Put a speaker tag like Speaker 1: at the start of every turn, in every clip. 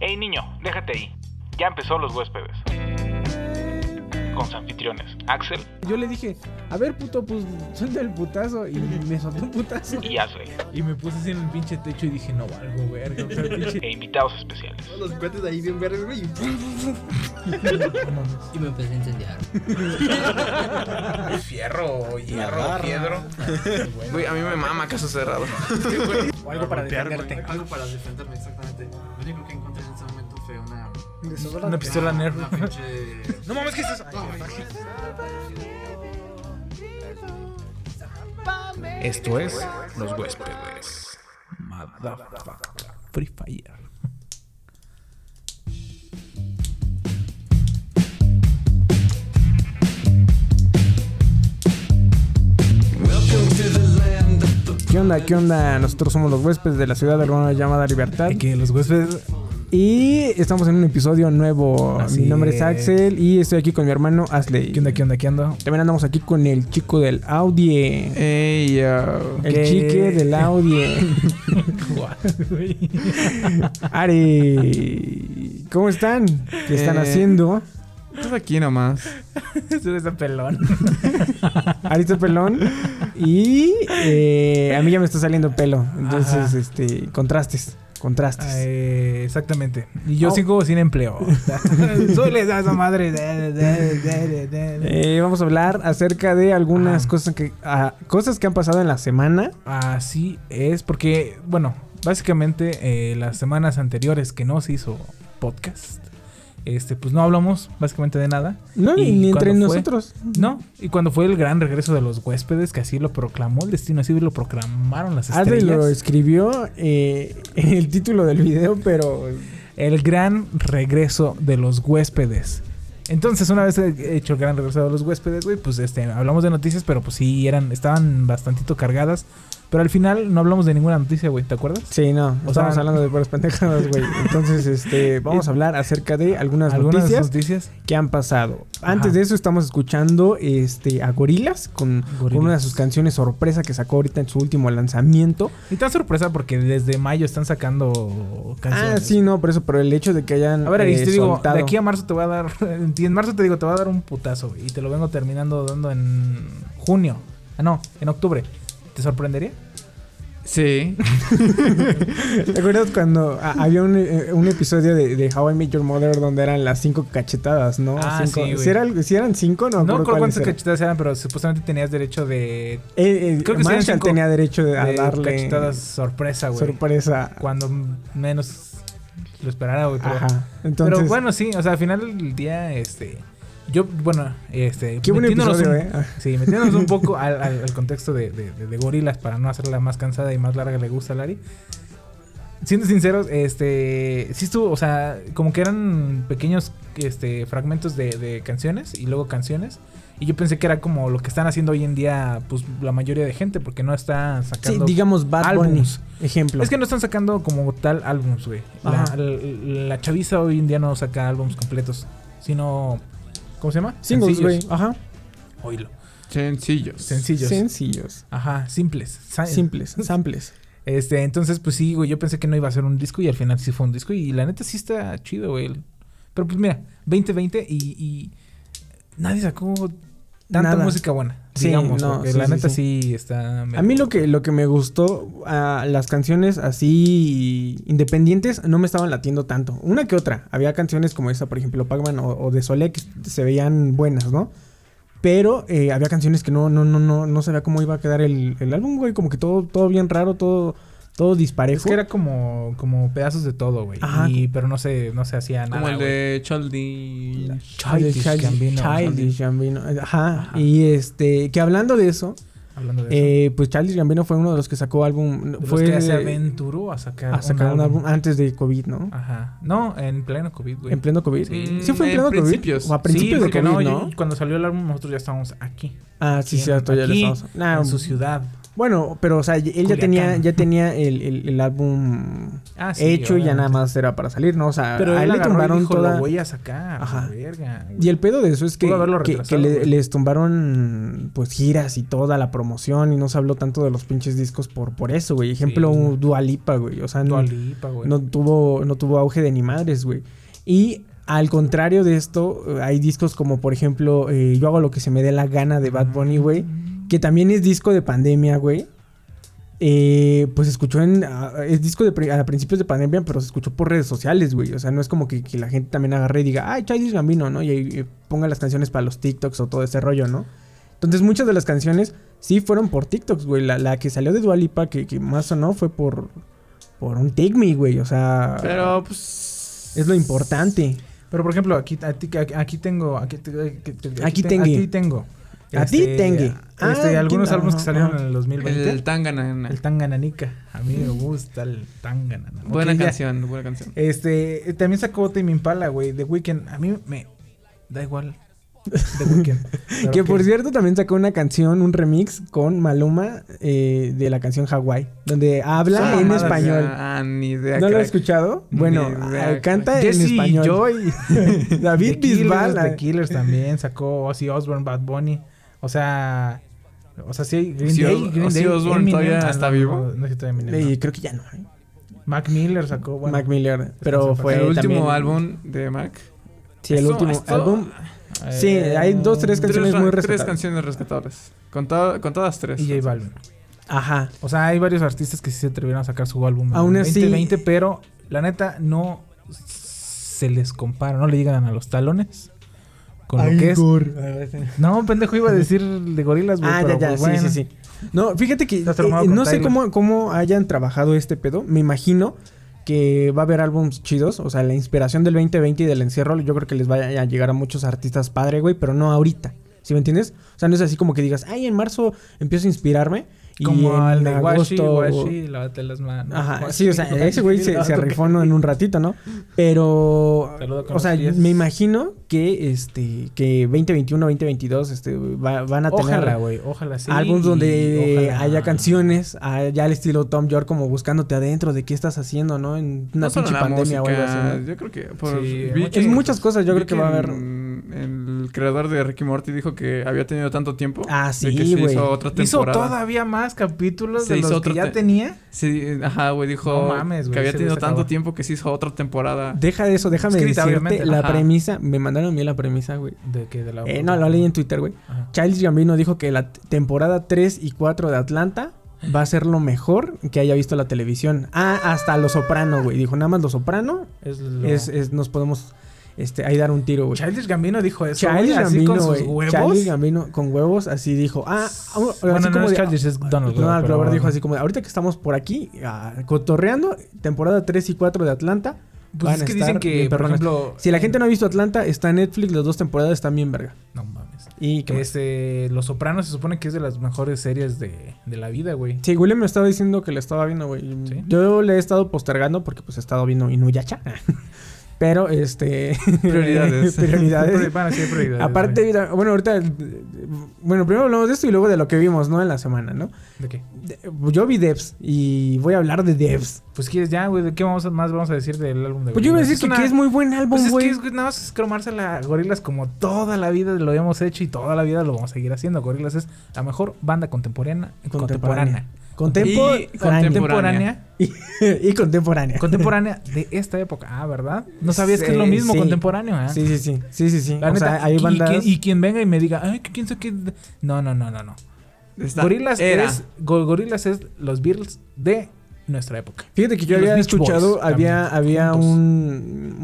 Speaker 1: Hey niño, déjate ahí. Ya empezó los huéspedes. Con sus anfitriones, Axel
Speaker 2: Yo le dije, a ver, puto, pues suelta el putazo. Y me soltó un putazo.
Speaker 1: y Asriel,
Speaker 2: Y me puse así en el pinche techo y dije, no valgo, verga. o sea, pinche-
Speaker 1: e invitados especiales.
Speaker 3: Todos los cohetes ahí bien verdes, güey. y ¡pum!
Speaker 2: no mames.
Speaker 4: Y me empecé a incendiar.
Speaker 5: Fierro, hierro, piedro.
Speaker 6: Güey, a mí me mama caso cerrado.
Speaker 7: O algo para defenderte.
Speaker 2: Ah,
Speaker 8: Algo para defenderme, exactamente. Lo único que encontré en ese momento fue una.
Speaker 2: Una pistola
Speaker 8: una-
Speaker 2: nerf.
Speaker 8: Una pinche.
Speaker 5: No mames, ¿qué es eso?
Speaker 6: Esto es Los Huéspedes.
Speaker 2: Motherfucker. Free Fire. ¿Qué onda? ¿Qué onda? Nosotros somos los huéspedes de la ciudad urbana llamada Libertad.
Speaker 7: Que los huéspedes.
Speaker 2: Y estamos en un episodio nuevo.
Speaker 7: Así
Speaker 2: mi nombre es.
Speaker 7: es.
Speaker 2: Axel y estoy aquí con mi hermano Asley.
Speaker 7: ¿Qué onda, qué onda, qué onda?
Speaker 2: También andamos aquí con el chico del Audi.
Speaker 7: Eh,
Speaker 6: Ey, yo.
Speaker 2: El
Speaker 7: ¿Qué?
Speaker 2: chique del Audi. Ari, ¿cómo están? ¿Qué están
Speaker 6: Eh.
Speaker 2: haciendo?
Speaker 6: Estás aquí nomás.
Speaker 7: Eso es pelón.
Speaker 2: Ari está pelón y eh, a mí ya me está saliendo pelo. Entonces,
Speaker 7: Ajá.
Speaker 2: este, contrastes, contrastes.
Speaker 7: Eh, exactamente. Y yo
Speaker 2: Oh.
Speaker 7: sigo sin empleo. Suele a esa madre. De, de, de, de, de, de.
Speaker 2: Eh, vamos a hablar acerca de algunas
Speaker 7: Ajá.
Speaker 2: cosas que ah, cosas que han pasado en la semana.
Speaker 7: Así es, porque, bueno, básicamente eh, las semanas anteriores que no se hizo podcast, este, pues no hablamos básicamente de nada.
Speaker 2: No,
Speaker 7: ¿Y
Speaker 2: ni entre
Speaker 7: cuándo fue?
Speaker 2: nosotros.
Speaker 7: No, y cuando fue el gran regreso de los huéspedes, que así lo proclamó el destino, así lo proclamaron las
Speaker 2: Adri lo
Speaker 7: estrellas.
Speaker 2: escribió eh, en el título del video, pero
Speaker 7: El gran regreso de los huéspedes. Entonces, una vez he- hecho el gran regreso de los huéspedes, güey, pues este, hablamos de noticias, pero pues sí, eran, estaban bastantito cargadas. Pero al final no hablamos de ninguna noticia, güey, ¿te acuerdas?
Speaker 2: sí, no.
Speaker 7: O
Speaker 2: estamos
Speaker 7: sea, Eh,
Speaker 2: hablando de puras pendejadas, güey. Entonces, este, vamos a hablar acerca de algunas,
Speaker 7: Algunas
Speaker 2: noticias.
Speaker 7: noticias.
Speaker 2: que han pasado. Antes
Speaker 7: Ajá.
Speaker 2: de eso estamos escuchando este, a Gorilas con, con
Speaker 7: Gorillaz.
Speaker 2: una de sus canciones sorpresa que sacó ahorita en su último lanzamiento.
Speaker 7: Y tan sorpresa porque desde mayo están sacando canciones.
Speaker 2: Ah, sí, no, por eso, pero el hecho de que hayan
Speaker 7: A ver, Aris,
Speaker 2: eh,
Speaker 7: te digo,
Speaker 2: soltado-
Speaker 7: de aquí a marzo te voy a dar. En marzo te digo, te voy a dar un putazo, güey. Y te lo vengo terminando dando en junio. Ah, no, en octubre. ¿Te sorprendería?
Speaker 6: Sí.
Speaker 2: ¿Te acuerdas cuando ah, había un, eh, un episodio de, de How I Met Your Mother donde eran las cinco cachetadas, ¿no?
Speaker 7: Ah,
Speaker 2: Cinco-
Speaker 7: sí, güey.
Speaker 2: si, era algo- si eran cinco,
Speaker 7: No,
Speaker 2: no, me acuerdo
Speaker 7: recuerdo
Speaker 2: cuáles
Speaker 7: cuántas
Speaker 2: eran.
Speaker 7: cachetadas eran, pero supuestamente tenías derecho de.
Speaker 2: Eh, eh,
Speaker 7: Creo que sí eran
Speaker 2: Marshall
Speaker 7: cinco.
Speaker 2: tenía derecho de- a
Speaker 7: de
Speaker 2: darle
Speaker 7: Cachetadas sorpresa, güey.
Speaker 2: sorpresa.
Speaker 7: Cuando menos lo esperara, güey. Pero,
Speaker 2: Ajá. Entonces,
Speaker 7: pero bueno, sí, o sea, al final del día, este. Yo, bueno, este.
Speaker 2: qué buen
Speaker 7: metiéndonos
Speaker 2: episodio,
Speaker 7: un-
Speaker 2: ¿eh? Ah,
Speaker 7: Sí, metiéndonos un poco al, al- al contexto de, de- de- de gorilas para no hacerla más cansada y más larga le gusta a Lari. Siendo sinceros, este sí estuvo, o sea, como que eran pequeños este, fragmentos de, de canciones y luego canciones. Y yo pensé que era como lo que están haciendo hoy en día, pues la mayoría de gente, porque no está
Speaker 2: Sí,
Speaker 7: sacando.
Speaker 2: digamos Bad Bunny,
Speaker 7: álbumes.
Speaker 2: ejemplo.
Speaker 7: es que no están sacando como tal álbums, güey. La,
Speaker 2: Ajá.
Speaker 7: la- la chaviza hoy en día no saca álbums completos, sino. ¿Cómo se llama?
Speaker 2: Singles, güey.
Speaker 7: Sencillos.
Speaker 2: Ajá.
Speaker 7: Oílo.
Speaker 6: Sencillos.
Speaker 7: Sencillos.
Speaker 2: Sencillos.
Speaker 7: Ajá, simples. sa-
Speaker 2: Simples, samples.
Speaker 7: Este, entonces, pues sí, güey, yo pensé que no iba a ser un disco y al final sí fue un disco. Y la neta sí está chido, güey. Pero pues mira, 2020 y, y nadie sacó tanta
Speaker 2: Nada.
Speaker 7: música buena.
Speaker 2: Sí,
Speaker 7: digamos,
Speaker 2: no,
Speaker 7: porque
Speaker 2: sí,
Speaker 7: la
Speaker 2: sí,
Speaker 7: neta sí, está.
Speaker 2: A mí lo que, lo que me gustó, ah, las canciones así independientes no me estaban latiendo tanto. Una que otra. Había canciones como esa, por ejemplo, Pac-Man o, o de Solé que se veían buenas, ¿no? Pero eh, había canciones que no, no, no, no, no sabía cómo iba a quedar el, el álbum, güey. Como que todo, todo bien raro, todo, todo disparejo.
Speaker 7: Es que era como, como pedazos de todo, güey.
Speaker 2: Ajá.
Speaker 7: Y, pero no se, no se hacía nada.
Speaker 6: Como el
Speaker 7: güey.
Speaker 6: de Chaldi.
Speaker 7: Childish Gambino.
Speaker 2: Childish Gambino. Ajá. Y este, que hablando de eso,
Speaker 7: Hablando de eso.
Speaker 2: eh, pues Childish Gambino fue uno de los que sacó álbum.
Speaker 7: De los
Speaker 2: fue
Speaker 7: que se aventuró a sacar,
Speaker 2: a sacar un álbum antes de COVID, ¿no?
Speaker 7: Ajá. No, en pleno COVID, güey. Mm,
Speaker 2: En pleno COVID.
Speaker 6: Sí.
Speaker 2: Sí, fue en
Speaker 6: En
Speaker 2: pleno COVID.
Speaker 6: principios.
Speaker 2: O a principios
Speaker 7: sí,
Speaker 2: de
Speaker 7: porque
Speaker 2: COVID, ¿no?
Speaker 7: no, yo- cuando salió el álbum nosotros ya estábamos aquí.
Speaker 2: Ah, sí,
Speaker 7: Sí,
Speaker 2: cierto, ya lo
Speaker 7: aquí,
Speaker 2: estamos. Ah, Nah,
Speaker 7: en su ciudad.
Speaker 2: Bueno, pero o sea, él ya
Speaker 7: Culiacán.
Speaker 2: tenía, ya tenía el, el- el álbum
Speaker 7: Ah, sí,
Speaker 2: hecho y ya
Speaker 7: obviamente.
Speaker 2: nada más era para salir, ¿no? O sea,
Speaker 7: Pero
Speaker 2: a
Speaker 7: él
Speaker 2: él le
Speaker 7: agarró y
Speaker 2: tumbaron
Speaker 7: dijo,
Speaker 2: toda.
Speaker 7: Lo voy a sacar.
Speaker 2: Ajá.
Speaker 7: Ajá. Verga, güey".
Speaker 2: Y el pedo de eso es que,
Speaker 7: Pudo haberlo
Speaker 2: que- que
Speaker 7: retrasado,
Speaker 2: le-
Speaker 7: güey.
Speaker 2: les tumbaron pues giras y toda la promoción y no se habló tanto de los pinches discos por, por eso, güey. Ejemplo,
Speaker 7: Sí.
Speaker 2: un Dua Lipa, güey. O sea, no-
Speaker 7: Dua Lipa, güey.
Speaker 2: no tuvo, no tuvo auge de ni madres, güey. Y al contrario de esto, eh, hay discos como, por ejemplo, eh, Yo hago lo que se me dé la gana de Bad Bunny, güey, que también es disco de pandemia, güey. Eh, pues se escuchó en. ah, es disco de pri- a principios de pandemia, pero se escuchó por redes sociales, güey. O sea, no es como que, que la gente también agarre y diga, ay, Childish Gambino, ¿no? Y, ahí, eh, ponga las canciones para los TikToks o todo ese rollo, ¿no? Entonces, muchas de las canciones sí fueron por TikToks, güey. La, la que salió de Dualipa, que, que más sonó, fue por, por un Take Me, güey. O sea,
Speaker 6: Pero pues.
Speaker 2: es lo importante.
Speaker 7: Pero por ejemplo, aquí, aquí, aquí tengo. Aquí, te- aquí, te-
Speaker 2: Aquí
Speaker 7: te-
Speaker 2: tengue.
Speaker 7: Aquí tengo.
Speaker 2: A ti tengue. Ah,
Speaker 7: Este, algunos
Speaker 2: entiendo,
Speaker 7: álbumes que
Speaker 2: ajá,
Speaker 7: salieron
Speaker 2: ajá.
Speaker 7: en el 2020.
Speaker 6: El
Speaker 7: El,
Speaker 6: Tanganana.
Speaker 7: Tangananica. A mí me gusta el Tanganana.
Speaker 6: Buena
Speaker 7: Ok, ya.
Speaker 6: canción, buena canción.
Speaker 7: Este, eh, también sacó Tame Impala, güey, The Weeknd. A mí me da igual The Weeknd. Pero
Speaker 2: Que por
Speaker 7: que-
Speaker 2: cierto también sacó una canción, un remix con Maluma eh, de la canción Hawái, donde habla
Speaker 7: Son
Speaker 2: en
Speaker 7: mamadas,
Speaker 2: español.
Speaker 6: Ah, ni idea.
Speaker 2: ¿No lo has
Speaker 6: crack.
Speaker 2: escuchado?
Speaker 6: Ni
Speaker 2: Bueno,
Speaker 6: idea,
Speaker 2: ah,
Speaker 6: crack.
Speaker 2: canta en
Speaker 7: Jesse
Speaker 2: español.
Speaker 7: Joy.
Speaker 2: David
Speaker 7: The Killers,
Speaker 2: Bisbal. eh,
Speaker 7: The Killers también sacó Ozzy Osbourne, Bad Bunny. O sea, o sea, sí hay Green
Speaker 6: Ozzy
Speaker 7: Day,
Speaker 6: Os-
Speaker 7: Green
Speaker 6: Ozzy
Speaker 7: Day,
Speaker 6: Osbourne
Speaker 7: Eminem.
Speaker 6: todavía
Speaker 7: Ah, no,
Speaker 6: está
Speaker 7: no,
Speaker 6: vivo.
Speaker 7: No, no, sí, todavía Eminem,
Speaker 2: Eh,
Speaker 7: no.
Speaker 2: creo que ya no. ¿eh?
Speaker 7: Mac Miller sacó, bueno,
Speaker 2: Mac Miller. Pero
Speaker 7: descansó en
Speaker 2: fue
Speaker 6: pues, el último
Speaker 2: también-
Speaker 6: álbum de Mac.
Speaker 2: Sí, el
Speaker 6: Eso-
Speaker 2: último
Speaker 6: esto-
Speaker 2: álbum. Sí,
Speaker 7: eh,
Speaker 2: hay dos, tres
Speaker 6: Tres,
Speaker 2: canciones muy
Speaker 6: tres
Speaker 2: rescatables.
Speaker 6: canciones rescatables. Contadas, contadas tres.
Speaker 7: Y J Balvin.
Speaker 2: Ajá.
Speaker 7: O sea, hay varios artistas que sí se atrevieron a sacar su álbum. en
Speaker 2: Aún así-
Speaker 7: 2020, pero la neta no se les compara, no le llegan a los talones con lo que es.
Speaker 6: Ah,
Speaker 7: No, pendejo, iba a decir de gorilas, güey.
Speaker 2: Ah,
Speaker 7: pero,
Speaker 2: ya, ya,
Speaker 7: pues,
Speaker 2: sí,
Speaker 7: bueno.
Speaker 2: sí, sí. No, fíjate que
Speaker 7: Está traumado
Speaker 2: eh,
Speaker 7: con
Speaker 2: no sé
Speaker 7: Tyler.
Speaker 2: cómo, cómo hayan trabajado este pedo. Me imagino que va a haber álbums chidos. O sea, la inspiración del 2020 y del encierro, yo creo que les va a llegar a muchos artistas padre, güey, pero no ahorita. ¿Sí me entiendes? O sea, no es así como que digas, ay, en marzo empiezo a inspirarme. Y
Speaker 7: Como
Speaker 2: en
Speaker 7: el de Washi,
Speaker 2: agosto-
Speaker 7: Washi, lávate las manos.
Speaker 2: Ajá,
Speaker 7: Washi,
Speaker 2: sí, o sea,
Speaker 7: lávate
Speaker 2: ese güey se,
Speaker 7: las
Speaker 2: se
Speaker 7: manos.
Speaker 2: rifó ¿no? en un ratito, ¿no? Pero,
Speaker 7: Saludo con
Speaker 2: o sea,
Speaker 7: los pies.
Speaker 2: me imagino que este, que 2021, 2022, este, va- van a tener
Speaker 7: Ojalá, güey, ojalá sí.
Speaker 2: álbums donde
Speaker 7: y ojalá-
Speaker 2: haya canciones, ah, ya al estilo Tom York como buscándote adentro de qué estás haciendo, ¿no? En una
Speaker 6: No solo
Speaker 2: pinche
Speaker 6: la
Speaker 2: pandemia o algo
Speaker 6: música,
Speaker 2: así. ¿no?
Speaker 6: Yo creo que. Por,
Speaker 7: Sí,
Speaker 6: vi
Speaker 7: muchas-
Speaker 6: que-
Speaker 2: Es muchas cosas, yo
Speaker 6: vi
Speaker 2: creo que va a haber.
Speaker 6: en- El creador de Ricky Morty dijo que había tenido tanto tiempo.
Speaker 2: Ah,
Speaker 6: de
Speaker 2: sí,
Speaker 6: que se
Speaker 2: güey.
Speaker 6: hizo otra
Speaker 7: Hizo
Speaker 6: temporada.
Speaker 7: todavía más capítulos
Speaker 6: Se
Speaker 7: de
Speaker 6: hizo
Speaker 7: los
Speaker 6: otra
Speaker 7: que ya
Speaker 6: te-
Speaker 7: tenía.
Speaker 6: Sí, ajá, güey, dijo
Speaker 7: No mames, güey,
Speaker 6: que había
Speaker 7: ese güey
Speaker 6: tenido
Speaker 7: se
Speaker 6: tanto
Speaker 7: acabó.
Speaker 6: tiempo que se hizo otra temporada.
Speaker 2: Deja de eso, déjame
Speaker 7: Escrita,
Speaker 2: decirte
Speaker 7: obviamente.
Speaker 2: la
Speaker 6: Ajá. Ah,
Speaker 2: premisa. Me mandaron a mí la premisa, güey.
Speaker 7: De que de la.
Speaker 2: Eh, no, la leí en Twitter, güey.
Speaker 7: Ajá.
Speaker 2: Charles Gambino dijo que la t- temporada 3 y 4 de Atlanta va a ser lo mejor que haya visto la televisión. Ah, hasta Lo Soprano, güey. Dijo, nada más Lo Soprano
Speaker 7: Es lo-
Speaker 2: es, es- nos podemos este, ahí dar un tiro, güey.
Speaker 7: Childish Gambino dijo eso.
Speaker 2: Charles
Speaker 7: güey, así
Speaker 2: Gambino,
Speaker 7: con sus
Speaker 2: güey.
Speaker 7: huevos.
Speaker 2: Charles Gambino con huevos, así dijo. Ah, ah, bueno, así
Speaker 7: bueno, no,
Speaker 2: como
Speaker 7: es
Speaker 2: de-
Speaker 7: Childish, es Donald Glover.
Speaker 2: Donald
Speaker 7: pero
Speaker 2: Glover dijo
Speaker 7: bueno.
Speaker 2: así como, de, ahorita que estamos por aquí, ah, cotorreando, temporada 3 y 4 de Atlanta. van
Speaker 7: Pues es
Speaker 2: a
Speaker 7: que
Speaker 2: estar
Speaker 7: dicen que,
Speaker 2: bien
Speaker 7: por
Speaker 2: perronas.
Speaker 7: ejemplo.
Speaker 2: Si la gente no ha visto Atlanta, está en Netflix, las dos temporadas están bien verga.
Speaker 7: No mames.
Speaker 2: Y que
Speaker 7: Que este. Los Sopranos se supone que es de las mejores series de, de la vida, güey.
Speaker 2: Sí, William me estaba diciendo que le estaba viendo, güey.
Speaker 7: ¿Sí?
Speaker 2: Yo le he estado postergando porque pues he estado viendo Inuyasha. Pero este
Speaker 6: Prioridades.
Speaker 2: prioridades.
Speaker 7: Van a ser prioridades,
Speaker 2: Aparte, mira, bueno, ahorita bueno, primero hablamos de esto y luego de lo que vimos, ¿no? En la semana, ¿no?
Speaker 7: güey. ¿De qué?
Speaker 2: De- Yo vi Devs y voy a hablar de Devs.
Speaker 7: Pues quieres ya, güey. ¿De qué vamos a- más vamos a decir del álbum de
Speaker 2: Pues yo iba a
Speaker 7: Gorillaz?
Speaker 2: decir que,
Speaker 7: una-
Speaker 2: que es muy buen
Speaker 7: Pues
Speaker 2: álbum,
Speaker 7: es que
Speaker 2: güey.
Speaker 7: es, nada más es cromarse la Gorilas como toda la vida lo hemos hecho y toda la vida lo vamos a seguir haciendo. Gorilas es la mejor banda contemporánea.
Speaker 2: Contemporánea.
Speaker 7: Contemporánea.
Speaker 2: Contempo-
Speaker 6: Y
Speaker 2: contemporánea.
Speaker 7: Contemporánea.
Speaker 2: y contemporánea.
Speaker 7: Contemporánea de esta época. Ah, ¿verdad? No sabías que es lo
Speaker 2: Sí,
Speaker 7: mismo
Speaker 2: sí.
Speaker 7: contemporáneo, ¿ah?
Speaker 2: Sí, sí, sí. Sí, sí, sí.
Speaker 7: La
Speaker 2: o
Speaker 7: neta,
Speaker 2: sea, hay
Speaker 7: y- y
Speaker 2: bandas
Speaker 7: quien- Y, quien venga y me diga, ay, ¿qué pienso que.? No, no, no, no, no.
Speaker 6: Está-
Speaker 7: Gorilas
Speaker 6: era.
Speaker 7: es. Go- Gorilas es los Beatles de nuestra época.
Speaker 2: Fíjate que yo
Speaker 7: Y los
Speaker 2: había
Speaker 7: Beach
Speaker 2: escuchado,
Speaker 7: Boys
Speaker 2: había,
Speaker 7: también,
Speaker 2: había
Speaker 7: juntos.
Speaker 2: un,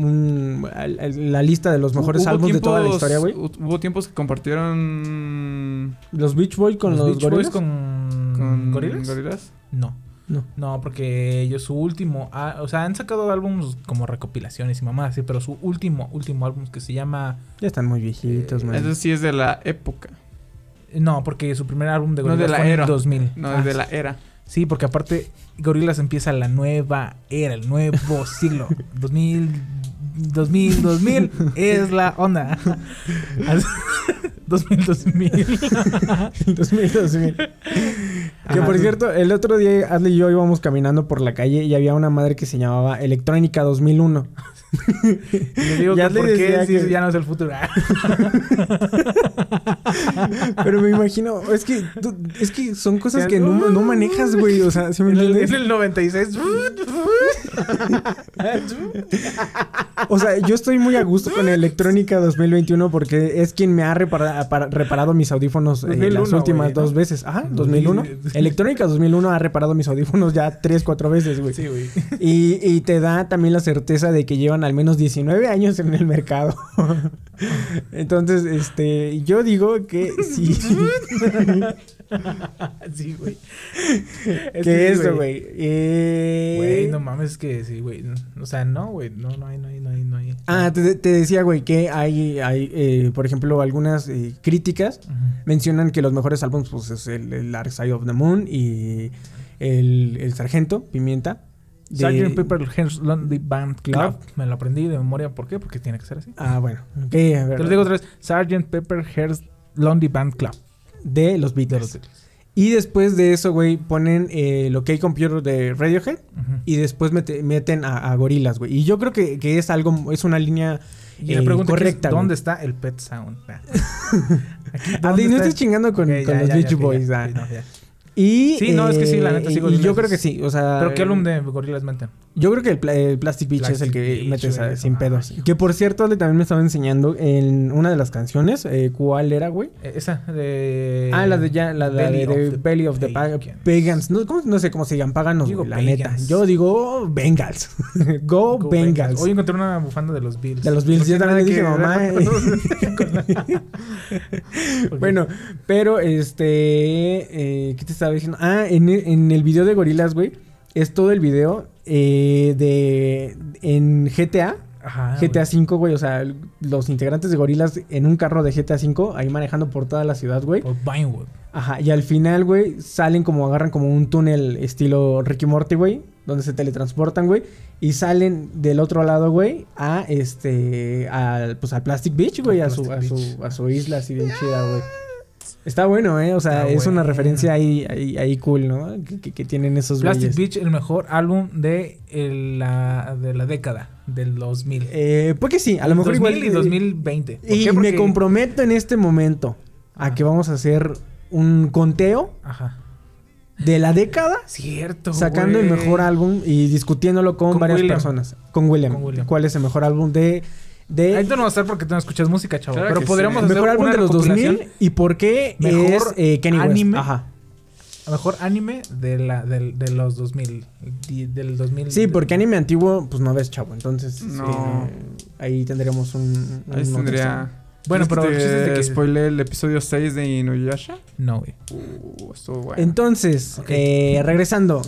Speaker 2: un- al- al- la lista de los mejores
Speaker 6: Hubo
Speaker 2: álbumes de toda la
Speaker 6: tiempos-
Speaker 2: historia, güey.
Speaker 6: hu- Hubo tiempos que compartieron
Speaker 2: Los Beach Boys con los,
Speaker 7: Beach
Speaker 2: gorilas.
Speaker 7: Boys con.
Speaker 2: Mm,
Speaker 6: con
Speaker 7: ¿Gorilas? No.
Speaker 2: No.
Speaker 7: No, porque ellos su último, ah, o sea, han sacado álbumes como recopilaciones y mamás así, pero su último, último álbum que se llama,
Speaker 2: Ya están muy
Speaker 7: Eh,
Speaker 2: viejitos, man.
Speaker 6: Eh, Eso sí es de la época,
Speaker 7: no, porque su primer álbum de
Speaker 6: No, de
Speaker 7: Gorillaz
Speaker 6: la
Speaker 7: fue en
Speaker 6: era.
Speaker 7: el 2000.
Speaker 6: no
Speaker 7: Ah,
Speaker 6: es de la era.
Speaker 7: Sí, porque aparte Gorillaz empieza la nueva era, el nuevo siglo. 2000 2000 2000 es la onda. Así- 2000 2000.
Speaker 2: 2000, 2000. Que
Speaker 7: Ajá.
Speaker 2: por cierto, el otro día Adley y yo íbamos caminando por la calle y había una madre que se llamaba Electrónica 2001.
Speaker 7: Y le digo
Speaker 2: Ya
Speaker 7: que
Speaker 2: le
Speaker 7: por qué
Speaker 2: decía
Speaker 7: si
Speaker 2: que-
Speaker 7: eso ya no es el futuro.
Speaker 2: Pero me imagino, es que, tú- es que son cosas
Speaker 7: Ya-
Speaker 2: que no, no manejas, güey. O sea, ¿sí me
Speaker 7: En el-
Speaker 2: entiendes?
Speaker 7: en el 96.
Speaker 2: O sea, yo estoy muy a gusto con Electrónica 2021 porque es quien me ha repara- para- reparado mis audífonos eh,
Speaker 7: 2001,
Speaker 2: las últimas
Speaker 7: güey, ¿no?
Speaker 2: dos veces. Ajá, 2001. Electrónica 2001 ha reparado mis audífonos ya tres, cuatro veces, güey.
Speaker 7: Sí, güey.
Speaker 2: Y, y te da también la certeza de que llevan al menos 19 años en el mercado. Entonces, este, yo digo que sí.
Speaker 7: Sí, güey.
Speaker 2: que
Speaker 7: Es que sí,
Speaker 2: eso, güey. Eh,
Speaker 7: Güey, no mames, es que sí, güey. O sea, no, güey. No, no hay, no hay, no hay, no hay.
Speaker 2: Ah, te, te decía, güey, que hay, hay eh, por ejemplo, algunas eh, críticas
Speaker 7: Ujú.
Speaker 2: mencionan que los mejores álbumes pues, es el, el Dark Side of the Moon y el, el Sargento, Pimienta. de-
Speaker 7: Sgt. Pepper Hearts Lonely Band Club. Me lo aprendí de memoria. ¿Por qué? Porque tiene que ser así.
Speaker 2: Ah, bueno. ok, a ver,
Speaker 7: Te lo digo otra vez. Sgt. Pepper Hearts Lonely Band Club.
Speaker 2: De los
Speaker 7: De
Speaker 2: Beatles.
Speaker 7: los Beatles.
Speaker 2: Y después de eso, güey, ponen eh, lo que hay computer de Radiohead
Speaker 7: Ujú.
Speaker 2: y después mete- meten a, a gorilas, güey. Y yo creo que, que es algo, es una línea
Speaker 7: Y la
Speaker 2: eh,
Speaker 7: pregunta que
Speaker 2: correcta.
Speaker 7: es,
Speaker 2: güey.
Speaker 7: ¿dónde está el Pet Sound? Ah. Aquí,
Speaker 2: Ah,
Speaker 7: ¿dónde
Speaker 2: no
Speaker 7: está el-
Speaker 2: estés chingando con,
Speaker 7: Ok,
Speaker 2: con
Speaker 7: ya,
Speaker 2: los
Speaker 7: ya,
Speaker 2: Beach
Speaker 7: ya,
Speaker 2: Boys.
Speaker 7: ya.
Speaker 2: ah.
Speaker 7: Sí, no, ya.
Speaker 2: Y,
Speaker 7: Sí, no, es que sí, la neta,
Speaker 2: eh,
Speaker 7: sigo
Speaker 2: y
Speaker 7: sin
Speaker 2: yo
Speaker 7: esas.
Speaker 2: creo que sí, o sea...
Speaker 7: ¿Pero qué álbum de Gorillaz meten?
Speaker 2: Yo creo que el, pla- el Plastic Beach es
Speaker 7: Plastic
Speaker 2: el que
Speaker 7: Beach,
Speaker 2: metes
Speaker 7: güey,
Speaker 2: ah,
Speaker 7: no
Speaker 2: sin pedos.
Speaker 7: mames.
Speaker 2: Que por cierto, Ale también me estaba enseñando en una de las canciones, eh, ¿cuál era, güey?
Speaker 7: Eh, Esa de...
Speaker 2: Ah, la de ya, la, la
Speaker 7: Eh, Belly
Speaker 2: de, de
Speaker 7: of the
Speaker 2: Belly of the Pag-
Speaker 7: Pagans.
Speaker 2: Pagans. No, ¿cómo- no sé cómo se llaman, paganos,
Speaker 7: Digo
Speaker 2: güey, la
Speaker 7: pagans.
Speaker 2: neta. Yo digo Bengals. Go,
Speaker 7: Go
Speaker 2: Bengals.
Speaker 7: Hoy encontré una bufanda de los Bills.
Speaker 2: De los
Speaker 7: No
Speaker 2: Bills, yo
Speaker 7: tiene
Speaker 2: también dije, mamá. eh".
Speaker 7: nada que ver con- Ok.
Speaker 2: Bueno, pero este. eh, ¿Qué te estaba diciendo? Ah, en, e- en el video de Gorilas, güey. Es todo el video eh, de. En GTA.
Speaker 7: Ajá,
Speaker 2: GTA
Speaker 7: Ah, güey.
Speaker 2: V, güey. O sea, el- los integrantes de Gorilas en un carro de GTA V. Ahí manejando por toda la ciudad, güey.
Speaker 7: Por Vinewood.
Speaker 2: Ajá. Y al final, güey, salen como agarran como un túnel estilo Ricky Morty, güey. Donde se teletransportan, güey. Y salen del otro lado, güey. A este. Al, pues al Plastic Beach, güey. A
Speaker 7: Al
Speaker 2: su, a,
Speaker 7: Plastic
Speaker 2: su, a su isla así bien chida, güey. Está bueno, ¿eh? O sea,
Speaker 7: Está
Speaker 2: es una
Speaker 7: bueno.
Speaker 2: referencia ahí, ahí, ahí cool, ¿no? Que, que- que tienen esos
Speaker 7: Plastic
Speaker 2: güeyes.
Speaker 7: Beach, el mejor álbum de el- la, de la década, del 2000.
Speaker 2: Eh, pues que sí, a lo mejor
Speaker 7: 2000
Speaker 2: igual.
Speaker 7: y 2020. ¿Por
Speaker 2: Y
Speaker 7: qué?
Speaker 2: me
Speaker 7: Porque- Ah.
Speaker 2: comprometo en este momento a
Speaker 7: Ajá.
Speaker 2: que vamos a hacer un conteo
Speaker 7: Ajá.
Speaker 2: de la década
Speaker 7: Cierto,
Speaker 2: sacando el
Speaker 7: güey.
Speaker 2: mejor álbum y discutiéndolo con,
Speaker 7: Con
Speaker 2: varias
Speaker 7: William.
Speaker 2: personas. Con William.
Speaker 7: Con William.
Speaker 2: ¿Cuál es el mejor álbum de... de
Speaker 7: Ahorita no va a estar porque tú no escuchas música, chavo.
Speaker 6: Claro
Speaker 7: pero
Speaker 6: que
Speaker 7: podríamos
Speaker 6: sí.
Speaker 7: hacer
Speaker 2: Eh, mejor álbum
Speaker 7: una
Speaker 2: de los
Speaker 7: recopilación.
Speaker 2: 2000 y por qué
Speaker 7: Mejor
Speaker 2: es eh, Kenny West.
Speaker 7: anime.
Speaker 2: Ajá.
Speaker 7: Mejor anime de, la, del- de los 2000. di- Del 2000.
Speaker 2: Sí, porque anime antiguo, pues no ves, chavo. Entonces,
Speaker 6: No.
Speaker 2: eh, ahí tendríamos un...
Speaker 6: Ahí
Speaker 2: un-
Speaker 6: tendría.
Speaker 7: Bueno, pero el
Speaker 6: ¿Quieres
Speaker 7: chiste es de
Speaker 6: que te
Speaker 7: que-
Speaker 6: spoilé el episodio 6 de Inuyasha.
Speaker 7: No, güey.
Speaker 6: Uh, estuvo bueno.
Speaker 2: Entonces,
Speaker 7: Ok.
Speaker 2: eh, regresando,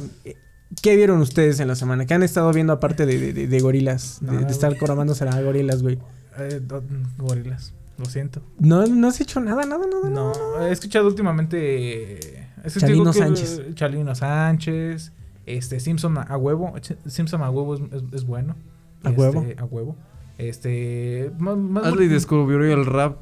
Speaker 2: ¿qué vieron ustedes en la semana? ¿Qué han estado viendo aparte de, de- de- de gorilas? De,
Speaker 7: Nada,
Speaker 2: de estar
Speaker 7: güey.
Speaker 2: coromándose a gorilas, güey.
Speaker 7: Eh, do- gorilas. Lo siento.
Speaker 2: No, no has hecho nada, nada, nada.
Speaker 7: No, he escuchado últimamente. Es que digo
Speaker 2: Chalino
Speaker 7: que-
Speaker 2: Sánchez.
Speaker 7: Chalino Sánchez. Este, Simpson a a huevo. Ch- Simpson a huevo es, es- es bueno.
Speaker 2: ¿A
Speaker 7: Este,
Speaker 2: huevo?
Speaker 7: A huevo. Este. Más, más
Speaker 6: Adley
Speaker 7: bol-
Speaker 6: descubrió el rap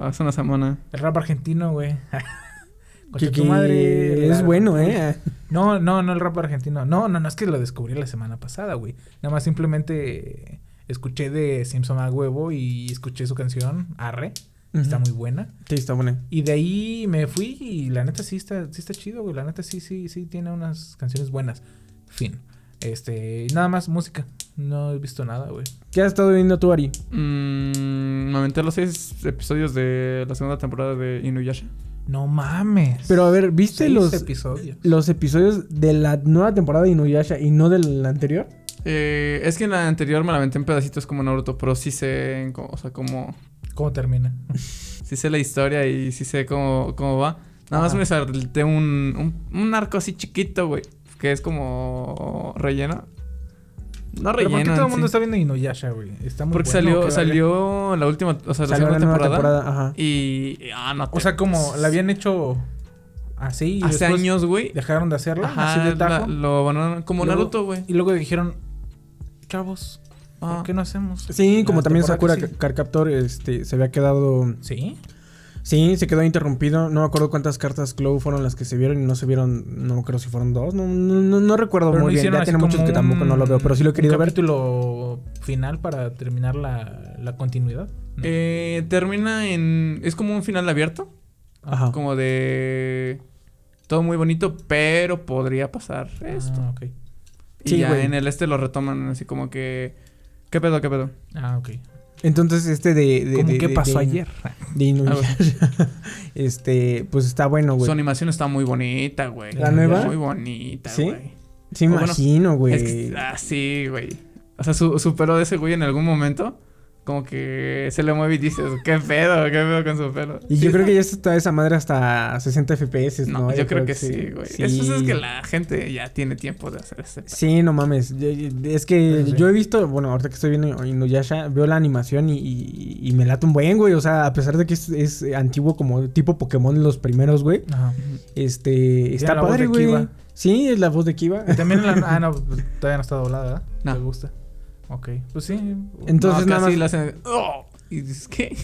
Speaker 6: hace una semana.
Speaker 7: El rap argentino, güey. Concha
Speaker 2: Que,
Speaker 7: tu
Speaker 2: que
Speaker 7: madre,
Speaker 2: es
Speaker 7: la-
Speaker 2: bueno, ¿eh?
Speaker 7: No, no, no el rap argentino. No, no, no, es que lo descubrí la semana pasada, güey. Nada más simplemente eh, escuché de Simpson a huevo y escuché su canción, Arre. Está
Speaker 2: Ujú.
Speaker 7: muy buena.
Speaker 2: Sí, está bueno.
Speaker 7: Y de ahí me fui y la neta sí está, sí está chido, güey. La neta sí, sí, sí tiene unas canciones buenas. Fin. Este, nada más música. No he visto nada, güey.
Speaker 2: ¿Qué has estado viendo tú, Ari?
Speaker 6: Mm, me aventé los 6 episodios de la segunda temporada de Inuyasha.
Speaker 7: No mames.
Speaker 2: Pero a ver, ¿viste
Speaker 7: Seis
Speaker 2: los,
Speaker 7: episodios.
Speaker 2: los episodios de la nueva temporada de Inuyasha y no de la anterior?
Speaker 6: Eh, es que en la anterior me la aventé en pedacitos como Naruto, pero sí sé, en co- o sea, como,
Speaker 7: ¿Cómo termina?
Speaker 6: sí sé la historia y sí sé cómo, cómo va. Nada más
Speaker 7: Ajá.
Speaker 6: me salté un, un, un arco así chiquito, güey, que es como relleno. No
Speaker 7: Pero
Speaker 6: relleno.
Speaker 7: ¿por qué todo el
Speaker 6: en
Speaker 7: mundo
Speaker 6: sí.
Speaker 7: está viendo Inuyasha, güey? Está muy
Speaker 6: Porque
Speaker 7: bueno,
Speaker 6: salió,
Speaker 7: que vale.
Speaker 6: salió la última, o sea,
Speaker 2: Salió
Speaker 6: la segunda
Speaker 2: la nueva
Speaker 6: temporada.
Speaker 2: temporada, ajá.
Speaker 6: Y, y- ah, no.
Speaker 7: O
Speaker 6: te-
Speaker 7: sea, como la habían hecho así y
Speaker 6: hace
Speaker 7: después
Speaker 6: años, güey.
Speaker 7: dejaron de hacerla
Speaker 6: Ajá,
Speaker 7: así de
Speaker 6: la-
Speaker 7: tajo.
Speaker 6: lo van como
Speaker 7: Luego-
Speaker 6: Naruto, güey.
Speaker 7: Y luego dijeron, chavos,
Speaker 6: Ah.
Speaker 7: ¿por qué no hacemos?
Speaker 2: Sí, como
Speaker 7: la
Speaker 2: también
Speaker 7: temporada
Speaker 2: Sakura
Speaker 7: que
Speaker 2: Car- Card Captor este, se había quedado
Speaker 7: sigue? Sí.
Speaker 2: Sí, se quedó interrumpido. No me acuerdo cuántas cartas Glow fueron las que se vieron y no se vieron. No creo si fueron dos. No, no, no, no recuerdo
Speaker 7: Pero no
Speaker 2: muy bien.
Speaker 7: hicieron
Speaker 2: Ya
Speaker 7: así
Speaker 2: tiene muchos
Speaker 7: como
Speaker 2: que tampoco no lo veo, pero sí lo he
Speaker 7: un
Speaker 2: querido ver.
Speaker 7: capítulo final para terminar la, la continuidad? No.
Speaker 6: Eh, termina en. Es como un final abierto.
Speaker 2: Ajá.
Speaker 6: Como de. Todo muy bonito, pero podría pasar esto.
Speaker 7: Ah, ok.
Speaker 6: Y
Speaker 2: Sí,
Speaker 6: ya
Speaker 2: güey.
Speaker 6: en el este lo retoman así como que. ¿Qué pedo, qué pedo?
Speaker 7: Ah, ok.
Speaker 2: Entonces, este de. de
Speaker 7: ¿Cómo
Speaker 2: de-
Speaker 7: qué
Speaker 2: de-
Speaker 7: pasó
Speaker 2: de-
Speaker 7: ayer?
Speaker 2: De Inuyasha.
Speaker 6: Ah,
Speaker 2: este, pues está bueno,
Speaker 6: Su
Speaker 2: güey.
Speaker 6: animación está muy bonita, güey.
Speaker 2: ¿La nueva?
Speaker 6: Muy bonita,
Speaker 2: ¿Sí?
Speaker 6: güey.
Speaker 2: Sí,
Speaker 6: o
Speaker 2: me
Speaker 7: Ah,
Speaker 6: bueno,
Speaker 2: imagino, güey.
Speaker 6: Es que- ah, sí, güey. O sea, su, su pelo de ese güey en algún momento, como que se le mueve y dices, ¿qué pedo? ¿Qué pedo con su pelo?
Speaker 2: Y
Speaker 6: Sí,
Speaker 2: yo creo
Speaker 6: está-
Speaker 2: que ya está esa madre hasta 60 FPS, ¿no?
Speaker 6: No, yo, creo, que, sí, güey. Eso es que la gente ya tiene tiempo de hacer ese.
Speaker 2: Sí, no mames. Yo- yo- Es que
Speaker 7: Sí.
Speaker 2: yo he visto, bueno, ahorita que estoy viendo Inuyasha, veo la animación y, y- y me late un buen, güey. O sea, a pesar de que es, es, eh, antiguo como tipo Pokémon los primeros, güey.
Speaker 7: Ajá.
Speaker 2: Este, está
Speaker 7: la voz
Speaker 2: padre,
Speaker 7: de
Speaker 2: güey.
Speaker 7: Kiba.
Speaker 2: Sí, es la voz de Kiva.
Speaker 7: Y También la... Ah, no, pues, todavía no está doblada, ¿verdad?
Speaker 6: No.
Speaker 7: ¿Te gusta? Ok. Pues sí.
Speaker 2: Entonces,
Speaker 6: no,
Speaker 2: nada más-
Speaker 6: casi le hacen, "Oh", Y dices, ¿qué?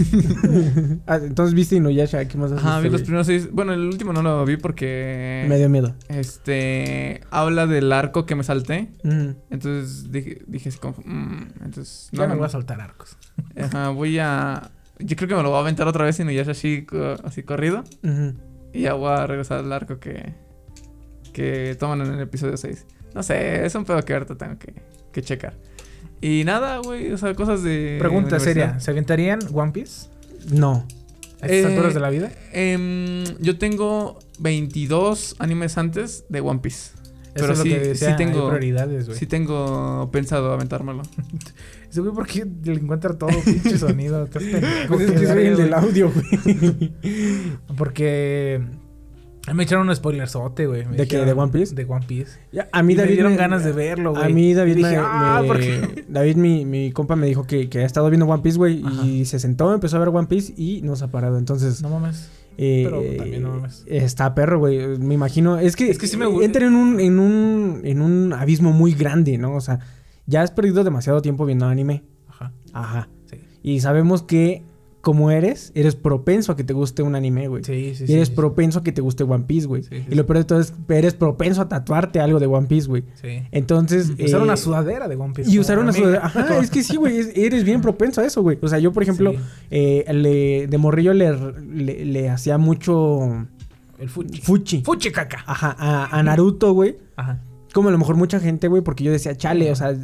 Speaker 2: Ah, entonces viste Inuyasha, ¿qué más has
Speaker 6: Ajá,
Speaker 2: visto,
Speaker 6: vi los
Speaker 2: güey?
Speaker 6: primeros seis. Bueno, el último no lo vi porque.
Speaker 2: Me dio miedo.
Speaker 6: Este. Habla del arco que me salté.
Speaker 2: Ujú.
Speaker 6: Entonces dije, dije así como. "Mm", entonces.
Speaker 7: No, me
Speaker 6: me-
Speaker 7: voy a saltar arcos.
Speaker 6: Ajá, voy a. Yo creo que me lo voy a aventar otra vez y no ya es así, co- así corrido.
Speaker 2: Ujú.
Speaker 6: Y ya voy a regresar al arco que. que toman en el episodio 6. No sé, es un pedo que ahorita tengo que, que checar. Y nada, güey, o sea, cosas de.
Speaker 7: Pregunta seria.
Speaker 6: universidad.
Speaker 7: ¿Se aventarían One Piece?
Speaker 2: No.
Speaker 7: ¿A estas
Speaker 6: Eh,
Speaker 7: alturas de la vida?
Speaker 6: Em, yo tengo 22 animes antes de One Piece. pero
Speaker 7: Eso
Speaker 6: sí-
Speaker 7: es lo que decía,
Speaker 6: sí tengo-
Speaker 7: hay prioridades, güey.
Speaker 6: Sí tengo pensado aventármelo.
Speaker 7: Ese güey, ¿por qué le encuentra todo pinche sonido? Estás pendejo,
Speaker 2: Pues es
Speaker 7: qué
Speaker 2: que soy
Speaker 7: verga,
Speaker 2: el del
Speaker 7: güey.
Speaker 2: audio, güey.
Speaker 7: Porque me echaron un spoilerzote, güey. Me
Speaker 2: ¿De qué?
Speaker 7: dijeron-
Speaker 2: ¿De One Piece?
Speaker 7: De One Piece.
Speaker 2: Ya, A
Speaker 7: A
Speaker 2: mí
Speaker 7: mí
Speaker 2: David
Speaker 7: me dieron
Speaker 2: me-
Speaker 7: ganas de verlo, güey.
Speaker 2: A mí David
Speaker 7: Y dije,
Speaker 2: me-
Speaker 7: "Ah,
Speaker 2: me-
Speaker 7: ¿por qué?".
Speaker 2: David, mi, mi compa me dijo que, que ha estado viendo One Piece, güey, y se sentó, empezó a ver One Piece y no se ha parado. Entonces,
Speaker 7: No mames.
Speaker 2: eh,
Speaker 7: pero también no mames.
Speaker 2: está perro, güey. Me imagino, es que,
Speaker 7: Es que sí me gu-
Speaker 2: entra en un, en un en un abismo muy grande, ¿no? O sea, ya has perdido demasiado tiempo viendo anime.
Speaker 7: Ajá.
Speaker 2: Ajá.
Speaker 7: Sí.
Speaker 2: Y sabemos que como eres, eres propenso a que te guste un anime, güey.
Speaker 7: Sí, sí,
Speaker 2: Y
Speaker 7: sí.
Speaker 2: eres
Speaker 7: sí,
Speaker 2: propenso a que te guste One Piece, güey.
Speaker 7: Sí, sí,
Speaker 2: y lo
Speaker 7: sí.
Speaker 2: peor de todo es que eres propenso a tatuarte algo de One Piece, güey.
Speaker 7: Sí.
Speaker 2: Entonces.
Speaker 7: Usar
Speaker 2: eh,
Speaker 7: una sudadera de One Piece.
Speaker 2: Y
Speaker 7: como
Speaker 2: usar
Speaker 7: mi
Speaker 2: una
Speaker 7: amiga.
Speaker 2: sudadera. Ajá, es que sí, güey. es- Eres bien propenso a eso, güey. O sea, yo, por ejemplo,
Speaker 7: Sí.
Speaker 2: eh, le- de morrillo le, le, le hacía mucho
Speaker 7: El fuchi.
Speaker 2: fuchi.
Speaker 7: Fuchi caca.
Speaker 2: Ajá, a, a Naruto, güey.
Speaker 7: Ajá.
Speaker 2: Como a lo mejor mucha gente, güey, porque yo decía, chale, o sea,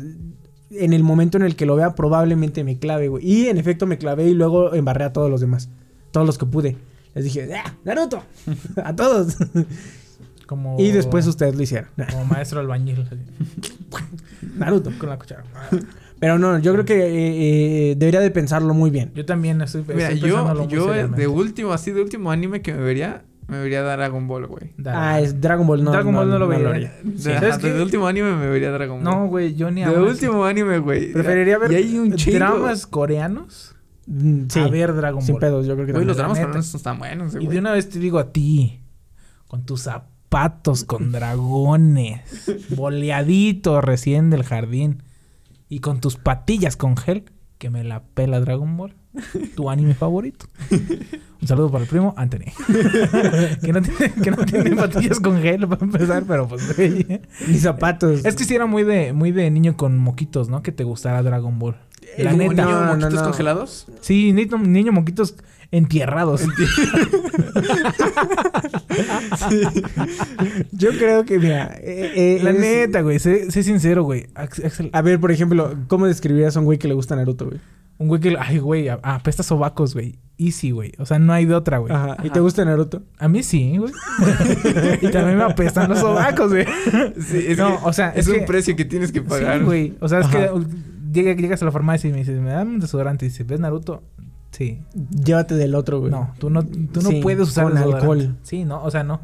Speaker 2: en el momento en el que lo vea, probablemente me clave, güey. Y en efecto me clavé y luego embarré a todos los demás. Todos los que pude. Les dije, ¡Ah, Naruto! a todos.
Speaker 7: Como...
Speaker 2: Y después ustedes lo hicieron.
Speaker 7: Como maestro albañil. así,
Speaker 2: Naruto.
Speaker 7: Con la cuchara.
Speaker 2: Pero no, yo creo que eh, eh, debería de pensarlo muy bien.
Speaker 7: Yo también estoy, Pues estoy
Speaker 6: Mira,
Speaker 7: pensándolo
Speaker 6: yo,
Speaker 7: muy
Speaker 6: yo eh,
Speaker 7: seriamente.
Speaker 6: de último, así de último anime que me vería, me vería Dragon Ball, güey.
Speaker 7: Dale.
Speaker 2: Ah, es Dragon Ball, no.
Speaker 7: Dragon Ball no lo veía.
Speaker 6: Ajá,
Speaker 7: ¿Sabes
Speaker 6: de
Speaker 7: qué?
Speaker 6: último anime me vería Dragon Ball.
Speaker 7: No, güey, yo ni
Speaker 6: de
Speaker 7: aún así.
Speaker 6: último anime, güey.
Speaker 7: Preferiría ver
Speaker 6: Y hay un chingo.
Speaker 7: dramas coreanos
Speaker 2: Mm, Sí.
Speaker 7: a ver Dragon
Speaker 2: sin
Speaker 7: Ball.
Speaker 2: pedos, yo creo que
Speaker 6: Güey, los
Speaker 2: también.
Speaker 6: dramas
Speaker 7: neta.
Speaker 6: coreanos están buenos,
Speaker 7: Y
Speaker 6: güey.
Speaker 7: de una vez te digo a ti, con tus zapatos con dragones, boleadito recién del jardín, y con tus patillas con gel, que me la pela Dragon Ball, tu anime favorito. Un saludo para el primo Anthony. que, no tiene, que no tiene patillas con gel para empezar, pero pues... güey.
Speaker 2: Ni zapatos.
Speaker 7: Es que si era muy de, muy de niño con moquitos, ¿no? Que te gustara Dragon Ball. La
Speaker 6: ¿Como
Speaker 7: neta.
Speaker 6: niño,
Speaker 2: No, no,
Speaker 6: moquitos
Speaker 2: no.
Speaker 6: congelados?
Speaker 7: Sí, niño, niño moquitos entierrados.
Speaker 2: Yo creo que, mira. eh, eh,
Speaker 7: La
Speaker 2: es-
Speaker 7: neta, güey. Sé, sé sincero, güey. Ax- Axel,
Speaker 2: A ver, por ejemplo, ¿cómo describirías a un güey que le gusta Naruto, güey?
Speaker 7: un güey que... Ay, güey. a- Apesta sobacos, güey. Easy, güey. O sea, no hay de otra, güey.
Speaker 2: Ajá. ¿Y te gusta Naruto?
Speaker 7: A mí sí, güey. y también me apestan los sobacos, güey.
Speaker 6: Sí, es
Speaker 7: No,
Speaker 6: que
Speaker 7: o sea,
Speaker 6: es,
Speaker 7: es
Speaker 6: un
Speaker 7: que-
Speaker 6: precio que tienes que pagar.
Speaker 7: Sí, güey. O sea, es
Speaker 2: Ajá.
Speaker 7: que uh, llega- llegas a la farmacia y me dices, ¿me dan un desodorante? Y dices, ¿ves Naruto? Sí.
Speaker 2: Llévate del otro, güey.
Speaker 7: No, tú no, tú no
Speaker 2: Pues, Sí,
Speaker 7: puedes usar
Speaker 2: con
Speaker 7: desodorante.
Speaker 2: alcohol.
Speaker 7: Sí, no, o sea, no.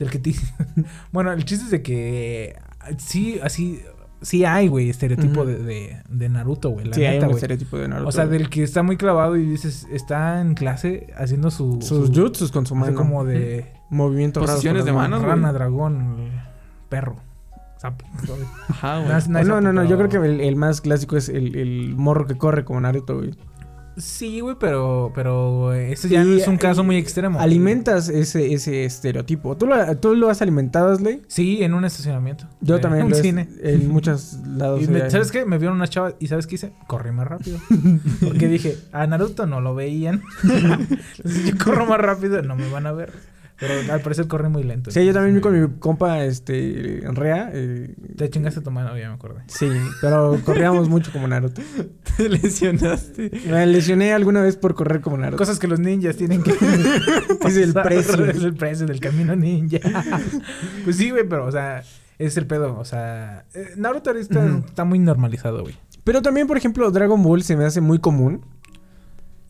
Speaker 7: Del que te... bueno, el chiste es de que eh, sí, así, sí hay, güey, estereotipo
Speaker 2: Ujú.
Speaker 7: de, de, de Naruto, güey. La
Speaker 2: sí, hay
Speaker 7: neta,
Speaker 2: un
Speaker 7: güey.
Speaker 2: estereotipo de Naruto.
Speaker 7: O sea,
Speaker 2: güey.
Speaker 7: del que está muy clavado y dices, está en clase haciendo su...
Speaker 2: Sus
Speaker 7: su-
Speaker 2: jutsus con su
Speaker 7: o sea,
Speaker 2: mano.
Speaker 7: como de
Speaker 2: Movimientos raros
Speaker 6: Posiciones
Speaker 2: con
Speaker 6: de
Speaker 2: las
Speaker 6: manos, güey.
Speaker 7: rana, dragón, perro, sapo. sorry.
Speaker 6: Ajá, güey.
Speaker 7: No es-
Speaker 2: No, no, no,
Speaker 7: sapo,
Speaker 2: yo creo que
Speaker 7: pero-
Speaker 2: el, el más clásico es el, el morro que corre como Naruto, güey.
Speaker 7: Sí, güey, pero, pero ese ya
Speaker 2: Y-
Speaker 7: no es un caso muy extremo.
Speaker 2: Alimentas ese, ese estereotipo. ¿Tú lo, tú lo has alimentado, Slay?
Speaker 7: Sí, en un estacionamiento.
Speaker 2: Yo
Speaker 7: Eh,
Speaker 2: también.
Speaker 7: En
Speaker 2: lo
Speaker 7: un
Speaker 2: he-
Speaker 7: cine.
Speaker 2: En muchos lados.
Speaker 7: Y me-
Speaker 2: eh,
Speaker 7: ¿Sabes qué? Me vieron unas chavas y ¿sabes qué hice? Corrí más rápido. Porque dije, a Naruto no lo veían. Entonces yo corro más rápido, no me van a ver. Pero al parecer corrí muy lento.
Speaker 2: Sí, yo también vi con mi compa, este, Rea. eh,
Speaker 7: Te chingaste tu mano, ya me acordé.
Speaker 2: Sí, pero corríamos mucho como Naruto.
Speaker 6: Te lesionaste.
Speaker 2: Me lesioné alguna vez por correr como Naruto.
Speaker 7: Cosas que los ninjas tienen que.
Speaker 2: Es el
Speaker 7: pasar.
Speaker 2: precio.
Speaker 7: Es el precio del camino ninja. pues sí, güey, pero, o sea, es el pedo. O sea, eh, Naruto ahorita está,
Speaker 2: Ujú.
Speaker 7: está muy normalizado, güey.
Speaker 2: Pero también, por ejemplo, Dragon Ball se me hace muy común.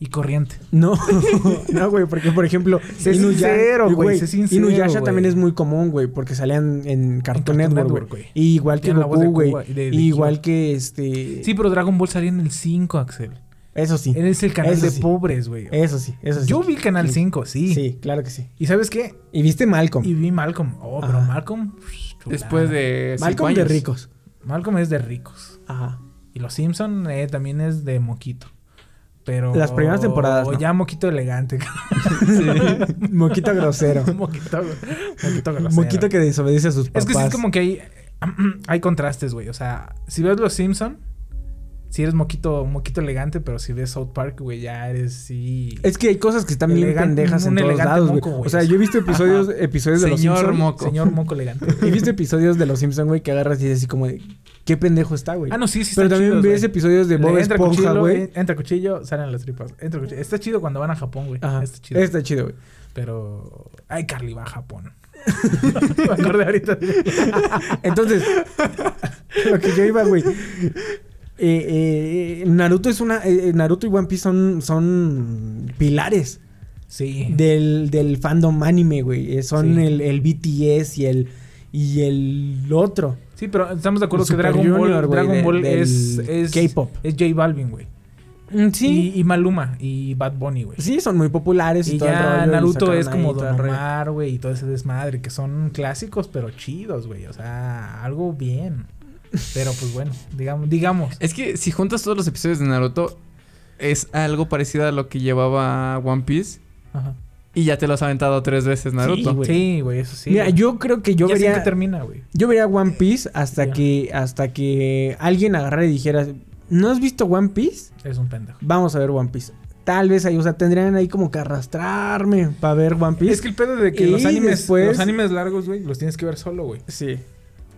Speaker 7: Y corriente.
Speaker 2: No, no, güey, porque por ejemplo,
Speaker 7: Sé sincero, güey, sé sincero,
Speaker 2: Inuyasha
Speaker 7: güey.
Speaker 2: también es muy común, güey, porque salían en Cartoon
Speaker 7: Cartoon
Speaker 2: Network,
Speaker 7: Network,
Speaker 2: güey.
Speaker 7: güey.
Speaker 2: Y Igual que
Speaker 7: Tiene la voz de
Speaker 2: Goku, güey.
Speaker 7: Cuba y de- de
Speaker 2: y Igual
Speaker 7: Kira.
Speaker 2: que este.
Speaker 7: Sí, pero Dragon Ball salía en el 5, Axel.
Speaker 2: eso sí.
Speaker 7: Él es el canal
Speaker 2: Eso
Speaker 7: de
Speaker 2: sí.
Speaker 7: pobres, güey.
Speaker 2: Eso sí, eso sí.
Speaker 7: Yo vi Canal
Speaker 2: Sí.
Speaker 7: 5, sí.
Speaker 2: Sí, claro que sí.
Speaker 7: ¿Y sabes qué?
Speaker 2: Y viste Malcolm.
Speaker 7: Y vi Malcolm. Oh, pero
Speaker 2: Ajá.
Speaker 7: Malcolm. pff, chulada.
Speaker 6: Después
Speaker 7: Eh,
Speaker 6: de. cinco
Speaker 2: Malcolm de
Speaker 6: años.
Speaker 2: ricos.
Speaker 7: Malcolm es de ricos.
Speaker 2: Ajá.
Speaker 7: Y Los Simpson eh, también es de moquito. Pero.
Speaker 2: Las primeras temporadas,
Speaker 7: O
Speaker 2: ¿no?
Speaker 7: ya moquito elegante.
Speaker 2: Moquito grosero.
Speaker 7: moquito. Moquito grosero.
Speaker 2: Moquito que desobedece a sus papás.
Speaker 7: Es que sí es como que hay. Hay contrastes, güey. O sea, si ves Los Simpson, si eres moquito, moquito elegante, pero si ves South Park, güey, ya eres sí.
Speaker 2: Es que hay cosas que están bien
Speaker 7: Elegante-
Speaker 2: pendejas en
Speaker 7: un
Speaker 2: todos
Speaker 7: elegante
Speaker 2: lados,
Speaker 7: moco,
Speaker 2: güey.
Speaker 7: güey.
Speaker 2: O sea, yo he visto episodios, episodios de los
Speaker 6: Señor
Speaker 2: Simpsons.
Speaker 6: moco.
Speaker 7: Señor moco elegante.
Speaker 2: He visto episodios de los Simpsons, güey, que agarras y dices así como de, ¿qué pendejo está, güey?
Speaker 7: Ah, no, sí, sí.
Speaker 2: Pero
Speaker 7: están
Speaker 2: también
Speaker 7: chidos,
Speaker 2: ves
Speaker 7: güey.
Speaker 2: episodios de Bob
Speaker 7: Le entra eh.
Speaker 2: Esponja,
Speaker 7: cuchillo,
Speaker 2: güey.
Speaker 7: en- Entra cuchillo, salen las tripas. Entra cuchillo. Está chido cuando van a Japón, güey.
Speaker 2: Ajá. Este.
Speaker 7: Está chido.
Speaker 2: Está chido, güey.
Speaker 7: Pero. Ay, Carly va a Japón. Me acordé ahorita.
Speaker 2: Entonces, lo que yo iba, güey. eh, eh, Naruto es una. eh, eh, Naruto y One Piece son, son pilares
Speaker 7: Sí.
Speaker 2: del, del fandom anime, güey. Eh, Son
Speaker 7: Sí.
Speaker 2: el, el BTS y el. Y el otro.
Speaker 7: Sí, pero estamos de acuerdo
Speaker 2: El
Speaker 7: que
Speaker 2: Super
Speaker 7: Dragon
Speaker 2: Junior,
Speaker 7: Ball,
Speaker 2: güey,
Speaker 7: Dragon
Speaker 2: de-
Speaker 7: Ball
Speaker 2: del
Speaker 7: es, es. Mm,
Speaker 2: K-pop.
Speaker 7: Es J Balvin, güey.
Speaker 2: Sí.
Speaker 7: Y, y Maluma y Bad Bunny, güey.
Speaker 2: sí, son muy populares.
Speaker 7: Y
Speaker 2: todo el rollo,
Speaker 7: ya
Speaker 2: y
Speaker 7: Naruto
Speaker 2: sacaron
Speaker 7: es
Speaker 2: ahí
Speaker 7: como
Speaker 2: todo
Speaker 7: Don
Speaker 2: el rollo.
Speaker 7: Omar, güey, y todo ese desmadre, que son clásicos, pero chidos, güey. O sea, algo bien. Pero pues bueno, digamos, digamos.
Speaker 6: Es que si juntas todos los episodios de Naruto, es algo parecido a lo que llevaba One Piece.
Speaker 7: Ajá.
Speaker 6: Y ya te lo has aventado tres veces, Naruto.
Speaker 7: Sí, güey. Sí, güey, eso sí.
Speaker 2: Mira,
Speaker 7: güey.
Speaker 2: yo creo que yo
Speaker 7: Ya sé
Speaker 2: vería.
Speaker 7: que termina, güey.
Speaker 2: Yo vería One Piece hasta
Speaker 7: Ya.
Speaker 2: que hasta que alguien agarrara y dijera, ¿no has visto One Piece?
Speaker 7: Es un pendejo.
Speaker 2: Vamos a ver One Piece. Tal vez ahí, o sea, tendrían ahí como que arrastrarme para ver One Piece.
Speaker 7: Es que el pedo de que
Speaker 2: Y
Speaker 7: los animes,
Speaker 2: después-
Speaker 7: los animes largos, güey, los tienes que ver solo, güey.
Speaker 2: sí.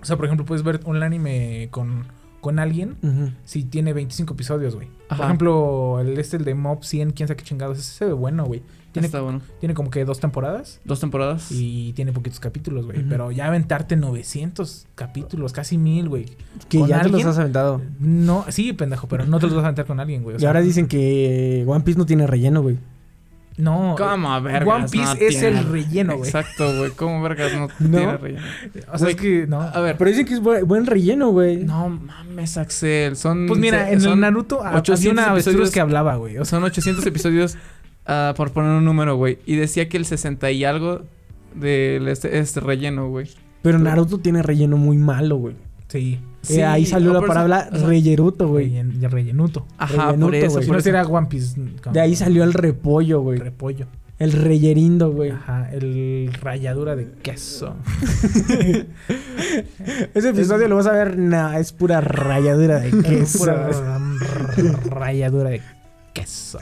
Speaker 7: O sea, por ejemplo, puedes ver un anime con, con alguien
Speaker 2: Ujú.
Speaker 7: si tiene 25 episodios, güey. Por
Speaker 6: Ajá.
Speaker 7: ejemplo, el este, el de Mob 100, quién sabe qué chingados. Ese se ve bueno, güey. Tiene,
Speaker 6: Está bueno.
Speaker 7: tiene como que dos temporadas
Speaker 6: Dos temporadas.
Speaker 7: y tiene poquitos capítulos, güey.
Speaker 2: Ujú.
Speaker 7: Pero ya aventarte 900 capítulos, casi mil, güey.
Speaker 2: Que
Speaker 7: ¿Con
Speaker 2: ya te
Speaker 7: alguien?
Speaker 2: los has aventado.
Speaker 7: No, sí, pendejo, pero no te los vas a aventar con alguien, güey. O
Speaker 2: Y
Speaker 7: sea,
Speaker 2: ahora dicen que One Piece no tiene relleno, güey.
Speaker 7: No. eh,
Speaker 6: ¿Cómo, vergas?
Speaker 7: One
Speaker 6: no
Speaker 7: Piece es
Speaker 6: tiene-
Speaker 7: el relleno, güey.
Speaker 6: Exacto, güey. ¿Cómo, vergas? No,
Speaker 2: ¿No?
Speaker 6: tiene relleno.
Speaker 7: O sea, es que, no.
Speaker 6: A ver,
Speaker 2: Pero dicen que es bu- buen relleno, güey.
Speaker 6: No mames, Axel. Son.
Speaker 7: Pues mira,
Speaker 6: se-
Speaker 7: en el
Speaker 6: son,
Speaker 7: Naruto ha- había
Speaker 6: 800
Speaker 7: una avestruz
Speaker 6: episodios.
Speaker 7: que hablaba, güey. O sea,
Speaker 6: Son 800 episodios, ah, por poner un número, güey. Y decía que el 60 y algo del este, este relleno, güey.
Speaker 2: Pero Naruto tiene relleno muy malo, güey.
Speaker 7: sí.
Speaker 2: Eh, ahí salió
Speaker 6: no,
Speaker 2: la
Speaker 6: por eso-
Speaker 2: palabra
Speaker 6: o sea,
Speaker 2: relleruto, güey.
Speaker 7: Rellen, rellenuto.
Speaker 6: Ajá,
Speaker 2: rellenuto,
Speaker 6: por eso.
Speaker 2: Ah, güey.
Speaker 7: Si
Speaker 6: Por
Speaker 7: no
Speaker 6: eso.
Speaker 7: será One Piece.
Speaker 2: De ahí salió el repollo, güey.
Speaker 7: repollo.
Speaker 2: El reyerindo, güey.
Speaker 6: Ah.
Speaker 7: Ajá, el ralladura de queso.
Speaker 2: Ese episodio lo vas a ver, nah, es pura rayadura de queso.
Speaker 7: Pura ralladura de queso.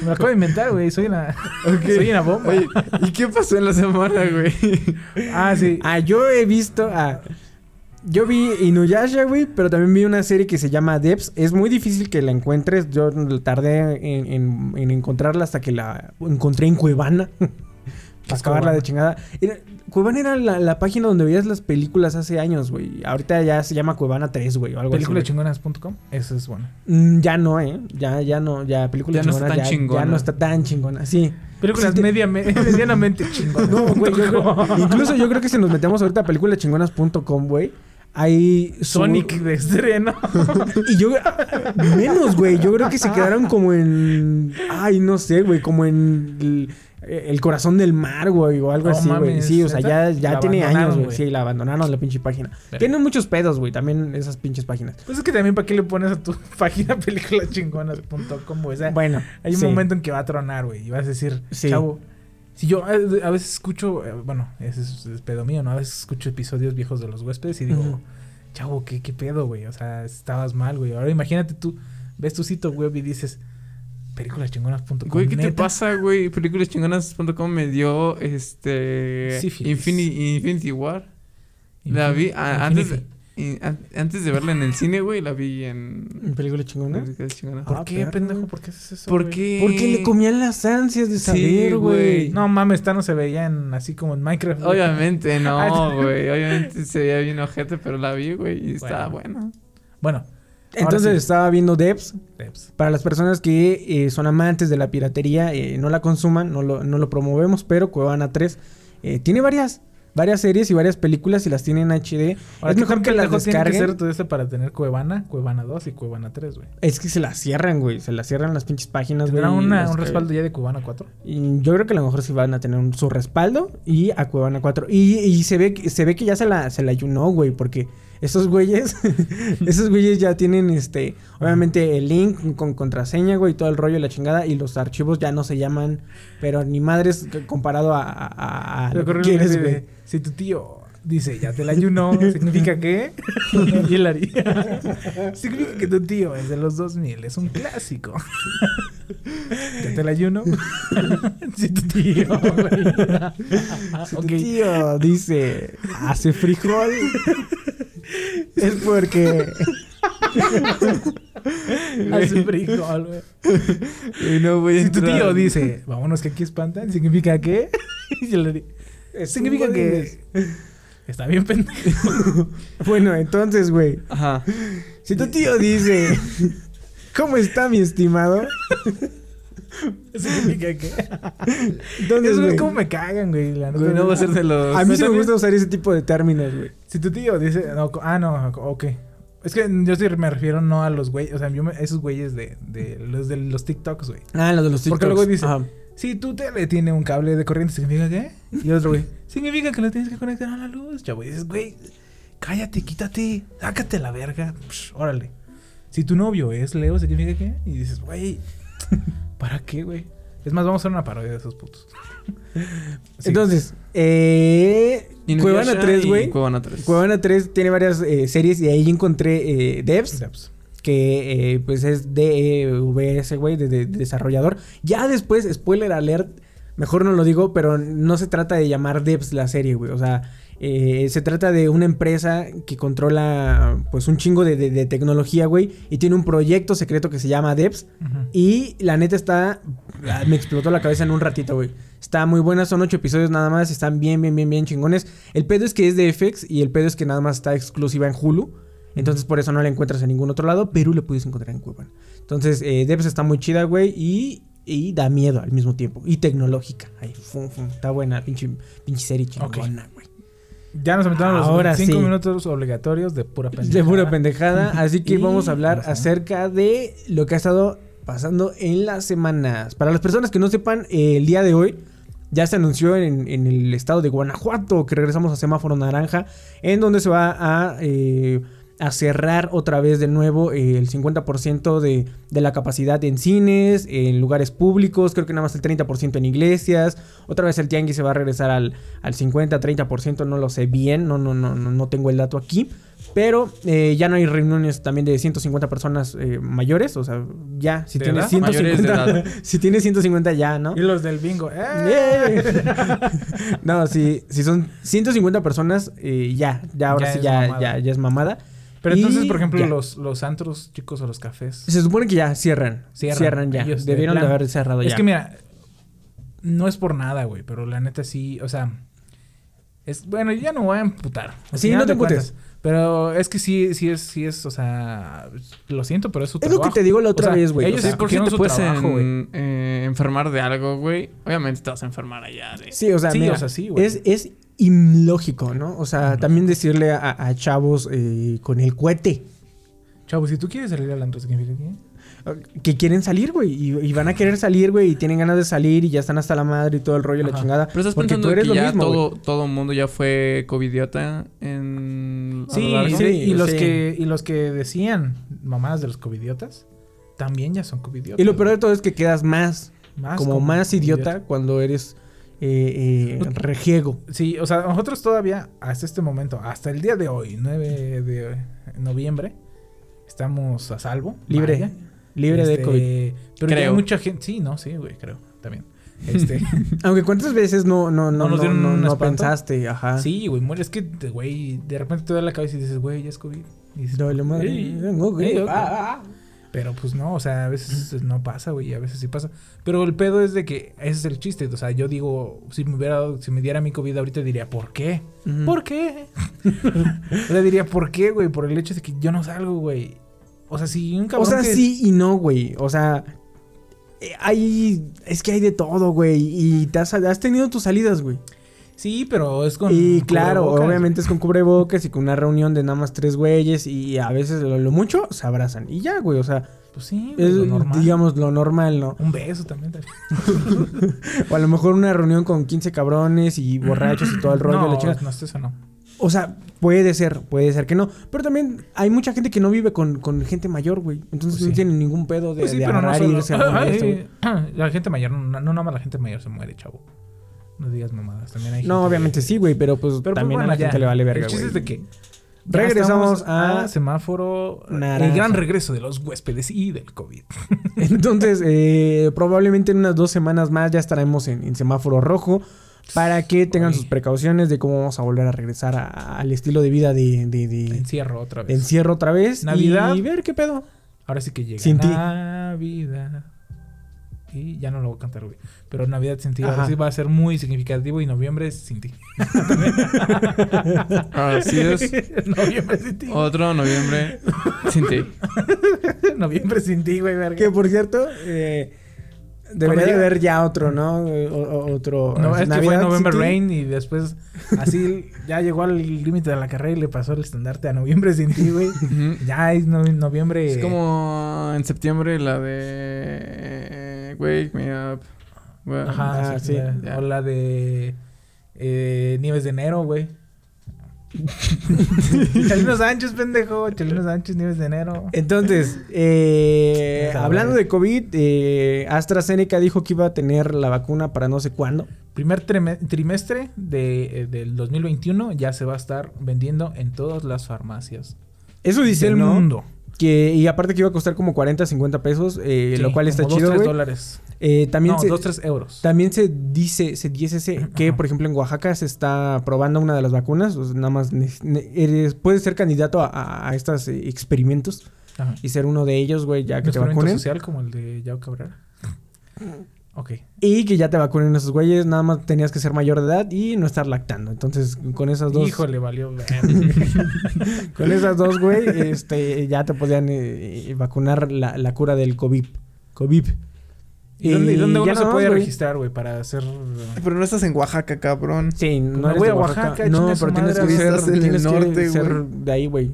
Speaker 7: Me lo acabo de inventar, güey. Soy una, soy una bomba.
Speaker 6: Oye, ¿y qué pasó en la semana, güey?
Speaker 7: Ah, sí.
Speaker 2: Ah, yo he visto. Ah, yo vi Inuyasha, güey, pero también vi una serie que se llama Debs. Es muy difícil que la encuentres. Yo tardé en, en- en encontrarla hasta que la encontré en Cuevana. Para
Speaker 7: es
Speaker 6: Pues
Speaker 2: acabarla
Speaker 7: Cuevana?
Speaker 2: de chingada. Era- Cuevana era la, la página donde veías las películas hace años, güey. Ahorita ya se llama Cuevana 3, güey, o algo así. güey.
Speaker 7: Peliculachingonas.com. Eso es bueno.
Speaker 2: Mm, ya no, ¿eh? Ya, ya no, ya película
Speaker 6: Ya no
Speaker 2: chingona,
Speaker 6: está tan
Speaker 2: ya-
Speaker 6: chingona.
Speaker 2: ya no está tan chingona, sí.
Speaker 7: Películas media, me- medianamente chingonas.
Speaker 2: No, güey, yo creo- incluso yo creo que si nos metemos ahorita a peliculachingonas.com, güey, hay su-
Speaker 7: Sonic de estreno.
Speaker 2: Y yo menos, güey, yo creo que se quedaron como en ay, no sé, güey, como en el- eh, El corazón del mar, güey, o algo
Speaker 7: No
Speaker 2: así, güey.
Speaker 7: mames,
Speaker 2: Sí, o sea, ya,
Speaker 7: ¿neta?
Speaker 2: ya
Speaker 7: La
Speaker 2: tiene
Speaker 7: abandonaron,
Speaker 2: años, güey.
Speaker 7: güey.
Speaker 2: Sí, la abandonaron la pinche página.
Speaker 7: Verga.
Speaker 2: Tienen muchos pedos, güey, también esas pinches páginas.
Speaker 7: Pues es que también, ¿para qué le pones a tu página peliculaschingonas.com, güey? O sea,
Speaker 2: Bueno,
Speaker 7: hay un
Speaker 2: sí.
Speaker 7: momento en que va a tronar, güey, y vas a decir,
Speaker 2: Sí.
Speaker 7: chavo. Si yo eh, a veces escucho, eh, bueno, ese es, es pedo mío, ¿no? A veces escucho episodios viejos de los huéspedes y digo,
Speaker 2: Ujú.
Speaker 7: chavo, ¿qué, qué pedo, güey? O sea, estabas mal, güey. Ahora imagínate tú, ves tu sitio web y dices, peliculaschingonas.com.
Speaker 6: Güey, ¿qué te
Speaker 7: ¿neta?
Speaker 6: pasa, güey? Peliculaschingonas.com me dio este.
Speaker 7: Sífilis.
Speaker 6: Infini- Infinity War. La vi a- antes,
Speaker 7: Infinity.
Speaker 6: de, in- an- antes de verla en el cine, güey, la vi en.
Speaker 2: ¿Película chingona?
Speaker 6: Películas chingonas.
Speaker 7: ¿Por
Speaker 2: Ah,
Speaker 7: qué,
Speaker 2: perro.
Speaker 7: pendejo? ¿Por qué haces eso?
Speaker 6: ¿Por
Speaker 7: güey?
Speaker 6: qué?
Speaker 2: Porque le comían las ansias de
Speaker 6: Sí,
Speaker 2: saber, güey.
Speaker 6: güey.
Speaker 7: No mames, esta no se veía en, así como en Minecraft. güey.
Speaker 6: Obviamente
Speaker 7: Ah,
Speaker 6: no, güey. Obviamente se veía bien ojete, pero la vi, güey, y estaba buena.
Speaker 7: Bueno, eh, pues,
Speaker 2: Entonces
Speaker 7: sí.
Speaker 2: estaba viendo Debs.
Speaker 7: Debs.
Speaker 2: Para las personas que eh, son amantes de la piratería, eh, no la consuman, no lo, no lo promovemos, pero Cuevana 3 eh, tiene varias, varias series y varias películas y las tiene en HD.
Speaker 7: Ahora,
Speaker 2: es
Speaker 7: ¿qué
Speaker 2: mejor que las
Speaker 7: pendejo tiene que
Speaker 2: descarguen.
Speaker 7: ser todo este para tener Cuevana, Cuevana 2 y Cuevana 3, güey?
Speaker 2: Es que se las cierran, güey. Se las cierran las pinches páginas, güey.
Speaker 7: ¿Tendrá
Speaker 2: y
Speaker 7: una-
Speaker 2: las
Speaker 7: un
Speaker 2: que-
Speaker 7: respaldo ya de Cuevana 4?
Speaker 2: y yo creo que a lo mejor sí van a tener un- su respaldo y a Cuevana 4. Y, y se, ve, que- se ve que ya se la, se la ayunó, güey, porque esos güeyes, esos güeyes ya tienen, este, obviamente el link con contraseña, güey, todo el rollo y la chingada. Y los archivos ya no se llaman, pero ni madres c- comparado a, a- a- a lo que
Speaker 7: Recuerdo el
Speaker 2: quieres,
Speaker 7: video de,
Speaker 2: güey.
Speaker 7: Si tu tío dice, ya te la ayuno, ¿significa qué? y él haría. significa que tu tío es de los 2000, es un clásico. ya te la ayuno. si tu tío, güey.
Speaker 2: Si
Speaker 7: Ok.
Speaker 2: tu tío dice, hace frijol, es porque...
Speaker 7: Hace frijol, güey.
Speaker 6: Y no voy a
Speaker 7: Si tu
Speaker 6: entrar.
Speaker 7: tío dice, vámonos que aquí espantan, ¿significa qué? Y yo le di- significa que está bien pendejo.
Speaker 2: Bueno, entonces, güey.
Speaker 6: Ajá.
Speaker 2: Si tu tío dice, ¿cómo está mi estimado?
Speaker 7: ¿Significa qué?
Speaker 2: Entonces,
Speaker 7: Eso
Speaker 2: güey,
Speaker 7: es como me cagan, güey. la neta.
Speaker 6: Güey, no va a ser de los.
Speaker 2: a mí sí me
Speaker 7: también-
Speaker 2: gusta usar ese tipo de términos, güey.
Speaker 7: Si tu tío dice, no, co- ah, no, co- ok. Es que yo sí me refiero no a los güeyes, o sea, yo me- esos güeyes de, de los de los TikToks, güey.
Speaker 2: Ah, los de los
Speaker 7: Porque
Speaker 2: TikToks.
Speaker 7: luego dice,
Speaker 2: Ajá.
Speaker 7: Si tu tele tiene un cable de corriente, ¿significa qué? Y otro güey, significa que lo tienes que conectar a la luz, chavo. Y dices, güey, cállate, quítate, sácate la verga, psh, órale. Si tu novio es Leo, ¿significa qué? Y dices, güey, ¿para qué, güey? Es más, vamos a hacer una parodia de esos putos. Sí.
Speaker 2: Entonces, eh, Cuevana
Speaker 6: Inuyasha
Speaker 2: 3,
Speaker 6: y
Speaker 2: güey.
Speaker 6: Cuevana 3.
Speaker 2: Cuevana 3 tiene varias eh, series y ahí encontré eh, Devs,
Speaker 7: Ya, pues,
Speaker 2: que eh, pues es DVS, güey, de, de- de desarrollador. Ya después, spoiler alert, mejor no lo digo, pero no se trata de llamar Devs la serie, güey. O sea, eh, se trata de una empresa que controla pues un chingo de, de- de tecnología, güey, y tiene un proyecto secreto que se llama Devs.
Speaker 7: ujú.
Speaker 2: Y la neta está. ah, Me explotó la cabeza en un ratito, güey. Está muy buena, son ocho episodios nada más. Están bien, bien, bien, bien chingones. El pedo es que es de FX y el pedo es que nada más está exclusiva en Hulu. Entonces por eso no la encuentras en ningún otro lado, pero la puedes encontrar en Cuevana. Entonces, eh, Debs está muy chida, güey. Y, y da miedo al mismo tiempo. Y tecnológica. Ay, fum, fum, está buena, pinche, pinche serie chingona, güey.
Speaker 7: Ya nos aventamos
Speaker 2: Ahora
Speaker 7: los 5
Speaker 2: sí.
Speaker 7: minutos obligatorios de pura pendejada.
Speaker 2: De pura pendejada. Así que
Speaker 7: Y
Speaker 2: vamos a hablar
Speaker 7: vamos a-
Speaker 2: acerca de lo que ha estado pasando en las semanas. Para las personas que no sepan, eh, el día de hoy ya se anunció en, en el estado de Guanajuato que regresamos a semáforo naranja, en donde se va a, eh, a cerrar otra vez de nuevo eh, el 50% de, de la capacidad en cines, en lugares públicos, creo que nada más el 30% en iglesias. Otra vez el tianguis se va a regresar al, al 50, 30%, no lo sé bien, no, no, no, no, no tengo el dato aquí. Pero eh, ya no hay reuniones también de 150 personas eh, mayores. O sea, ya, si
Speaker 7: ¿De
Speaker 2: tienes
Speaker 7: edad?
Speaker 2: 150.
Speaker 6: Mayores de
Speaker 2: si tienes 150 ya, ¿no?
Speaker 7: Y los del bingo, ¡eh!
Speaker 2: ¡Eh! no, si, si son 150 personas, eh, ya, ya ahora
Speaker 7: Ya
Speaker 2: sí
Speaker 7: es
Speaker 2: ya,
Speaker 7: mamada.
Speaker 2: ya, ya es mamada.
Speaker 7: Pero
Speaker 2: Y
Speaker 7: entonces, por ejemplo,
Speaker 2: ya.
Speaker 7: los, los antros chicos o los cafés.
Speaker 2: Se supone que ya cierran. Cierran,
Speaker 7: Cierran.
Speaker 2: ya.
Speaker 7: Ellos de
Speaker 2: Debieron de,
Speaker 7: plan.
Speaker 2: haber cerrado ya.
Speaker 7: Es que mira, no es por nada, güey, pero la neta sí, o sea, es bueno, yo ya no me voy a emputar. Al
Speaker 2: Sí,
Speaker 7: final
Speaker 2: no te
Speaker 7: de cuentas,
Speaker 2: emputes.
Speaker 7: Pero es que sí, sí es, sí es, o sea, lo siento, pero es su
Speaker 2: Es lo que
Speaker 7: trabajo.
Speaker 2: te digo la
Speaker 7: O
Speaker 2: otra
Speaker 7: sea,
Speaker 2: vez, güey.
Speaker 7: Ellos
Speaker 2: O sea,
Speaker 6: por si
Speaker 7: escogieron
Speaker 6: te
Speaker 7: su
Speaker 6: puedes
Speaker 7: trabajo, güey.
Speaker 6: en- eh, enfermar de algo, güey, obviamente te vas a enfermar allá. De...
Speaker 2: Sí, o sea,
Speaker 7: Sí,
Speaker 2: mira,
Speaker 7: o sea, sí, güey.
Speaker 2: es, es ilógico, ¿no? O sea, también decirle a, a chavos eh, con el cohete.
Speaker 7: Chavo, si tú quieres salir al antro, significa que
Speaker 2: eh, que quieren salir, güey. Y, y van a querer salir, güey. Y tienen ganas de salir y ya están hasta la madre y todo el rollo y la
Speaker 7: Ajá.
Speaker 2: chingada.
Speaker 6: Pero estás
Speaker 2: porque
Speaker 6: pensando
Speaker 2: tú eres
Speaker 6: que
Speaker 2: lo
Speaker 6: ya
Speaker 2: mismo, güey.
Speaker 6: todo, todo el mundo ya fue covidiota en... a
Speaker 7: Sí,
Speaker 6: lo largo.
Speaker 7: sí, y los
Speaker 2: sí.
Speaker 7: que y los que decían mamadas de los covidiotas también ya son covidiotas.
Speaker 2: Y lo peor de todo es que quedas más,
Speaker 7: Más
Speaker 2: Ah, como,
Speaker 7: como
Speaker 2: más
Speaker 7: idiota.
Speaker 2: idiota, cuando eres eh, eh, rejiego.
Speaker 7: Sí, o sea, nosotros todavía, hasta este momento, hasta el día de hoy, 9 de noviembre, estamos a salvo.
Speaker 2: Libre.
Speaker 7: vaya.
Speaker 2: Libre de
Speaker 7: Este,
Speaker 2: COVID.
Speaker 7: Pero ya
Speaker 6: Creo.
Speaker 7: hay mucha gente. Sí, no, sí, güey, creo. También. Este,
Speaker 2: Aunque cuántas veces no, no, no,
Speaker 7: ¿No nos
Speaker 2: no,
Speaker 7: dieron
Speaker 2: no-
Speaker 7: un
Speaker 2: no
Speaker 7: espanto?
Speaker 2: pensaste, ajá.
Speaker 7: sí, güey, muere. Es que, de- güey, de repente te da la cabeza y dices, güey, ya es COVID. Y dices,
Speaker 2: No, la madre.
Speaker 7: "Ey,
Speaker 2: No, güey,
Speaker 7: ey, ok".
Speaker 2: ah, ah, ah.
Speaker 7: Pero pues no, o sea, a veces no pasa, güey, y a veces sí pasa. Pero el pedo es de que ese es el chiste. O sea, yo digo, si me hubiera dado- si me diera mi COVID ahorita diría, ¿por qué?
Speaker 2: Ujú.
Speaker 7: ¿Por qué? o sea, diría, ¿por qué, güey? Por el hecho de que yo no salgo, güey. O sea, si un
Speaker 2: O
Speaker 7: cabrón.
Speaker 2: sea,
Speaker 7: que-
Speaker 2: sí y no, güey. O sea, eh, hay. Es que hay de todo, güey. Y te has, has tenido tus salidas, güey.
Speaker 7: Sí, pero es con.
Speaker 2: y claro,
Speaker 7: cubrebocas.
Speaker 2: obviamente es con cubrebocas y con una reunión de nada más tres güeyes. Y a veces lo, lo mucho se abrazan. Y ya, güey. O sea,
Speaker 7: Pues sí, güey,
Speaker 2: es,
Speaker 7: lo normal.
Speaker 2: digamos lo normal, ¿no?
Speaker 7: Un beso también. también.
Speaker 2: O a lo mejor una reunión con 15 cabrones y borrachos y todo el rollo.
Speaker 7: no,
Speaker 2: la chingada.
Speaker 7: no, esto eso no.
Speaker 2: O sea, puede ser, puede ser que no. Pero también hay mucha gente que no vive con, con gente mayor, güey. Entonces
Speaker 7: Pues
Speaker 2: no
Speaker 7: sí.
Speaker 2: tienen ningún pedo de,
Speaker 7: Pues sí,
Speaker 2: de
Speaker 7: pero no
Speaker 2: agarrar y
Speaker 7: solo.
Speaker 2: irse a una
Speaker 7: Ay,
Speaker 2: fiesta, güey.
Speaker 7: La gente mayor, no, no nada más la gente mayor se muere, chavo. No digas mamadas, también hay
Speaker 2: No,
Speaker 7: gente-
Speaker 2: obviamente sí, güey, pero pues
Speaker 7: Pero pues,
Speaker 2: también
Speaker 7: bueno,
Speaker 2: a la
Speaker 7: ya.
Speaker 2: gente le vale verga,
Speaker 7: El chiste
Speaker 2: güey.
Speaker 7: es de que ya
Speaker 2: Regresamos
Speaker 7: estamos
Speaker 2: a...
Speaker 7: semáforo
Speaker 2: naranja.
Speaker 7: el gran regreso de los huéspedes y del COVID.
Speaker 2: Entonces, eh, probablemente en unas dos semanas más ya estaremos en, en semáforo rojo para que tengan
Speaker 7: Oye.
Speaker 2: sus precauciones de cómo vamos a volver a regresar a- al estilo de vida de, de- de-
Speaker 7: Encierro otra
Speaker 2: de
Speaker 7: vez.
Speaker 2: encierro otra vez.
Speaker 7: Navidad.
Speaker 2: Y ver qué pedo.
Speaker 7: Ahora sí que llega
Speaker 2: Sin ti.
Speaker 7: Navidad. Y ya no lo voy a cantar, güey. Pero Navidad sin ti ahora
Speaker 2: Ajá.
Speaker 7: sí va a ser muy significativo y noviembre es sin ti.
Speaker 6: Así es. Oh.
Speaker 7: noviembre sin ti.
Speaker 6: Otro noviembre sin ti.
Speaker 7: noviembre sin ti, güey, verga.
Speaker 2: Que por cierto, eh, debería de
Speaker 7: llega-
Speaker 2: haber ya otro, ¿no? Eh, o- o- otro.
Speaker 7: No,
Speaker 2: eh,
Speaker 7: este fue
Speaker 2: Navidad
Speaker 7: November
Speaker 2: City.
Speaker 7: Rain y después así ya llegó al límite de la carrera y le pasó el estandarte a Noviembre sin ti, güey.
Speaker 6: Ujú.
Speaker 7: ya es no- noviembre.
Speaker 6: Es como en septiembre la de... Wake me up. Bueno,
Speaker 7: Ajá,
Speaker 2: Ah,
Speaker 7: sí.
Speaker 2: sí,
Speaker 7: la-
Speaker 6: ya.
Speaker 7: O la de eh, Nieves de Enero, güey. Chalino Sánchez, pendejo. Chalino Sánchez, Nieves de Enero.
Speaker 2: Entonces, eh,
Speaker 7: Esa
Speaker 2: hablando
Speaker 7: madre.
Speaker 2: de COVID, eh, AstraZeneca dijo que iba a tener la vacuna para no sé cuándo.
Speaker 7: Primer treme- trimestre de, eh, del 2021 ya se va a estar vendiendo en todas las farmacias
Speaker 2: Eso dice
Speaker 7: del
Speaker 2: el
Speaker 7: mundo.
Speaker 2: Que, y aparte que iba a costar como 40, 50 pesos, eh,
Speaker 7: Sí,
Speaker 2: lo cual está
Speaker 7: como dos,
Speaker 2: chido,
Speaker 7: tres
Speaker 2: güey.
Speaker 7: dólares.
Speaker 2: Eh, también,
Speaker 7: no,
Speaker 2: se,
Speaker 7: 2, 3 euros.
Speaker 2: también se dice, se dice se- que,
Speaker 7: Ajá.
Speaker 2: por ejemplo, en Oaxaca se está probando una de las vacunas. o sea, nada más ne- ne- eres, puedes ser candidato a, a- a estos eh, experimentos
Speaker 7: Ajá.
Speaker 2: y ser uno de ellos, güey, ya
Speaker 7: Un
Speaker 2: que te
Speaker 7: experimento
Speaker 2: vacunen.
Speaker 7: social como el de Yao Cabrera. ok.
Speaker 2: Y que ya te vacunen esos güeyes, nada más tenías que ser mayor de edad y no estar lactando. Entonces, con esas dos,
Speaker 7: Híjole, valió. ver.
Speaker 2: con esas dos, güey, este, ya te podían eh, eh, vacunar la, la cura del COVID. COVID.
Speaker 7: ¿Y dónde, y dónde
Speaker 2: ya
Speaker 7: uno se
Speaker 2: nada más,
Speaker 7: puede
Speaker 2: güey.
Speaker 7: registrar, güey, para hacer. eh,
Speaker 5: Pero no estás en Oaxaca, cabrón.
Speaker 2: Sí, no
Speaker 7: me
Speaker 2: eres
Speaker 7: voy
Speaker 2: de
Speaker 7: a
Speaker 2: Oaxaca.
Speaker 7: Oaxaca,
Speaker 2: no,
Speaker 7: chinga su
Speaker 2: pero tienes que
Speaker 7: madre,
Speaker 2: ser,
Speaker 5: estás en el
Speaker 2: tienes que
Speaker 5: norte,
Speaker 2: ser
Speaker 5: güey.
Speaker 2: de ahí, güey.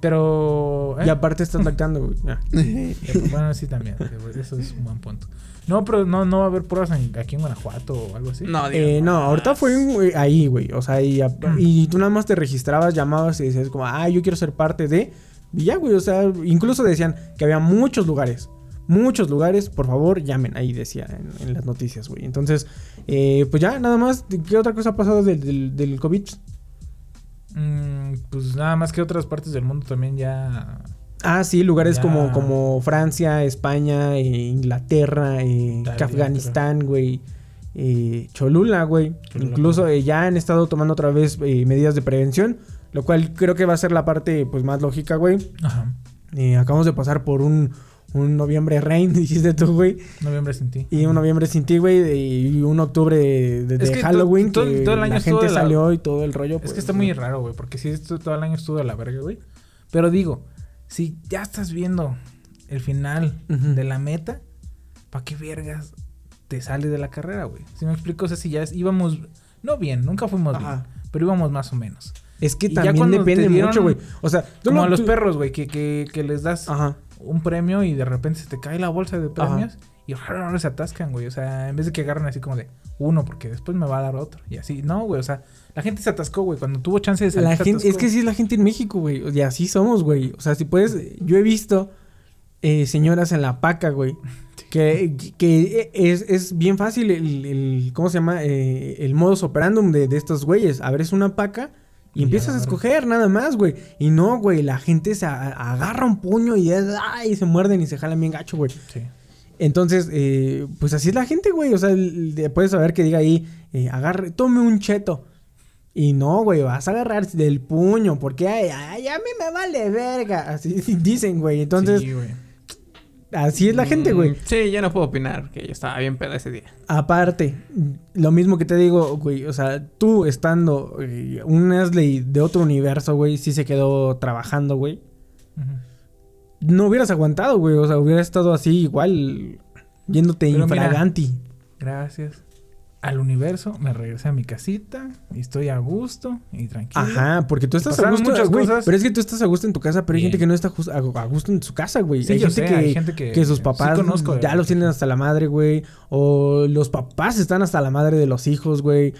Speaker 7: Pero. ¿eh?
Speaker 2: Y aparte estás lactando, güey. Ah.
Speaker 7: Eh, pues, Bueno, sí, también. eh, güey, Eso es un buen punto. No, pero no, no va a haber pruebas en- aquí en Guanajuato o algo así.
Speaker 6: No, digas Ah.
Speaker 2: Eh, no,
Speaker 6: mamadas.
Speaker 2: ahorita fue un- güey, ahí, güey. O sea, y, a-
Speaker 7: Mm.
Speaker 2: y tú nada más te registrabas, llamabas y decías como, ah, yo quiero ser parte de... Y ya, güey, o sea, incluso decían que había muchos lugares. Muchos lugares, por favor, llamen. Ahí decía en, en las noticias, güey. Entonces, eh, pues ya, nada más. ¿Qué otra cosa ha pasado del, del, del COVID?
Speaker 7: Mm, pues nada más que otras partes del mundo también ya.
Speaker 2: Ah, sí, lugares
Speaker 7: Ya.
Speaker 2: como, como Francia, España, eh, Inglaterra, eh,
Speaker 7: Italia,
Speaker 2: que Afganistán, güey. eh, Cholula, güey.
Speaker 7: Cholula,
Speaker 2: Incluso
Speaker 7: claro.
Speaker 2: eh, ya han estado tomando otra vez eh, medidas de prevención, lo cual creo que va a ser la parte pues más lógica, güey.
Speaker 7: Ajá.
Speaker 2: Eh, acabamos de pasar por un, un noviembre rain, dijiste tú, güey.
Speaker 7: Noviembre sin ti.
Speaker 2: Y un noviembre sin ti, güey. de- Y un octubre de, de-
Speaker 7: Es
Speaker 2: de
Speaker 7: que to-
Speaker 2: Halloween.
Speaker 7: todo-
Speaker 2: que
Speaker 7: todo el año
Speaker 2: la
Speaker 7: estuvo
Speaker 2: gente
Speaker 7: de la-
Speaker 2: salió y todo el rollo.
Speaker 7: Es
Speaker 2: pues,
Speaker 7: que está muy raro, güey, porque si esto todo el año estuvo de la verga, güey. Pero digo, si ya estás viendo el final
Speaker 2: Ujú.
Speaker 7: de la meta, ¿para qué vergas te sales de la carrera, güey? Si me explico, o sea, si ya es- íbamos, no bien, nunca fuimos
Speaker 2: Ajá.
Speaker 7: bien, pero íbamos más o menos.
Speaker 2: Es que
Speaker 7: Y ya
Speaker 2: también
Speaker 7: cuando te
Speaker 2: depende
Speaker 7: dieron-
Speaker 2: mucho, güey. O sea, tú
Speaker 7: Como
Speaker 2: no-
Speaker 7: a los
Speaker 2: tú-
Speaker 7: perros, güey, que, que, que les das
Speaker 2: Ajá.
Speaker 7: un premio y de repente se te cae la bolsa de
Speaker 2: Ah. Ajá.
Speaker 7: premios y rar, se atascan, güey. O sea, en vez de que agarren así como de uno, porque después me va a dar otro. Y así, no, güey. O sea, la gente se atascó, güey. Cuando tuvo chance de salir,
Speaker 2: La
Speaker 7: se
Speaker 2: gente, es
Speaker 7: atascó.
Speaker 2: que sí es la gente en México, güey. Y así somos, güey. O sea, si puedes, yo he visto eh, señoras en la paca, güey. Que, que es, es bien fácil el, el- ¿cómo se llama? Eh, el modus operandum de, de estos güeyes. Abres una paca y,
Speaker 7: Y
Speaker 2: empiezas a
Speaker 7: agarras.
Speaker 2: escoger nada más, güey. Y no, güey, la gente se a- agarra un puño y, es- ay, se muerden y se jalan bien gacho, güey.
Speaker 7: Sí.
Speaker 2: Entonces, eh, pues así es la gente, güey. O sea, el- el- puedes saber que diga ahí, eh, agarre, tome un cheto. Y no, güey, vas a agarrar del puño, porque ay, ay, a mí me vale verga. Así dicen, güey. Entonces,
Speaker 7: Sí, güey.
Speaker 2: así es la gente, güey.
Speaker 6: Mm, Sí, yo no puedo opinar, que yo estaba bien peda ese día.
Speaker 2: Aparte, lo mismo que te digo, güey, o sea, tú estando eh, un Asley de otro universo, güey, sí se quedó trabajando, güey.
Speaker 7: Ujú.
Speaker 2: No hubieras aguantado, güey. O sea, hubieras estado así igual, yéndote
Speaker 7: Pero mira,
Speaker 2: infraganti.
Speaker 7: Gracias. Al universo, me regresé a mi casita y estoy a gusto y tranquilo.
Speaker 2: Ajá, porque tú estás a
Speaker 7: Pasaron
Speaker 2: gusto.
Speaker 7: muchas
Speaker 2: güey,
Speaker 7: cosas.
Speaker 2: Pero es que tú estás a gusto en tu casa, pero hay
Speaker 7: Bien.
Speaker 2: gente que no está jus- a a gusto en su casa, güey.
Speaker 7: Sí,
Speaker 2: hay,
Speaker 7: yo
Speaker 2: gente
Speaker 7: sé,
Speaker 2: que,
Speaker 7: hay gente que-
Speaker 2: que sus
Speaker 7: sí
Speaker 2: papás
Speaker 7: conozco de
Speaker 2: ya
Speaker 7: verdad.
Speaker 2: los tienen hasta la madre, güey. O los papás están hasta la madre de los hijos, güey.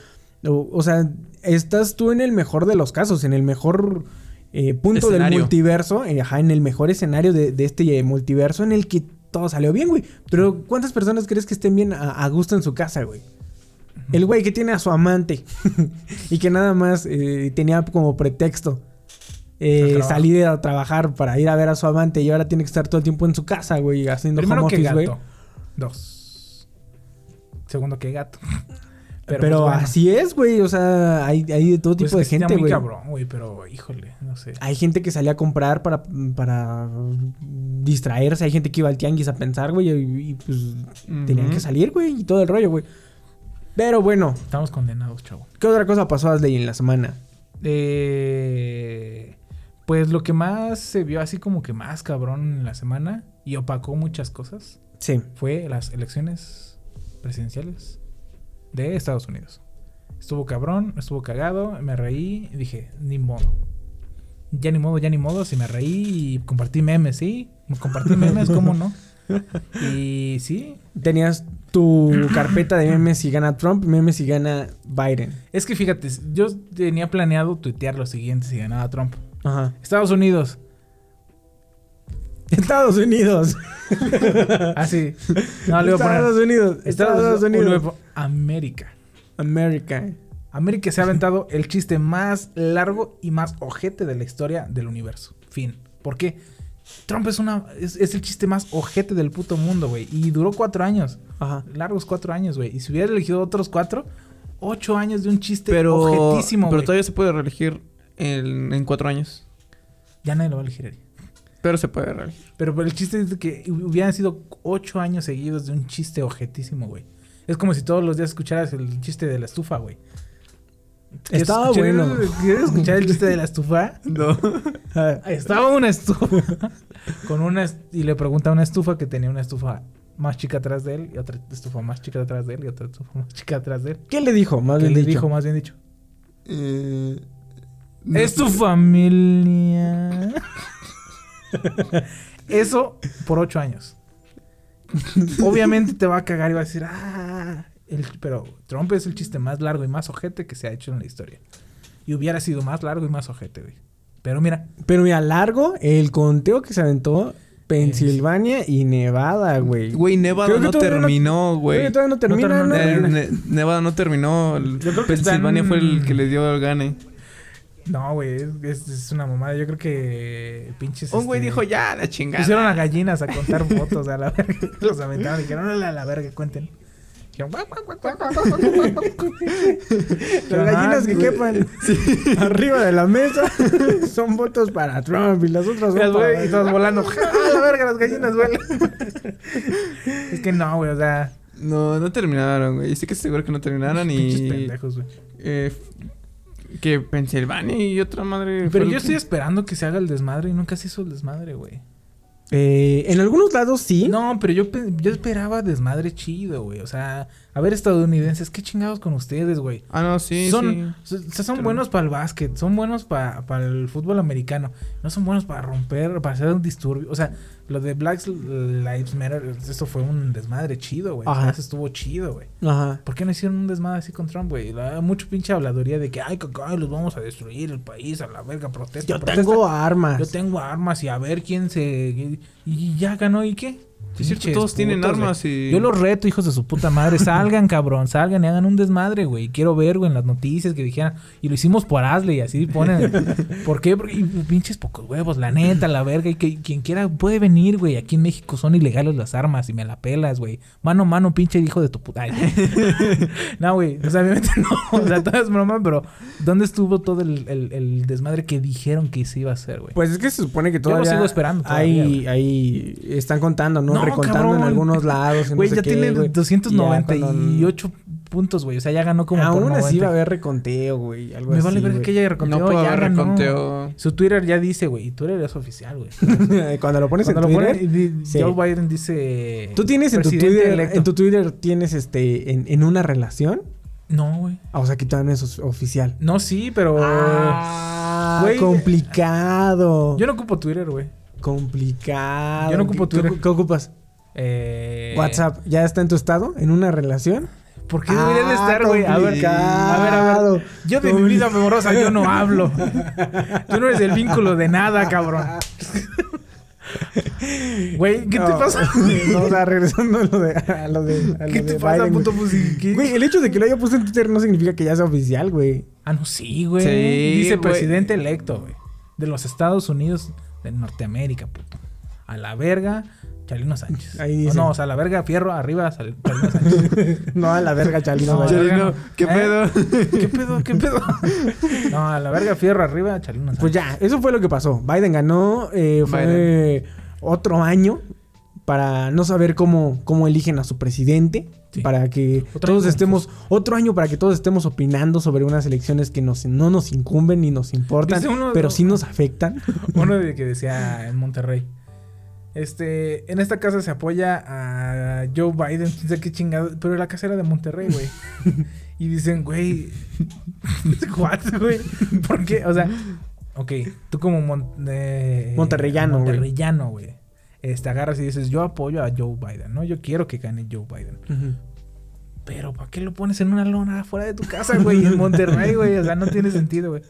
Speaker 2: O, o sea, estás tú en el mejor de los casos, en el mejor eh, punto
Speaker 6: Escenario.
Speaker 2: del multiverso, eh, ajá, en el mejor escenario de, de este eh, multiverso en el que todo salió bien, güey. Pero ¿cuántas personas crees que estén bien a, a gusto en su casa, güey? El güey que tiene a su amante y que nada más eh, tenía como pretexto eh,
Speaker 7: El trabajo.
Speaker 2: salir a trabajar para ir a ver a su amante y ahora tiene que estar todo el tiempo en su casa, güey, haciendo
Speaker 7: Primero
Speaker 2: home
Speaker 7: que
Speaker 2: office,
Speaker 7: gato.
Speaker 2: güey.
Speaker 7: Dos. Segundo que gato.
Speaker 2: Pero,
Speaker 7: pues, bueno,
Speaker 2: así es, güey, o sea, hay, hay de todo
Speaker 7: pues,
Speaker 2: tipo de
Speaker 7: es que está
Speaker 2: gente,
Speaker 7: muy
Speaker 2: güey.
Speaker 7: cabrón, güey, pero híjole, no sé.
Speaker 2: Hay gente que salía a comprar para, para distraerse, hay gente que iba al tianguis a pensar, güey, y, y, pues tenían
Speaker 6: Ujú.
Speaker 2: que salir, güey, y todo el rollo, güey. Pero bueno,
Speaker 7: Estamos condenados, chavo.
Speaker 2: ¿qué otra cosa pasó Asley en la semana?
Speaker 7: Eh, pues lo que más se vio así como que más cabrón en la semana y opacó muchas cosas
Speaker 2: Sí.
Speaker 7: fue las elecciones presidenciales de Estados Unidos. Estuvo cabrón, estuvo cagado, me reí y dije, ni modo. Ya ni modo, ya ni modo, si me reí y compartí memes, sí, compartí memes, ¿cómo no? Y sí,
Speaker 2: Tenías tu carpeta de memes si gana Trump, memes si gana Biden.
Speaker 7: es que fíjate, yo tenía planeado tuitear lo siguiente si ganaba Trump.
Speaker 2: Ajá.
Speaker 7: Estados Unidos,
Speaker 2: Estados Unidos.
Speaker 7: así. Ah, No, le voy a poner
Speaker 2: Estados Unidos. Estados
Speaker 7: le
Speaker 2: Unidos.
Speaker 7: voy a poner América.
Speaker 2: América.
Speaker 7: América se ha aventado el chiste más largo y más ojete de la historia del universo. Fin. ¿Por qué? Trump es, una, es, es el chiste más ojete del puto mundo, güey. Y duró cuatro años.
Speaker 2: Ajá.
Speaker 7: Largos cuatro años, güey. Y si hubiera elegido otros cuatro, ocho años de un chiste
Speaker 6: Pero,
Speaker 7: ojetísimo, Este,
Speaker 6: pero
Speaker 7: güey.
Speaker 6: todavía se puede reelegir en, en cuatro años.
Speaker 7: Ya nadie lo va a elegir, Eri.
Speaker 6: Pero se puede reelegir.
Speaker 7: Pero, pero el chiste es de que hubieran sido ocho años seguidos de un chiste ojetísimo, güey. Es como si todos los días escucharas el chiste de la estufa, güey. ¿Quieres
Speaker 2: Estaba
Speaker 7: escuchar el-
Speaker 2: bueno.
Speaker 7: ¿Quieres escuchar el chiste de la estufa?
Speaker 6: No.
Speaker 7: Estaba una estufa. con una est- y le pregunta a una estufa que tenía una estufa más chica atrás de él y otra estufa más chica atrás de él y otra estufa más chica atrás de él.
Speaker 2: ¿Qué le dijo? Más
Speaker 7: ¿Qué
Speaker 2: bien
Speaker 7: le
Speaker 2: dicho.
Speaker 7: dijo más bien dicho?
Speaker 5: Eh,
Speaker 7: Es tu familia. Eso por ocho años. Obviamente te va a cagar y va a decir, ah, el- pero Trump es el chiste más largo y más ojete que se ha hecho en la historia. Y hubiera sido más largo y más ojete, güey. Pero mira,
Speaker 2: Pero mira, largo el conteo que se aventó Pensilvania y Nevada, güey.
Speaker 6: Güey, Nevada
Speaker 2: Creo que
Speaker 6: no
Speaker 2: todavía no-
Speaker 6: terminó,
Speaker 2: Creo
Speaker 6: güey.
Speaker 2: que todavía no termina,
Speaker 7: terminó,
Speaker 2: ¿no?
Speaker 6: Ne-
Speaker 7: termina.
Speaker 6: Ne- Nevada no terminó. el-
Speaker 7: creo que
Speaker 6: Pensilvania
Speaker 7: están-
Speaker 6: fue el que le dio el gane.
Speaker 7: no, güey, es, es- es una mamada. Yo creo que pinches.
Speaker 6: Un güey
Speaker 7: este,
Speaker 6: dijo, ya, la chingada.
Speaker 7: Pusieron a gallinas a contar votos a la verga. Los aventaron y dijeron, "Órale, a la verga, cuenten. Dijeron, "Guau, guau, guau, guau, guau, guau, guau, guau".
Speaker 2: Las gallinas que quepan arriba de la mesa son votos para Trump y las otras
Speaker 7: Las
Speaker 2: son
Speaker 7: güey,
Speaker 2: para
Speaker 7: y todas volando. ¡Ah, la verga, las gallinas vuelan! es que no, güey, o sea,
Speaker 6: No, no terminaron, güey. Estoy que seguro que no terminaron
Speaker 7: pinches
Speaker 6: y...
Speaker 7: pendejos, güey.
Speaker 6: eh, f- que Pensilvania y otra madre... fue
Speaker 7: Pero
Speaker 6: el
Speaker 7: yo
Speaker 6: que-
Speaker 7: estoy esperando que se haga el desmadre y nunca se hizo el desmadre, güey.
Speaker 2: Eh, en algunos lados sí.
Speaker 7: No, pero yo, pe- yo esperaba desmadre chido, güey. O sea, A ver, estadounidenses, qué chingados con ustedes, güey.
Speaker 5: Ah, no, sí,
Speaker 7: son,
Speaker 5: sí.
Speaker 7: so- so- son buenos para el básquet, son buenos para el fútbol americano, no son buenos para romper, para hacer un disturbio. O sea, lo de Black Lives Matter, esto fue un desmadre chido, güey. O sea,
Speaker 2: Ajá.
Speaker 7: Eso estuvo chido, güey.
Speaker 2: Ajá.
Speaker 7: ¿Por qué no hicieron un desmadre así con Trump, güey? La- Mucho pinche habladoría de que, ay, caca, los vamos a destruir el país, a la verga, protesta.
Speaker 2: Yo
Speaker 7: protesta.
Speaker 2: tengo armas.
Speaker 7: Yo tengo armas y a ver quién se. Y ya ganó, ¿y qué?
Speaker 5: Sí, es cierto,
Speaker 7: Pinches
Speaker 5: todos tienen
Speaker 7: putos,
Speaker 5: armas
Speaker 7: güey.
Speaker 5: y-
Speaker 7: Yo los reto, hijos de su puta madre. Salgan, cabrón, salgan y hagan un desmadre, güey. Quiero ver, güey, en las noticias que dijeran. Y lo hicimos por Asle y así ponen. ¿Por qué? Porque y pinches pocos huevos, la neta, la verga. Y que quien quiera puede venir, güey. Aquí en México son ilegales las armas y me la pelas, güey. Mano, mano, pinche hijo de tu puta. Ay, güey. no, güey. O sea, obviamente no. O sea, todo es broma, pero ¿dónde estuvo todo el, el- el desmadre que dijeron que se iba a hacer, güey?
Speaker 2: Pues es que se supone que
Speaker 7: Yo lo
Speaker 2: todavía.
Speaker 7: sigo esperando todavía,
Speaker 2: Ahí,
Speaker 7: güey.
Speaker 2: ahí están contando, ¿no?
Speaker 7: No,
Speaker 2: Recontando
Speaker 7: cabrón.
Speaker 2: en algunos lados. en
Speaker 7: Güey,
Speaker 2: no sé
Speaker 7: ya
Speaker 2: qué,
Speaker 7: tiene
Speaker 2: güey. Ya
Speaker 7: 298
Speaker 2: cuando-
Speaker 7: puntos, güey. O sea, ya ganó como por
Speaker 2: Aún así
Speaker 7: 90.
Speaker 2: va a haber reconteo, güey. Algo
Speaker 7: Me
Speaker 2: así,
Speaker 7: vale ver
Speaker 2: güey.
Speaker 7: que ella
Speaker 5: No
Speaker 7: reconteó.
Speaker 5: puedo
Speaker 7: ya
Speaker 5: haber
Speaker 7: ganó.
Speaker 5: reconteo.
Speaker 7: Su Twitter ya dice, güey. Y Twitter es oficial, güey.
Speaker 2: Cuando lo pones
Speaker 7: Cuando
Speaker 2: en
Speaker 7: lo
Speaker 2: Twitter.
Speaker 7: ponen, di-
Speaker 2: sí.
Speaker 7: Joe Biden dice...
Speaker 2: Tú tienes en tu
Speaker 7: presidente
Speaker 2: Twitter.
Speaker 7: electo.
Speaker 2: En tu Twitter tienes este. En, en una relación.
Speaker 7: No, güey.
Speaker 2: Ah, O sea, que todavía no es of- oficial.
Speaker 7: No, sí, pero...
Speaker 2: Ah,
Speaker 7: güey.
Speaker 2: complicado.
Speaker 7: Yo no ocupo Twitter, güey.
Speaker 2: Complicado.
Speaker 7: Yo no ocupo
Speaker 2: ¿Qué- qué-
Speaker 7: Twitter.
Speaker 2: ¿Qué ocupas?
Speaker 7: Eh,
Speaker 2: WhatsApp. ¿Ya está en tu estado? ¿En una relación?
Speaker 7: ¿Por qué debería de
Speaker 2: Ah,
Speaker 7: estar, güey? A ver, a ver, a
Speaker 2: complicado.
Speaker 7: ver. Yo de mi vida amorosa yo no hablo. Tú no eres el vínculo de nada, cabrón. Güey, ¿qué te
Speaker 2: No.
Speaker 7: pasa?
Speaker 2: No, o sea, regresando a lo de. a lo de- a lo
Speaker 7: ¿Qué
Speaker 2: de
Speaker 7: te pasa,
Speaker 2: Biden, güey.
Speaker 7: puto pusi? ¿Qué?
Speaker 2: Güey, el hecho de que lo haya puesto en Twitter no significa que ya sea oficial, güey.
Speaker 7: Ah, no, sí, güey.
Speaker 5: Sí,
Speaker 7: Dice
Speaker 5: güey.
Speaker 7: presidente electo, güey. De los Estados Unidos de Norteamérica, puto. A la verga, Chalino Sánchez.
Speaker 2: Ahí
Speaker 7: O
Speaker 2: dice.
Speaker 7: no, o sea, a la verga, fierro, arriba, Sal- Chalino Sánchez.
Speaker 2: No, a la verga, Chalino.
Speaker 7: No,
Speaker 2: güey.
Speaker 7: Chalino.
Speaker 5: Chalino, ¿qué
Speaker 7: ¿Eh?
Speaker 5: pedo?
Speaker 7: ¿Qué pedo? ¿Qué pedo? No, a la verga, fierro, arriba, Chalino Sánchez.
Speaker 2: Pues ya, eso fue lo que pasó. Biden ganó, eh, fue otro año para no saber cómo, cómo eligen a su presidente.
Speaker 7: Sí.
Speaker 2: Para que
Speaker 7: Otro
Speaker 2: todos
Speaker 7: año
Speaker 2: estemos, otro año para que todos estemos opinando sobre unas elecciones que nos, no nos incumben ni nos importan,
Speaker 7: Dice uno-
Speaker 2: pero sí nos afectan.
Speaker 7: Uno de que decía "Ah, en Monterrey. Este, en esta casa se apoya a Joe Biden, quién sabe qué chingado, pero la casa era de Monterrey, güey. Y dicen, güey, what, güey? ¿Por qué? O sea, ok, tú como mon- eh,
Speaker 2: Monterrellano, güey.
Speaker 7: monterrellano, güey. Este, agarras y dices, yo apoyo a Joe Biden, ¿no? Yo quiero que gane Joe Biden. Pero ¿para qué lo pones en una lona afuera de tu casa, güey? En Monterrey, güey. O sea, no tiene sentido, güey.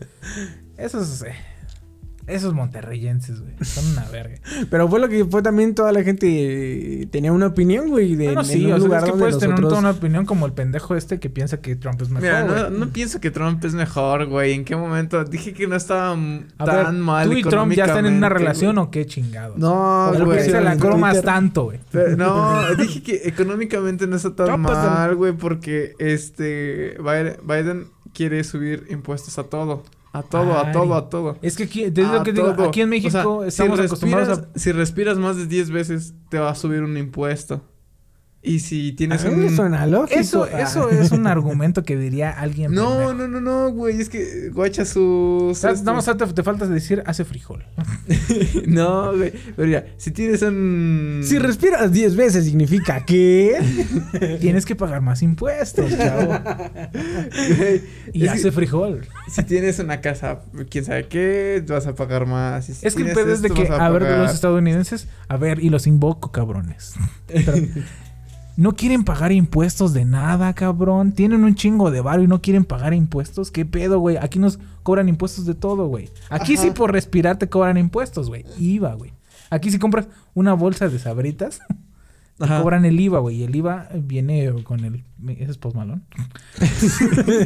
Speaker 7: Esos, eh, esos monterreyenses, güey. Son una verga.
Speaker 2: Pero fue lo que fue también toda la gente eh, tenía una opinión, güey, de
Speaker 7: Ah, No, no,
Speaker 2: en
Speaker 7: sí,
Speaker 2: un
Speaker 7: o sea,
Speaker 2: lugar
Speaker 7: es que
Speaker 2: donde
Speaker 7: puedes tener
Speaker 2: nosotros-
Speaker 7: toda una opinión como el pendejo este que piensa que Trump es mejor,
Speaker 6: Mira,
Speaker 7: güey.
Speaker 6: no, no pienso que Trump es mejor, güey. ¿En qué momento? Dije que no estaba mm,
Speaker 7: A
Speaker 6: tan
Speaker 7: ver,
Speaker 6: mal.
Speaker 7: ¿tú y Trump ya están en una
Speaker 6: económicamente,
Speaker 7: relación o qué chingado?
Speaker 5: No,
Speaker 7: ¿Por qué
Speaker 5: güey.
Speaker 7: se la
Speaker 2: en
Speaker 7: cromas
Speaker 2: Twitter.
Speaker 7: tanto, güey?
Speaker 6: Pero no, dije que económicamente no está tan
Speaker 7: No, pues,
Speaker 6: mal, güey, porque este Biden, Biden quiere subir impuestos a todo, a todo, a
Speaker 7: Ay.
Speaker 6: todo, a todo.
Speaker 7: Es que aquí, es lo
Speaker 6: A
Speaker 7: que digo,
Speaker 6: todo.
Speaker 7: aquí en
Speaker 6: O sea,
Speaker 7: México estamos
Speaker 6: si
Speaker 7: acostumbrados a...
Speaker 6: respiras- Si respiras más de 10 veces, te va a subir un impuesto. Y si tienes
Speaker 2: A mí
Speaker 6: un...
Speaker 2: me suena lógico.
Speaker 7: Eso,
Speaker 2: Ah.
Speaker 7: eso es un argumento que diría alguien
Speaker 6: No,
Speaker 7: pendejo.
Speaker 6: no, no, no, güey, es que guacha sus...
Speaker 7: Estás-
Speaker 6: estos-
Speaker 7: Nada más te, te falta decir, hace frijol.
Speaker 6: no, güey, pero mira, si tienes un...
Speaker 2: Si respiras 10 veces significa que...
Speaker 7: Tienes que pagar más impuestos, chavo.
Speaker 6: Güey,
Speaker 7: Y
Speaker 6: es que-
Speaker 7: hace frijol.
Speaker 6: Si tienes una casa, quién sabe qué, vas a pagar más. Y si
Speaker 7: Es que el
Speaker 6: tienes
Speaker 7: pedo es de
Speaker 6: esto,
Speaker 7: que,
Speaker 6: vas
Speaker 7: a, ver,
Speaker 6: pagar.
Speaker 7: los estadounidenses, a ver, y los invoco, cabrones. Pero no quieren pagar impuestos de nada, cabrón. Tienen un chingo de varo y no quieren pagar impuestos. ¿Qué pedo, güey? Aquí nos cobran impuestos de todo, güey. Aquí sí por respirar te cobran impuestos, güey. IVA, güey. Aquí si compras una bolsa de sabritas, te
Speaker 6: Ajá.
Speaker 7: cobran el IVA, güey. Y el IVA viene con el... Ese es posmalón.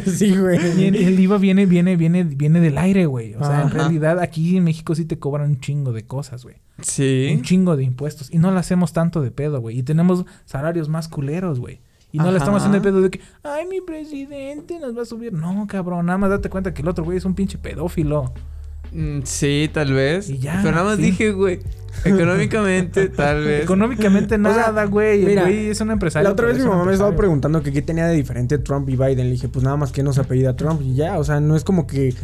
Speaker 2: sí,
Speaker 7: Y el,
Speaker 2: güey.
Speaker 7: el IVA viene, viene, viene, viene del aire, güey. O sea, en
Speaker 6: Ajá.
Speaker 7: realidad aquí en México sí te cobran un chingo de cosas, güey.
Speaker 6: Sí.
Speaker 7: Un chingo de impuestos. Y no la hacemos tanto de pedo, güey. Y tenemos salarios más culeros, güey. Y no la estamos
Speaker 6: Ajá.
Speaker 7: haciendo de pedo de que, ay, mi presidente nos va a subir. No, cabrón, nada más date cuenta que el otro güey es un pinche pedófilo.
Speaker 6: Mm, Sí, tal vez.
Speaker 7: Y ya,
Speaker 6: Pero nada más
Speaker 7: sí.
Speaker 6: dije, güey, económicamente, tal vez.
Speaker 7: Económicamente nada, güey. El
Speaker 2: mira,
Speaker 7: güey es un empresario.
Speaker 2: La otra vez mi
Speaker 7: pero es un
Speaker 2: mamá me estaba
Speaker 7: empresario.
Speaker 2: preguntando que qué tenía de diferente Trump y Biden. Le dije, pues nada más que no se apellida Trump y ya. O sea, no es como que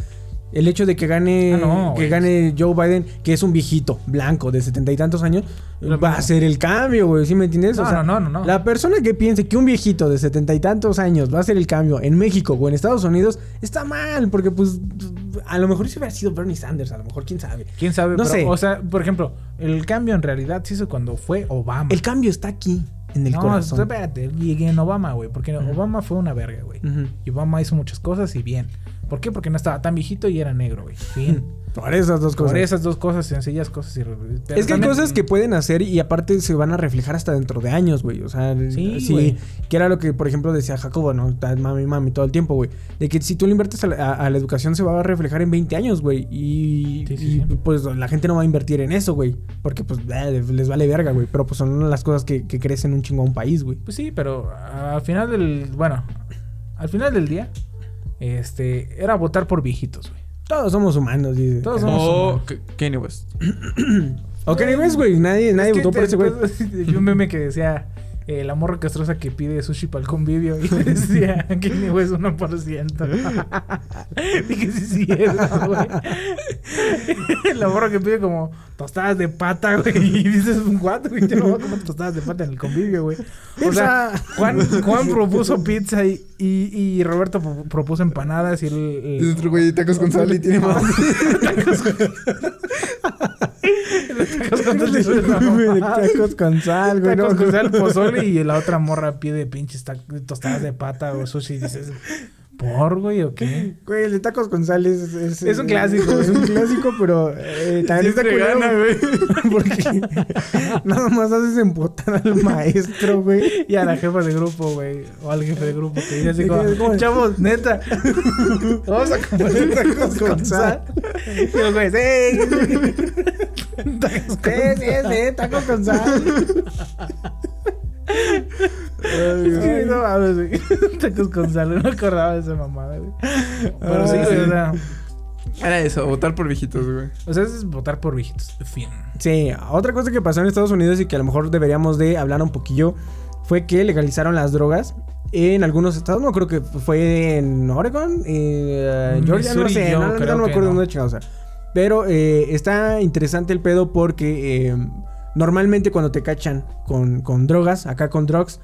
Speaker 2: El hecho de que gane,
Speaker 7: Ah, no,
Speaker 2: que
Speaker 7: güey.
Speaker 2: gane Joe Biden, que es un viejito blanco de setenta y tantos años,
Speaker 7: Lo
Speaker 2: va a
Speaker 7: mismo.
Speaker 2: ser el cambio, güey. ¿Sí me entiendes?
Speaker 7: No,
Speaker 2: O sea,
Speaker 7: no, no, no, no.
Speaker 2: La persona que piense que un viejito de setenta y tantos años va a ser el cambio en México o en Estados Unidos está mal, porque pues a lo mejor si hubiera sido Bernie Sanders, a lo mejor quién sabe.
Speaker 7: ¿Quién sabe?
Speaker 2: No
Speaker 7: pero,
Speaker 2: sé.
Speaker 7: O sea, por ejemplo, el cambio en realidad se hizo cuando fue Obama.
Speaker 2: El cambio está aquí, en el
Speaker 7: no,
Speaker 2: corazón.
Speaker 7: espérate, y en Obama, güey, porque Obama fue una verga, güey.
Speaker 2: Ujú.
Speaker 7: Y Obama hizo muchas cosas y bien. ¿Por qué? Porque no estaba tan viejito y era negro, güey. Fin.
Speaker 2: Por esas dos cosas.
Speaker 7: Por esas dos cosas, sencillas cosas. Y... pero
Speaker 2: Es que hay
Speaker 7: también-
Speaker 2: cosas que pueden hacer y aparte se van a reflejar hasta dentro de años, güey. O sea,
Speaker 7: Sí,
Speaker 2: sí,
Speaker 7: güey.
Speaker 2: que era lo que, por ejemplo, decía Jacobo, ¿no? Está Mami, mami, todo el tiempo, güey. De que si tú le inviertes a la, a- a la educación se va a reflejar en 20 años, güey. Y,
Speaker 7: Sí, sí,
Speaker 2: y,
Speaker 7: sí.
Speaker 2: pues la gente no va a invertir en eso, güey. Porque pues eh, les vale verga, güey. Pero pues son las cosas que, que crecen un chingo a un país, güey.
Speaker 7: Pues sí, pero al final del. Bueno, al final del día, este. Era votar por viejitos, güey.
Speaker 2: Todos somos humanos, dice.
Speaker 7: Todos somos.
Speaker 6: O K- Kanye West.
Speaker 2: O Kanye West, güey. Nadie, nadie
Speaker 7: Es que
Speaker 2: votó
Speaker 7: te-
Speaker 2: por ese, güey.
Speaker 7: te- Vi un meme que decía. eh, la morra castrosa que pide sushi para el convivio y decía que ni güey es 1%. Dije, sí, sí, es, güey. la morra que pide como tostadas de pata, güey. Y dices, what, güey, yo no voy a comer tostadas de pata en el convivio, güey. O sea, Juan, Juan propuso pizza y, y, y Roberto pro- propuso empanadas y eh, el,
Speaker 5: Es
Speaker 7: el-
Speaker 5: otro güey de tacos con sal y tiene más.
Speaker 2: Güey, de tacos con sal, güey.
Speaker 7: Tacos
Speaker 2: no,
Speaker 7: con sal, pozole y la otra morra pide pinches ta- tostadas de pata o sushi y dices, ¿por, güey, o qué?
Speaker 2: Güey, el de tacos con sal es... Es,
Speaker 7: Es un clásico,
Speaker 2: Es un clásico, pero eh, también está
Speaker 6: Siempre
Speaker 2: culero.
Speaker 6: gana, güey.
Speaker 2: Porque nada más haces embotar al maestro, güey.
Speaker 7: Y a la jefa de grupo, güey, o al jefe de grupo que dice así
Speaker 2: Sí, es como-
Speaker 7: como, chavos, neta, vamos a comer tacos con sal. Y los güeyes, "Ey, tacos con
Speaker 2: Es, es,
Speaker 7: sal".
Speaker 2: eh, tacos con sal.
Speaker 7: Sí, no mames, güey. Tacos con sal, no me acordaba de esa mamada, güey. Pero sí, güey, o sea,
Speaker 6: Era eso, votar por viejitos, güey.
Speaker 7: o sea, es votar por viejitos. Fin.
Speaker 2: Sí, otra cosa que pasó en Estados Unidos y que a lo mejor deberíamos de hablar un poquillo fue que legalizaron las drogas en algunos estados. No creo que fue en Oregon, eh, Georgia, no
Speaker 7: Mm, Missouri,
Speaker 2: sé,
Speaker 7: yo
Speaker 2: no, no,
Speaker 7: creo
Speaker 2: no me
Speaker 7: que
Speaker 2: acuerdo
Speaker 7: no.
Speaker 2: dónde chingados era. Pero eh, está interesante el pedo porque eh, normalmente cuando te cachan con, con drogas, acá con drugs,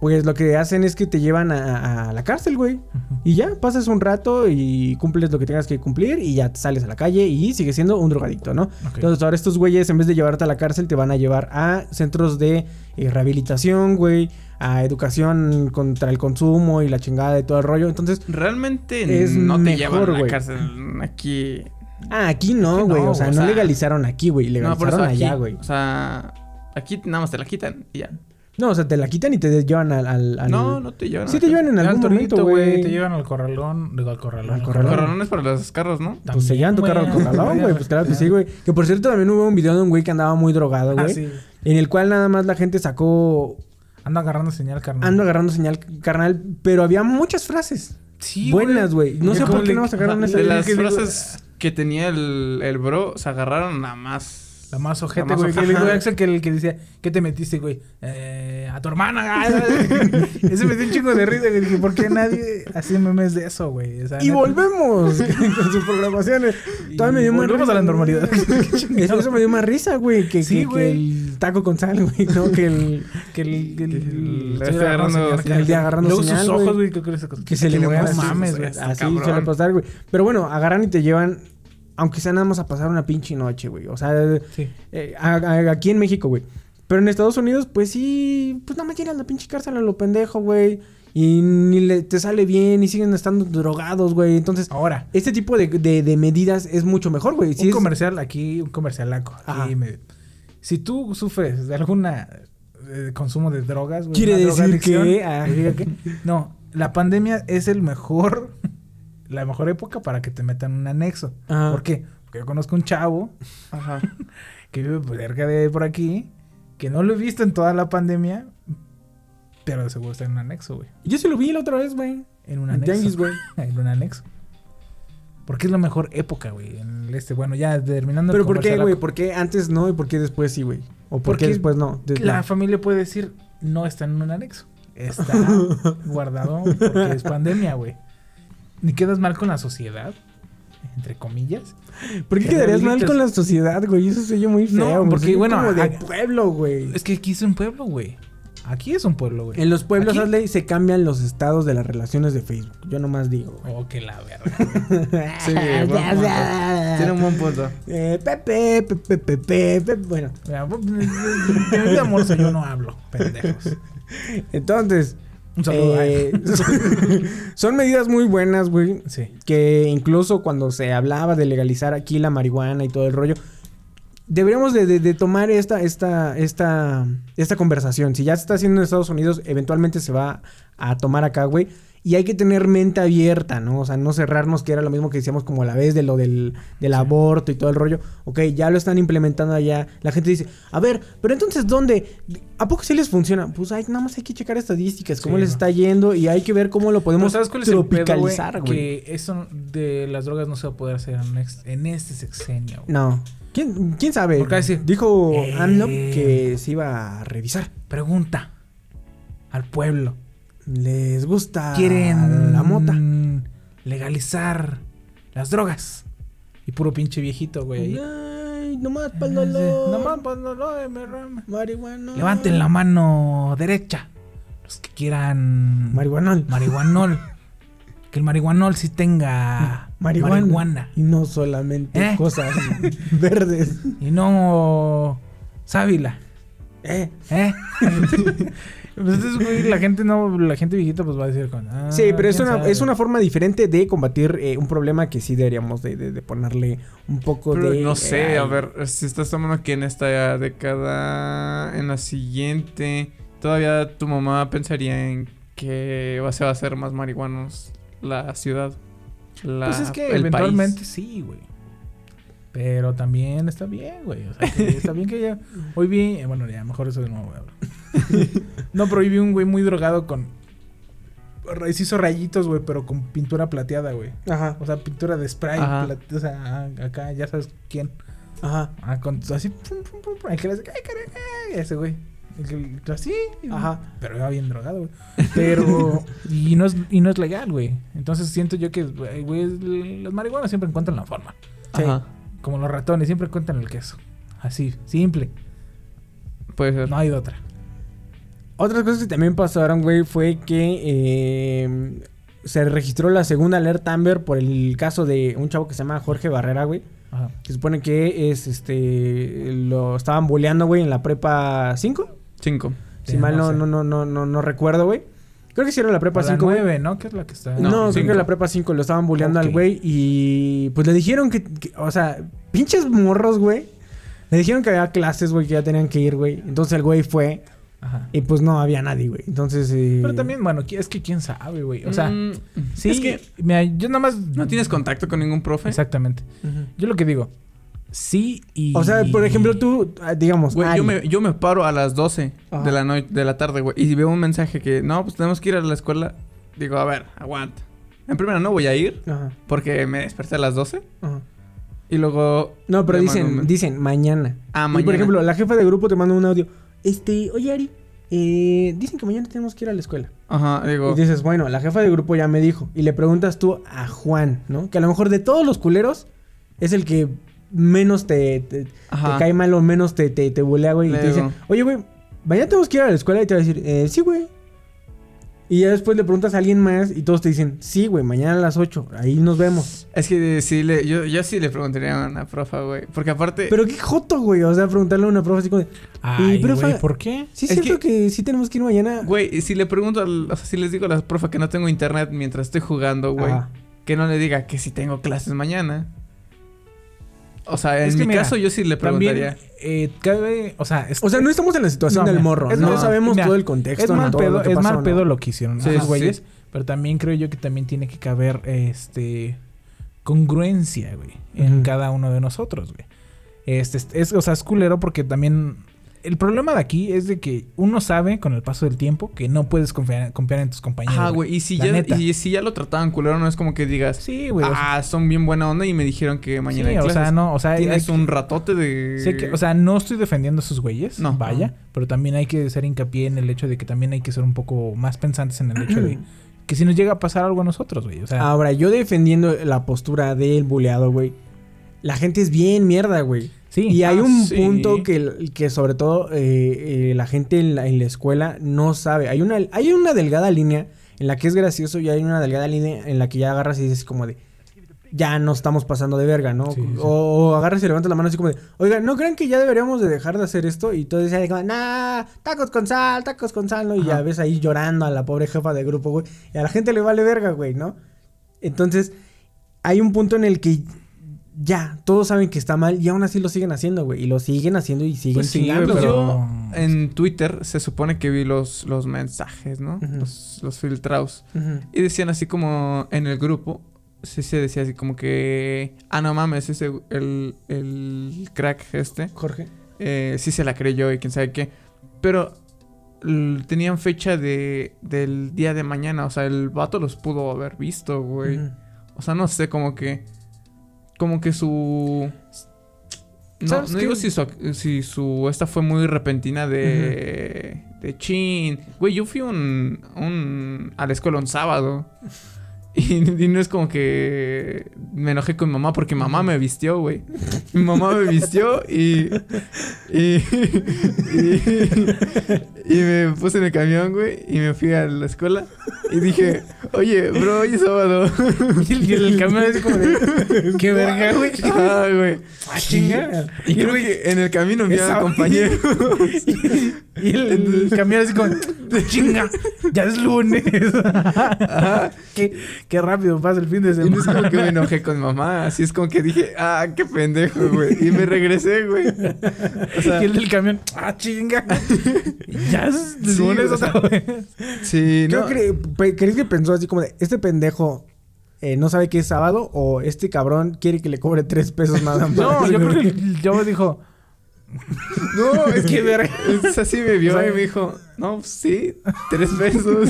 Speaker 2: pues lo que hacen es que te llevan a, a la cárcel, güey. Y ya, pasas un rato y cumples lo que tengas que cumplir y ya sales a la calle y sigues siendo un drogadicto, ¿no? Entonces ahora estos güeyes en vez de llevarte a la cárcel te van a llevar a centros de eh, rehabilitación, güey, a educación contra el consumo y la chingada de todo el rollo. Entonces,
Speaker 6: Realmente
Speaker 2: Es
Speaker 6: no te
Speaker 2: mejor,
Speaker 6: llevan a
Speaker 2: güey.
Speaker 6: la cárcel aquí.
Speaker 2: ah, aquí no,
Speaker 7: Aquí
Speaker 2: güey,
Speaker 7: no,
Speaker 2: o sea,
Speaker 6: o
Speaker 2: no
Speaker 6: sea,
Speaker 2: legalizaron aquí, güey,
Speaker 6: No, por
Speaker 2: legalizaron
Speaker 6: eso aquí.
Speaker 2: allá, güey.
Speaker 6: o sea, aquí nada más te la quitan y ya.
Speaker 2: No, o sea, te la quitan y te llevan al... al- al-
Speaker 6: No, no te llevan. a
Speaker 2: Sí
Speaker 6: la
Speaker 2: te
Speaker 6: cárcel.
Speaker 2: llevan en algún momento, güey.
Speaker 7: Te llevan al corralón, digo al corralón.
Speaker 2: Al corralón.
Speaker 6: Pero no es para los carros, ¿no?
Speaker 2: Pues se llevan tu carro al corralón, güey. Pues claro que sí, güey. Que por cierto, también hubo un video de un güey que andaba muy drogado, güey.
Speaker 7: Ah, sí.
Speaker 2: En el cual nada más la gente sacó.
Speaker 7: Ando agarrando señal, carnal.
Speaker 2: Ando agarrando señal carnal, pero había muchas frases.
Speaker 7: Sí,
Speaker 2: buenas, güey. No
Speaker 7: Yo
Speaker 2: sé
Speaker 7: como
Speaker 2: por qué
Speaker 7: le-
Speaker 2: no sacaron
Speaker 7: le-
Speaker 2: esa.
Speaker 6: De
Speaker 7: es
Speaker 6: las
Speaker 7: que digo-
Speaker 6: frases que tenía el, el bro, se agarraron la más.
Speaker 7: La más
Speaker 6: La
Speaker 7: ojete,
Speaker 6: más
Speaker 7: güey. Que
Speaker 6: ojete.
Speaker 7: le digo a Axel que, el que decía, ¿qué te metiste, güey? Eh, a tu hermana. ah, Ese me dio un chingo de risa, güey. Dije, ¿por qué nadie hace memes de eso, güey? O sea,
Speaker 2: Y
Speaker 7: neta.
Speaker 2: volvemos con sus programaciones.
Speaker 7: Y
Speaker 2: Todavía me dio más
Speaker 7: volvemos
Speaker 2: risa,
Speaker 7: a la normalidad.
Speaker 2: güey. Eso, eso me dio más risa, güey. Que,
Speaker 7: Sí,
Speaker 2: que- que
Speaker 7: güey.
Speaker 2: el taco con sal, güey. No, que el.
Speaker 7: Que el... Que el,
Speaker 6: Le
Speaker 7: estoy
Speaker 6: está
Speaker 7: señal,
Speaker 6: agarrando señal.
Speaker 7: carnal.
Speaker 2: El de agarrando
Speaker 7: Luego
Speaker 2: señal,
Speaker 7: sus
Speaker 2: güey.
Speaker 7: ojos, güey. creo Que, les-
Speaker 2: Que se le
Speaker 7: No
Speaker 2: muevan sus-
Speaker 7: mames, güey. Ah,
Speaker 6: está
Speaker 2: Así
Speaker 6: cabrón.
Speaker 2: se va a pasar, güey. Pero bueno, agarran y te llevan. Aunque sea nada más a pasar una pinche noche, güey. O sea,
Speaker 7: Sí.
Speaker 2: Eh, a- a- aquí en México, güey. Pero en Estados Unidos, pues sí, pues nada más llegan a la pinche cárcel a lo pendejo, güey. Y ni le, te sale bien y siguen estando drogados, güey. Entonces,
Speaker 7: Ahora,
Speaker 2: este tipo de, de- de medidas es mucho mejor, güey. Si
Speaker 7: un
Speaker 2: es-
Speaker 7: comercial aquí, un comercialaco.
Speaker 2: Ajá.
Speaker 7: Aquí medio. Si tú sufres de alguna eh, consumo de drogas, güey,
Speaker 2: Quiere
Speaker 7: una
Speaker 2: decir que-
Speaker 7: drogadicción,
Speaker 2: ah.
Speaker 7: diga que- No, la pandemia es el mejor, la mejor época para que te metan un anexo.
Speaker 2: Ajá.
Speaker 7: ¿Por qué? Porque yo conozco un chavo
Speaker 6: Ajá.
Speaker 7: que vive por cerca de por aquí, que no lo he visto en toda la pandemia, pero de seguro está en un anexo, güey.
Speaker 2: Yo se lo vi la otra vez, güey.
Speaker 7: En un
Speaker 2: En
Speaker 7: anexo.
Speaker 2: tianguis, güey.
Speaker 7: en un anexo. Porque es la mejor época, güey. En el este, bueno, ya terminando el
Speaker 2: Pero ¿por qué,
Speaker 7: comercialaco.
Speaker 2: güey? ¿Por qué antes no y por qué después sí, güey? ¿O por qué
Speaker 7: Porque
Speaker 2: después no? De-
Speaker 7: la
Speaker 2: no.
Speaker 7: familia puede decir, no está en un anexo. Está guardado porque es pandemia, güey. Ni quedas mal con la sociedad. entre comillas.
Speaker 2: ¿Por qué
Speaker 7: Ya,
Speaker 2: quedarías mal
Speaker 7: delitos.
Speaker 2: con la sociedad, güey? Eso se oye muy
Speaker 7: No,
Speaker 2: feo. güey.
Speaker 7: porque,
Speaker 2: Se oye
Speaker 7: bueno,
Speaker 2: como de
Speaker 7: a-
Speaker 2: pueblo, güey.
Speaker 7: Es que aquí es un pueblo, güey. Aquí es un pueblo, güey.
Speaker 2: En los pueblos,
Speaker 7: Aquí-
Speaker 2: hazle, se cambian los estados de las relaciones de Facebook. Yo nomás digo, güey.
Speaker 7: Oh, que la verga.
Speaker 6: Sí, buen punto. Tiene un buen punto.
Speaker 2: Eh, Pepe, Pepe, Pepe, Pepe. Bueno,
Speaker 7: Mira, pues, yo de amor soy yo no hablo, pendejos.
Speaker 2: entonces.
Speaker 7: Un saludo a
Speaker 2: eh,
Speaker 7: él.
Speaker 2: son, son medidas muy buenas, güey.
Speaker 7: Sí.
Speaker 2: Que incluso cuando se hablaba de legalizar aquí la marihuana y todo el rollo. Deberíamos de, de- de tomar esta, esta, esta, esta conversación. Si ya se está haciendo en Estados Unidos, eventualmente se va a tomar acá, güey. Y hay que tener mente abierta, ¿no? O sea, no cerrarnos, que era lo mismo que decíamos como a la vez de lo del, del aborto y todo el rollo. Ok, ya lo están implementando allá. La gente dice, a ver, pero entonces, ¿dónde? ¿A poco sí les funciona? Pues hay, nada más hay que checar estadísticas, cómo
Speaker 7: Sí,
Speaker 2: les
Speaker 7: no.
Speaker 2: está yendo y hay que ver cómo lo podemos
Speaker 7: ¿Sabes cuál es el pedo, güey?
Speaker 2: tropicalizar, güey.
Speaker 7: Que eso de las drogas no se va a poder hacer en, ex- en este sexenio. güey.
Speaker 2: No. ¿Quién, quién sabe?
Speaker 7: Porque así-
Speaker 2: Dijo
Speaker 7: Eh.
Speaker 2: AMLO que se iba a revisar.
Speaker 7: Pregunta al pueblo.
Speaker 2: ¿Les gusta
Speaker 7: Quieren
Speaker 2: Ah, la mota?
Speaker 7: legalizar las drogas. Y puro pinche viejito, güey. ahí.
Speaker 2: Ay, nomás pa'l dolor.
Speaker 7: No más, pues, no, no, me rama.
Speaker 2: Marihuana.
Speaker 7: Levanten la mano derecha. Los que quieran
Speaker 2: Marihuanol.
Speaker 7: marihuanol. Que el marihuanol sí tenga
Speaker 2: Marihuana.
Speaker 7: marihuana.
Speaker 2: Y no solamente
Speaker 7: ¿Eh?
Speaker 2: cosas verdes.
Speaker 7: Y no sábila.
Speaker 2: Eh,
Speaker 7: ¿Eh? Entonces, güey, la gente no, la gente viejita pues va a decir con. ah,
Speaker 2: Sí, pero es
Speaker 7: quién
Speaker 2: una,
Speaker 7: sabe.
Speaker 2: es una forma diferente de combatir eh, un problema que sí deberíamos de, de- de ponerle un poco
Speaker 6: Pero
Speaker 2: de...
Speaker 6: no sé,
Speaker 2: eh,
Speaker 6: a ver, si estás tomando aquí en esta década, en la siguiente, todavía tu mamá pensaría en que va- se va a hacer más marihuanos la ciudad. La,
Speaker 7: Pues es que
Speaker 6: el
Speaker 7: eventualmente
Speaker 6: país.
Speaker 7: sí, güey. Pero también está bien, güey. O sea, que está bien que ya. Hoy vi. eh, Bueno, ya, mejor eso de nuevo, güey. No, pero hoy vi un güey muy drogado con. ra- Se hizo rayitos, güey, pero con pintura plateada, güey.
Speaker 2: Ajá,
Speaker 7: O sea, pintura de spray.
Speaker 6: Ajá.
Speaker 7: plate- O sea, ah, acá ya sabes quién.
Speaker 2: ajá,
Speaker 7: Ah, con, así. Pum, pum, pum, pum, el que le hace. ¡Ay, caray! ay", Ese güey. El que- Así.
Speaker 2: ajá.
Speaker 7: Pero iba bien drogado, güey. Pero. y, no es, y no es legal, güey. Entonces siento yo que, güey, güey, es- los marihuanos siempre encuentran la forma.
Speaker 6: Ajá,
Speaker 7: Como los ratones, siempre encuentran el queso. Así, simple.
Speaker 6: puede ser.
Speaker 7: No hay de otra.
Speaker 2: Otras cosas que también pasaron, güey, fue que eh, se registró la segunda alerta Amber por el caso de un chavo que se llama Jorge Barrera, güey.
Speaker 7: Ajá.
Speaker 2: Que supone que es, este, lo estaban boleando, güey, en la prepa 5.
Speaker 6: Cinco.
Speaker 2: Si
Speaker 7: Sí,
Speaker 2: mal
Speaker 7: Eh, no
Speaker 2: no,
Speaker 7: sé.
Speaker 2: no, no, no, no, no recuerdo, güey. Creo que hicieron la prepa
Speaker 7: Para
Speaker 2: 5, güey.
Speaker 7: nueve, ¿no? Que es la que está.
Speaker 2: No, creo
Speaker 6: cinco.
Speaker 2: que la prepa 5 lo estaban bulleando al
Speaker 7: Ok.
Speaker 2: güey y pues le dijeron que, que- o sea, pinches morros, güey. Le dijeron que había clases, güey, que ya tenían que ir, güey. Entonces el güey fue
Speaker 7: Ajá.
Speaker 2: y pues no había nadie, güey. Entonces... eh,
Speaker 7: Pero también, bueno, qui- es que quién sabe, güey. O sea,
Speaker 6: Mm,
Speaker 7: sí.
Speaker 6: es que
Speaker 7: mira, yo nada más.
Speaker 6: no tienes contacto con ningún profe.
Speaker 7: Exactamente. Yo lo que digo. Sí y.
Speaker 2: O sea, por ejemplo, tú, ah, digamos...
Speaker 6: Güey,
Speaker 2: Ari.
Speaker 6: yo me, yo me paro a las 12
Speaker 2: Ajá.
Speaker 6: de la, noche, de la tarde, güey, y veo un mensaje que, no, pues tenemos que ir a la escuela. Digo, a ver, aguanta. En primera no voy a ir
Speaker 2: Ajá,
Speaker 6: porque me desperté a las 12
Speaker 2: ajá.
Speaker 6: y luego...
Speaker 2: No, pero
Speaker 6: le mando
Speaker 2: dicen,
Speaker 6: un-
Speaker 2: dicen mañana.
Speaker 6: Ah,
Speaker 2: Y
Speaker 6: mañana.
Speaker 2: por ejemplo, la jefa de grupo te manda un audio. Este, oye Ari, eh, dicen que mañana tenemos que ir a la escuela.
Speaker 6: Ajá, digo...
Speaker 2: Y dices, bueno, la jefa de grupo ya me dijo. Y le preguntas tú a Juan, ¿no? Que a lo mejor de todos los culeros es el que menos te, te, te
Speaker 6: Ajá.
Speaker 2: cae mal o menos te, te, te bulea, güey. Y
Speaker 6: Le
Speaker 2: te dice,
Speaker 6: digo.
Speaker 2: oye, güey, mañana tenemos que ir a la escuela. Y te va a decir, eh, sí, güey. Y ya después le preguntas a alguien más y todos te dicen, sí, güey, mañana a las 8, ahí nos vemos.
Speaker 6: Es que eh, sí le, yo, yo sí le preguntaría a una profa, güey. Porque aparte...
Speaker 2: Pero qué joto, güey. O sea, preguntarle a una profe así como, de,
Speaker 7: Ay,
Speaker 2: Y, pero
Speaker 7: güey,
Speaker 2: fa-
Speaker 7: ¿por qué?
Speaker 2: sí, es
Speaker 6: Es
Speaker 2: cierto que... sí tenemos que ir mañana.
Speaker 6: Güey, y si le pregunto, al- o sea, si les digo a la profa que no tengo internet mientras estoy jugando, güey,
Speaker 2: Ajá.
Speaker 6: que no le diga que si tengo clases mañana. O sea, en
Speaker 7: Es que
Speaker 6: mi
Speaker 7: mira,
Speaker 6: caso yo sí le
Speaker 7: También.
Speaker 6: preguntaría.
Speaker 7: eh, cabe- o sea, es-
Speaker 2: O sea, no estamos en la situación
Speaker 7: No,
Speaker 2: del
Speaker 7: mira,
Speaker 2: morro.
Speaker 7: es
Speaker 2: no
Speaker 7: mal-
Speaker 2: sabemos
Speaker 7: mira,
Speaker 2: todo el contexto.
Speaker 7: Es mal
Speaker 2: no todo
Speaker 7: pedo,
Speaker 2: lo que
Speaker 7: es mal
Speaker 2: pasó, ¿no?
Speaker 7: pedo lo que hicieron
Speaker 6: Sí,
Speaker 7: esos
Speaker 6: sí,
Speaker 7: güeyes.
Speaker 6: sí.
Speaker 7: Pero también creo yo que también tiene que caber este congruencia, güey, en
Speaker 2: Ujú.
Speaker 7: cada uno de nosotros, güey. Este, es- es, o sea, es culero porque también. El problema de aquí es de que uno sabe con el paso del tiempo que no puedes confiar, confiar en tus compañeros.
Speaker 6: Ajá, Ah, güey. Y, si
Speaker 7: La
Speaker 6: ya-
Speaker 7: neta.
Speaker 6: y si ya lo trataban culero, no es como que digas,
Speaker 7: Sí, güey. o sea,
Speaker 6: ah, son bien buena onda y me dijeron que mañana
Speaker 7: sí,
Speaker 6: hay
Speaker 7: o
Speaker 6: clases.
Speaker 7: sea, no, o sea,
Speaker 6: Tienes
Speaker 7: hay-
Speaker 6: un ratote de...
Speaker 7: sé que- o sea, no estoy defendiendo a esos güeyes,
Speaker 6: No.
Speaker 7: vaya, pero también hay que hacer hincapié en el hecho de que también hay que ser un poco más pensantes en el hecho de que si nos llega a pasar algo a nosotros, güey. O sea,
Speaker 6: Ah,
Speaker 2: Ahora, yo defendiendo la postura del buleado, güey. La gente es bien mierda, güey.
Speaker 7: sí.
Speaker 2: Y hay
Speaker 6: Ah,
Speaker 2: un
Speaker 6: sí.
Speaker 2: punto que, que sobre todo eh, eh, la gente en la, en la escuela no sabe. Hay una, hay una delgada línea en la que es gracioso y hay una delgada línea en la que ya agarras y dices como de... Ya no estamos pasando de verga, ¿no?
Speaker 7: Sí, sí.
Speaker 2: O, o agarras y levantas la mano así como de... Oiga, ¿no creen que ya deberíamos de dejar de hacer esto? Y todos dicen, nah, tacos con sal, tacos con sal, ¿no? Y ya
Speaker 6: Ajá.
Speaker 2: ves ahí llorando a la pobre jefa de grupo, güey. Y a la gente le vale verga, güey, ¿no? Entonces, hay un punto en el que ya, todos saben que está mal y aún así lo siguen haciendo, güey. Y lo siguen haciendo y siguen
Speaker 6: Pues sí,
Speaker 2: chingando,
Speaker 6: güey,
Speaker 2: güey.
Speaker 6: pero en Twitter se supone que vi los, los mensajes, ¿no?
Speaker 2: Ujú.
Speaker 6: los, los filtrados.
Speaker 2: Ujú.
Speaker 6: Y decían así como en el grupo, sí se decía así como que, ah, no mames, ese, el, el crack este,
Speaker 2: Jorge.
Speaker 6: eh, sí se la creyó y quién sabe qué. Pero l- tenían fecha de, del día de mañana, o sea, el vato los pudo haber visto, güey.
Speaker 2: Ujú.
Speaker 6: O sea, no sé, como que. Como que su. No,
Speaker 2: ¿Sabes
Speaker 6: no
Speaker 2: qué?
Speaker 6: digo si su, si su. Esta fue muy repentina de. De chin. Güey, yo fui un, un. A la escuela un sábado. Y, y no es como que. Me enojé con mi mamá porque mamá me vistió, güey. Mi mamá me vistió y. Y. y- y me puse en el camión, güey. Y me fui a la escuela. Y dije, oye, bro, hoy es sábado.
Speaker 7: Y el camión es como de. ¡Qué verga, güey!
Speaker 6: Ah, güey.
Speaker 7: ¡Ah, chinga!
Speaker 6: Y creo que en el camino vi a compañero.
Speaker 7: Y el, el camión así como. ¡Chinga! ¡Ya es lunes! qué, qué rápido pasa el fin de
Speaker 6: Y no es
Speaker 7: semana!
Speaker 6: como que me enojé con mamá. Así es como que dije, ah, qué pendejo, güey. Y me regresé, güey. O sea,
Speaker 7: y el del camión, ¡ah, chinga! ya es
Speaker 6: Sí,
Speaker 7: lunes
Speaker 6: o sea,
Speaker 7: otra vez.
Speaker 6: sí,
Speaker 2: Creo
Speaker 6: no.
Speaker 2: que- pe- ¿Crees que pensó así como de, este pendejo eh, no sabe que es sábado o este cabrón quiere que le cobre tres pesos nada más?
Speaker 7: No, yo creo que el chavo dijo,
Speaker 6: No, es
Speaker 7: Qué
Speaker 6: que
Speaker 7: verga.
Speaker 6: es así me vio
Speaker 7: O sea,
Speaker 6: y me dijo, no, pues sí, tres pesos.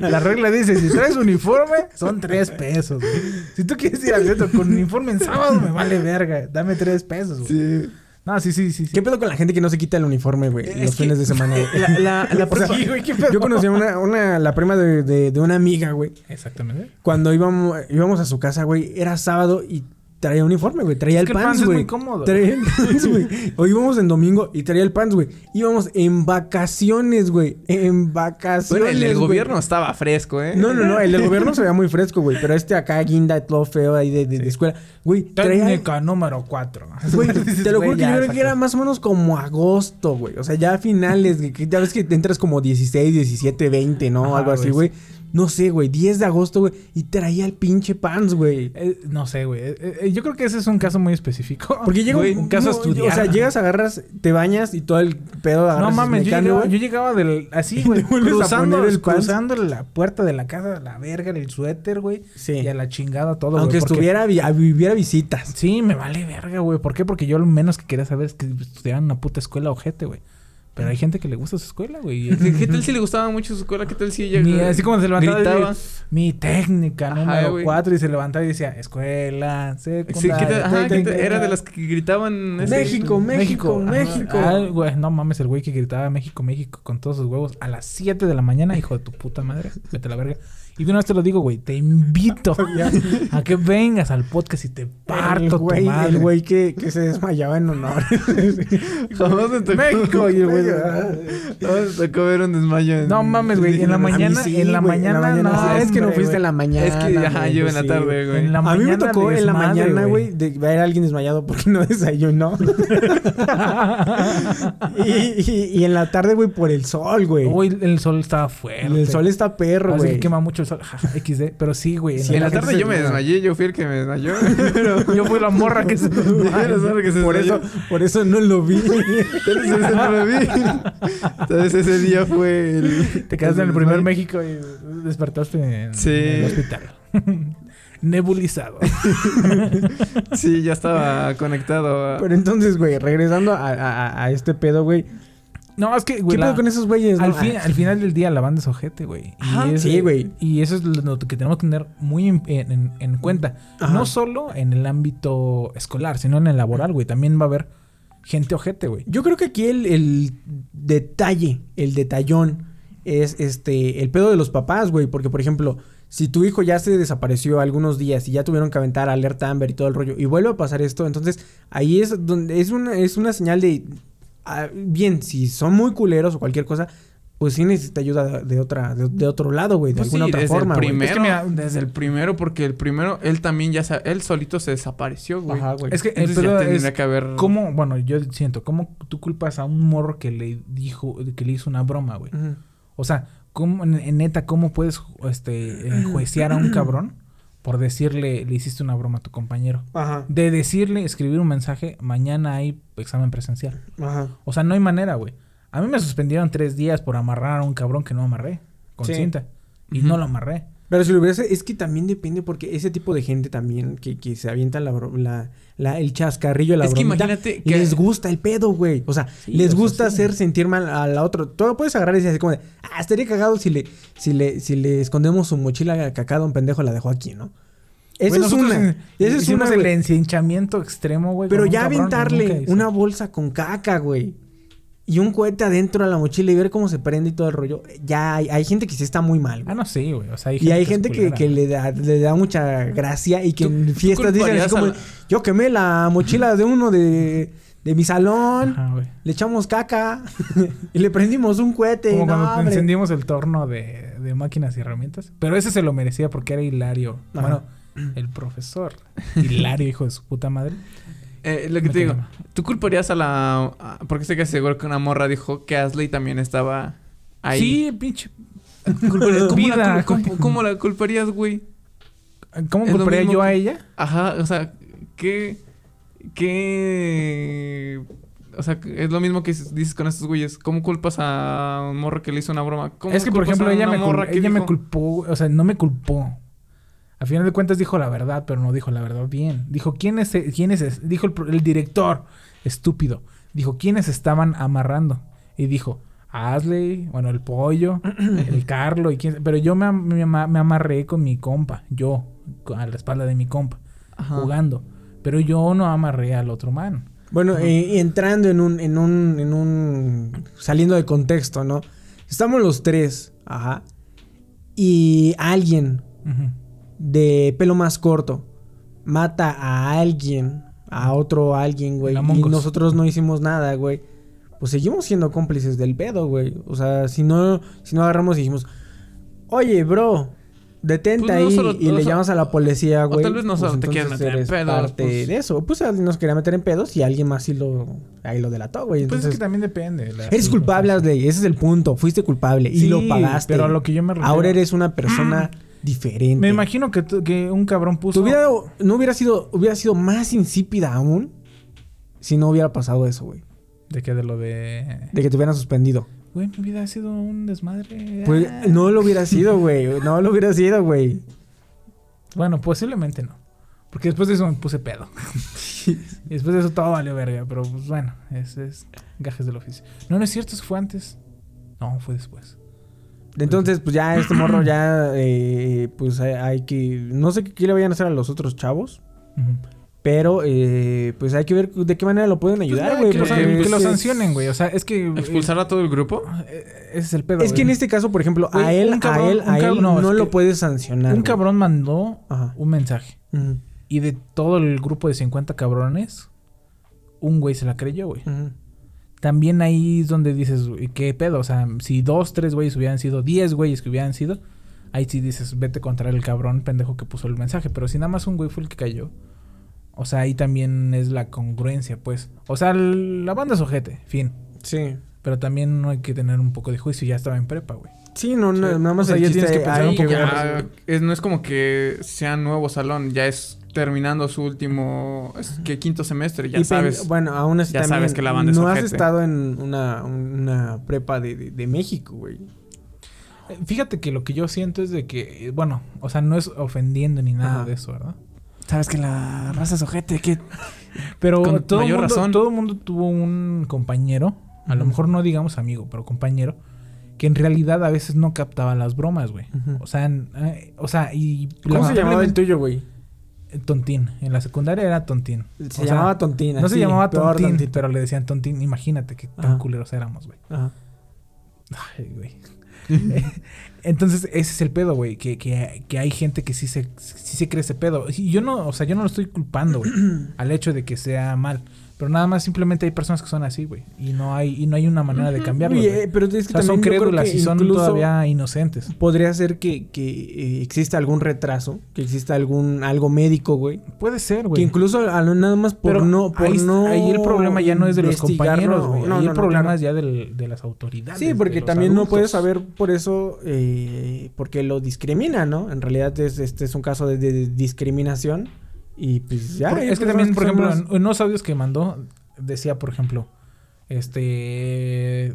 Speaker 7: la regla dice, si traes uniforme, son tres pesos. güey. Si tú quieres ir al centro con uniforme en sábado, me vale verga. Dame tres pesos, güey.
Speaker 6: Sí.
Speaker 7: No, sí, sí, sí. sí.
Speaker 2: ¿Qué pedo con la gente que no se quita el uniforme, güey?
Speaker 6: Es
Speaker 2: Los
Speaker 6: que-
Speaker 2: fines de semana. güey?
Speaker 6: La, la, la
Speaker 2: O sea,
Speaker 6: profe-
Speaker 2: yo conocí a una, una- la prima de, de- de una amiga, güey.
Speaker 7: Exactamente.
Speaker 2: Cuando íbamos, íbamos a su casa, güey, era sábado y traía uniforme, güey. Traía
Speaker 7: Es
Speaker 2: el
Speaker 7: que el pants
Speaker 2: pants,
Speaker 7: es
Speaker 2: güey.
Speaker 7: muy cómodo.
Speaker 2: Traía el pants, güey. O íbamos en domingo y traía el pants, güey. Íbamos en vacaciones, güey. En vacaciones.
Speaker 6: Bueno, el del
Speaker 2: güey.
Speaker 6: gobierno estaba fresco, ¿eh?
Speaker 2: No, no, no. El del gobierno se veía muy fresco, güey. Pero este acá, guinda, todo feo ahí de, de- de escuela. Güey, traía.
Speaker 7: Técnica número cuatro.
Speaker 2: Güey, te lo juro que
Speaker 7: ya,
Speaker 2: yo creo que
Speaker 7: saca.
Speaker 2: era más o menos como agosto, güey. O sea, ya a finales, güey, que ya ves que te entras como 16, 17, 20, ¿no?
Speaker 7: Ajá,
Speaker 2: Algo así,
Speaker 7: güey,
Speaker 2: güey. No sé, güey, 10 de agosto, güey. Y traía el pinche pants, güey.
Speaker 7: Eh, no sé, güey. Eh, eh, yo creo que ese es un caso muy específico.
Speaker 2: Porque llega
Speaker 7: Güey,
Speaker 2: un,
Speaker 7: un caso
Speaker 2: no,
Speaker 7: estudiado.
Speaker 2: O sea, llegas, agarras, te bañas y todo el pedo agarras.
Speaker 7: No
Speaker 2: y se
Speaker 7: mames,
Speaker 2: me
Speaker 7: yo
Speaker 2: cambia,
Speaker 7: llegaba, yo
Speaker 2: güey.
Speaker 7: llegaba del, así, güey,
Speaker 2: te vuelves a
Speaker 7: cruzando,
Speaker 2: poner el pants.
Speaker 7: cruzando la puerta de la casa, la verga, el suéter, güey,
Speaker 2: Sí.
Speaker 7: y a la chingada todo, güey,
Speaker 2: Aunque
Speaker 7: porque-
Speaker 2: estuviera, vi- a- hubiera visitas.
Speaker 7: Sí, me vale verga, güey, ¿por qué? Porque yo lo menos que quería saber es que estudiaran una puta escuela ojete, güey. Pero hay gente que le gusta su escuela, güey. y-
Speaker 6: ¿Qué tal si le gustaba mucho su escuela? ¿Qué tal si ella
Speaker 7: Ni- así como se levantaba y
Speaker 6: gritaba?
Speaker 7: Mi técnica
Speaker 6: Ajá,
Speaker 7: número
Speaker 6: güey.
Speaker 7: 4 y se levantaba y decía, escuela,
Speaker 6: Sí, ¿qué
Speaker 7: secundaria.
Speaker 6: tal? Ajá, ¿qué tal?
Speaker 7: técnica".
Speaker 6: Era de las que gritaban... este, ese-
Speaker 2: México, México,
Speaker 7: ajá.
Speaker 2: México.
Speaker 7: Ay, güey, no mames, el güey que gritaba México, México con todos sus huevos a las 7 de la mañana, hijo de tu puta madre. Vete a la verga. Y de una vez te lo digo, güey, te invito a que vengas al podcast y te
Speaker 2: el
Speaker 7: parto tu
Speaker 2: güey,
Speaker 7: madre.
Speaker 2: el güey que, que se desmayaba en honor.
Speaker 6: Jamás me tocó...
Speaker 7: México, y el güey.
Speaker 6: Jamás me tocó Ah, ver un desmayo en-
Speaker 7: No mames, güey, en la
Speaker 2: A mí
Speaker 7: mañana,
Speaker 2: sí,
Speaker 7: en la
Speaker 2: güey,
Speaker 7: mañana, no,
Speaker 2: sí. es que no
Speaker 7: hombre,
Speaker 2: fuiste
Speaker 7: güey.
Speaker 2: en la mañana.
Speaker 6: Es que, ajá,
Speaker 2: güey,
Speaker 6: yo en
Speaker 2: pues
Speaker 6: la
Speaker 2: sí.
Speaker 6: tarde, güey.
Speaker 7: En la
Speaker 2: A mí me
Speaker 7: mañana
Speaker 2: tocó en la
Speaker 7: desmadre,
Speaker 2: mañana, güey, de ver a alguien desmayado porque no desayunó. y, y- y en la tarde, güey, por el sol, güey.
Speaker 7: Uy, el sol estaba fuerte.
Speaker 2: El sol está perro,
Speaker 7: Así que
Speaker 2: güey.
Speaker 7: quema mucho el sol. Jaja, XD. Pero sí, güey.
Speaker 2: Sí,
Speaker 6: En la
Speaker 7: gente
Speaker 6: tarde
Speaker 7: se-
Speaker 6: yo me desmayé, yo fui el que me desmayó. Pero...
Speaker 7: Yo fui la morra que se
Speaker 2: Por eso, por eso no lo vi.
Speaker 6: Tal vez ese no lo vi. Tal vez ese día fue el...
Speaker 7: Te quedaste en el primer México y despertaste en,
Speaker 6: Sí.
Speaker 7: el hospital. Nebulizado.
Speaker 6: Sí, ya estaba conectado. a-
Speaker 2: Pero entonces, güey, regresando a, a- a este pedo, güey.
Speaker 7: No, es que,
Speaker 2: ¿Qué
Speaker 7: güey. la-
Speaker 2: pedo con esos güeyes?
Speaker 7: al,
Speaker 2: no? Ah.
Speaker 7: fin- al final del día, la banda es ojete, güey. Y
Speaker 2: Ajá.
Speaker 7: es-
Speaker 2: Sí, güey.
Speaker 7: Y eso es lo que tenemos que tener muy en, en- en cuenta.
Speaker 2: Ajá.
Speaker 7: No solo en el ámbito escolar, sino en el laboral, güey. También va a haber gente ojete, güey.
Speaker 2: Yo creo que aquí el, el detalle, el detallón, es este el pedo de los papás, güey. Porque, por ejemplo, si tu hijo ya se desapareció algunos días y ya tuvieron que aventar alerta Amber y todo el rollo, y vuelve a pasar esto, entonces ahí es donde es una, es una señal de. ah, bien, si son muy culeros o cualquier cosa, pues sí necesita ayuda de otra, de, de otro lado, güey, de
Speaker 6: Pues
Speaker 2: alguna
Speaker 6: sí,
Speaker 2: otra
Speaker 6: desde
Speaker 2: forma,
Speaker 6: el
Speaker 2: güey.
Speaker 6: primero,
Speaker 7: Es que mira,
Speaker 6: desde el primero, porque el primero, él también ya, sa- él solito se desapareció, güey.
Speaker 2: Ajá, güey.
Speaker 7: Es que el
Speaker 6: Entonces ya
Speaker 7: pedo
Speaker 6: tendría
Speaker 7: es
Speaker 6: que haber...
Speaker 7: ¿Cómo? Bueno, yo siento, ¿cómo tú culpas a un morro que le dijo, que le hizo una broma, güey?
Speaker 2: Ujú.
Speaker 7: O sea, ¿cómo, en- en neta, ¿cómo puedes este, eh, juiciar a un cabrón por decirle, le hiciste una broma a tu compañero?
Speaker 2: Ajá,
Speaker 7: De decirle, escribir un mensaje, mañana hay examen presencial.
Speaker 2: ajá.
Speaker 7: O sea, no hay manera, güey. A mí me suspendieron tres días por amarrar a un cabrón que no amarré con
Speaker 2: Sí.
Speaker 7: cinta. Y
Speaker 6: Ujú.
Speaker 7: no lo amarré.
Speaker 2: Pero si lo hubiese, es que también depende, porque ese tipo de gente también que, que se avienta la, bro- la, la- el chascarrillo, la
Speaker 6: Es que
Speaker 2: bromita,
Speaker 6: imagínate que-
Speaker 2: les gusta el pedo, güey. O sea,
Speaker 7: Sí, o
Speaker 2: les
Speaker 7: sea,
Speaker 2: gusta
Speaker 7: sí.
Speaker 2: hacer sentir mal a la otra. Tú lo puedes agarrar y decir así como de, ah, estaría cagado si le, si le, si le escondemos su mochila cacada a un pendejo, la dejó aquí, ¿no? Eso
Speaker 7: Güey,
Speaker 2: es
Speaker 7: nosotros
Speaker 2: una.
Speaker 7: en-
Speaker 2: Eso es una,
Speaker 7: hicimos el
Speaker 2: güey.
Speaker 7: encinchamiento extremo, güey.
Speaker 2: Pero
Speaker 7: con un
Speaker 2: ya
Speaker 7: cabrón, nunca
Speaker 2: aventarle
Speaker 7: hizo.
Speaker 2: una bolsa con caca, güey. Y un cohete adentro a la mochila y ver cómo se prende y todo el rollo. Ya hay, hay gente que sí está muy mal. güey.
Speaker 7: Ah, no, sí, güey. O sea, hay
Speaker 2: Y hay
Speaker 7: es
Speaker 2: gente que,
Speaker 7: culera,
Speaker 2: que
Speaker 7: güey.
Speaker 2: le, da, le da mucha gracia y que
Speaker 6: ¿Tú-
Speaker 2: en
Speaker 6: tú
Speaker 2: fiestas dicen así
Speaker 6: culparías
Speaker 2: como...
Speaker 6: a la-
Speaker 2: Yo quemé la mochila de uno de, de mi salón,
Speaker 7: Ajá, güey.
Speaker 2: le echamos caca y le prendimos un cohete.
Speaker 7: Como
Speaker 2: no,
Speaker 7: cuando
Speaker 2: hombre.
Speaker 7: encendimos el torno de, de máquinas y herramientas. Pero ese se lo merecía porque era Hilario.
Speaker 2: Ajá.
Speaker 7: Bueno, el profesor. Hilario, hijo de su puta madre.
Speaker 6: Eh, lo que
Speaker 7: Me
Speaker 6: te digo,
Speaker 7: quema.
Speaker 6: ¿tú culparías a la... a- porque sé que seguro que una morra dijo que Asley también estaba ahí.
Speaker 7: Sí, pinche.
Speaker 6: Culparías- ¿Cómo, la,
Speaker 7: Vida,
Speaker 6: cul-
Speaker 7: güey.
Speaker 6: cómo- cómo la culparías, güey?
Speaker 7: ¿Cómo
Speaker 6: Es lo
Speaker 7: culparía
Speaker 6: mismo
Speaker 7: yo a
Speaker 6: que-
Speaker 7: ella?
Speaker 6: Ajá, o sea, ¿qué... qué... O sea, es lo mismo que dices con estos güeyes. ¿Cómo culpas a un morro que le hizo una broma? ¿Cómo
Speaker 7: Es que, por
Speaker 6: culpas
Speaker 7: ejemplo,
Speaker 6: a
Speaker 7: ella,
Speaker 6: una
Speaker 7: me, cul-
Speaker 6: morra que
Speaker 7: ella me
Speaker 6: dijo-
Speaker 7: culpó, o sea, no me culpó. A final de cuentas dijo la verdad, pero no dijo la verdad bien. Dijo, ¿quiénes, e- quiénes es? Dijo el, pro- el director, estúpido. Dijo, ¿quiénes estaban amarrando? Y dijo, Asley, bueno, el pollo, el Carlo, y quién- pero yo me, am- me ama- me amarré con mi compa, yo, co- a la espalda de mi compa,
Speaker 6: Ajá.
Speaker 7: jugando. Pero yo no amarré al otro man.
Speaker 2: Bueno, eh, entrando en un, en un, en un, saliendo de contexto, ¿no? Estamos los tres, ajá. Y alguien
Speaker 6: Pues
Speaker 7: Ujú.
Speaker 2: de pelo más corto mata a alguien, a otro alguien, güey,
Speaker 7: El
Speaker 2: y
Speaker 7: Among Us.
Speaker 2: nosotros no hicimos nada, güey, pues seguimos siendo cómplices del pedo, güey. O sea, si no, si no agarramos y dijimos, oye, bro, detente
Speaker 6: Pues no
Speaker 2: ahí
Speaker 6: solo-
Speaker 2: y
Speaker 6: no
Speaker 2: le
Speaker 6: so-
Speaker 2: llamas a la policía,
Speaker 6: o
Speaker 2: güey. pues
Speaker 6: tal vez no solo te
Speaker 2: entonces
Speaker 6: quieras meter en
Speaker 2: eres
Speaker 6: pedos,
Speaker 2: parte
Speaker 6: pues.
Speaker 2: de eso. Pues alguien nos quería meter en pedos y alguien más sí lo, ahí lo delató, güey.
Speaker 7: Pues
Speaker 2: Entonces,
Speaker 7: es que también depende. la-
Speaker 2: eres culpable, Asley, ese es el punto. Fuiste culpable y
Speaker 7: Sí,
Speaker 2: lo pagaste.
Speaker 7: Pero a lo que yo me refiero.
Speaker 2: Ahora eres una persona diferente.
Speaker 7: Me imagino que, tú- que un cabrón
Speaker 2: Tu
Speaker 7: puso.
Speaker 2: vida no hubiera sido, hubiera sido más insípida aún si no hubiera pasado eso, güey.
Speaker 7: ¿De qué? De lo de.
Speaker 2: De que te hubieran suspendido.
Speaker 7: Güey, mi vida ha sido un desmadre.
Speaker 2: Pues
Speaker 7: Ah.
Speaker 2: no lo hubiera sido, güey. No lo hubiera sido, güey.
Speaker 7: Bueno, posiblemente no. Porque después de eso me puse pedo. y después de eso todo valió verga. Pero pues bueno, es, es gajes del oficio. No, no es cierto, eso fue antes. No, fue después.
Speaker 2: Entonces, pues ya este morro ya, eh, pues hay, hay que... No sé qué le vayan a hacer a los otros chavos.
Speaker 7: Ujú.
Speaker 2: Pero, eh, pues hay que ver de qué manera lo pueden
Speaker 7: Pues
Speaker 2: ayudar,
Speaker 7: nada,
Speaker 2: güey.
Speaker 7: que, lo
Speaker 2: porque
Speaker 7: san- que
Speaker 2: es
Speaker 7: lo
Speaker 2: que-
Speaker 7: sancionen, güey. O sea, es que.
Speaker 6: ¿Expulsar a todo el grupo?
Speaker 7: eh, Ese es el pedo.
Speaker 2: Es que en
Speaker 7: güey.
Speaker 2: este caso, por ejemplo, a
Speaker 7: Güey,
Speaker 2: él,
Speaker 7: un cabrón-
Speaker 2: a él,
Speaker 7: un
Speaker 2: a él
Speaker 7: cabrón-
Speaker 2: no,
Speaker 7: no, es
Speaker 2: lo
Speaker 7: que-
Speaker 2: puedes sancionar.
Speaker 7: Un
Speaker 2: güey.
Speaker 7: cabrón mandó
Speaker 2: este Ajá.
Speaker 7: un mensaje.
Speaker 2: Ujú,
Speaker 7: Y de todo el grupo de 50 cabrones, un güey se la creyó, güey.
Speaker 2: ujú.
Speaker 7: También ahí es donde dices, güey, ¿qué pedo? O sea, si dos, tres güeyes hubieran sido, diez güeyes que hubieran sido, ahí sí dices, vete contra el cabrón pendejo que puso el mensaje. Pero si nada más un güey fue el que cayó, o sea, ahí también es la congruencia, pues. O sea, el- la banda es ojete, fin.
Speaker 2: Sí.
Speaker 7: Pero también hay que tener un poco de juicio, ya estaba en prepa, güey.
Speaker 2: Sí, no, no- nada más
Speaker 7: O sea,
Speaker 2: el
Speaker 7: ya
Speaker 2: chiste,
Speaker 7: tienes que pensar
Speaker 2: hay
Speaker 7: un poco
Speaker 2: ver-
Speaker 6: Pues Ya, es- no es como que sea nuevo salón, ya es terminando su último es que quinto semestre, ya
Speaker 2: Y pen-
Speaker 6: sabes.
Speaker 2: Bueno, aún así
Speaker 6: ya
Speaker 2: también
Speaker 6: sabes que la banda es
Speaker 2: no has
Speaker 6: ojete.
Speaker 2: estado en una, una prepa de, de- de México, güey.
Speaker 7: Eh, Fíjate que lo que yo siento es de que, eh, bueno, o sea, no es ofendiendo ni nada
Speaker 2: Ajá.
Speaker 7: de eso, ¿verdad?
Speaker 6: sabes que la raza es ojete, que
Speaker 7: Pero
Speaker 6: Con
Speaker 7: todo
Speaker 6: mayor
Speaker 7: mundo,
Speaker 6: razón.
Speaker 7: todo mundo tuvo un compañero, a lo mejor no digamos amigo, pero compañero, que en realidad a veces no captaba las bromas, güey.
Speaker 2: Ujú.
Speaker 7: O sea, en- eh, o sea, y
Speaker 2: ¿Cómo se llamaba el
Speaker 7: lamentablemente- eh,
Speaker 2: tuyo, güey?
Speaker 7: Tontín. En la secundaria era Tontín.
Speaker 2: Se
Speaker 7: O sea,
Speaker 2: llamaba Tontina.
Speaker 7: No se llamaba Tontín, pero le decían Tontín. Imagínate qué tan
Speaker 2: Ajá.
Speaker 7: culeros éramos, güey. Ay, güey. Entonces, ese es el pedo, güey. Que, que- que hay gente que sí se, sí se cree ese pedo. Y yo no, o sea, yo no lo estoy culpando güey, al hecho de que sea mal. Pero nada más simplemente hay personas que son así, güey. Y no hay, y no hay una manera de cambiarlo.
Speaker 2: Oye,
Speaker 7: güey.
Speaker 2: pero es
Speaker 7: O
Speaker 2: que
Speaker 7: sea,
Speaker 2: también
Speaker 7: son
Speaker 2: yo creo
Speaker 7: crédulas
Speaker 2: que
Speaker 7: y son
Speaker 2: incluso
Speaker 7: todavía inocentes.
Speaker 2: Podría ser que, que eh, exista algún retraso, que exista algún algo médico, güey.
Speaker 7: Puede ser,
Speaker 2: Que
Speaker 7: güey.
Speaker 2: incluso a lo nada más por
Speaker 7: Pero
Speaker 2: no por
Speaker 7: ahí,
Speaker 2: no
Speaker 7: ahí el problema ya no es de los
Speaker 2: investigarlo,
Speaker 7: compañeros, güey.
Speaker 2: no,
Speaker 7: ahí
Speaker 2: no,
Speaker 7: el
Speaker 2: no,
Speaker 7: problema
Speaker 2: claro.
Speaker 7: es ya del- de las autoridades.
Speaker 2: Sí,
Speaker 7: de
Speaker 2: porque
Speaker 7: los
Speaker 2: también no
Speaker 7: adultos.
Speaker 2: puedes saber por eso, eh, porque lo discrimina, ¿no? En realidad es, este es un caso de, de discriminación y pues ya.
Speaker 7: Por-
Speaker 2: hay
Speaker 7: es que
Speaker 2: personas
Speaker 7: también, por
Speaker 2: son
Speaker 7: ejemplo,
Speaker 2: más-
Speaker 7: en en unos audios que mandó, decía, por ejemplo, este.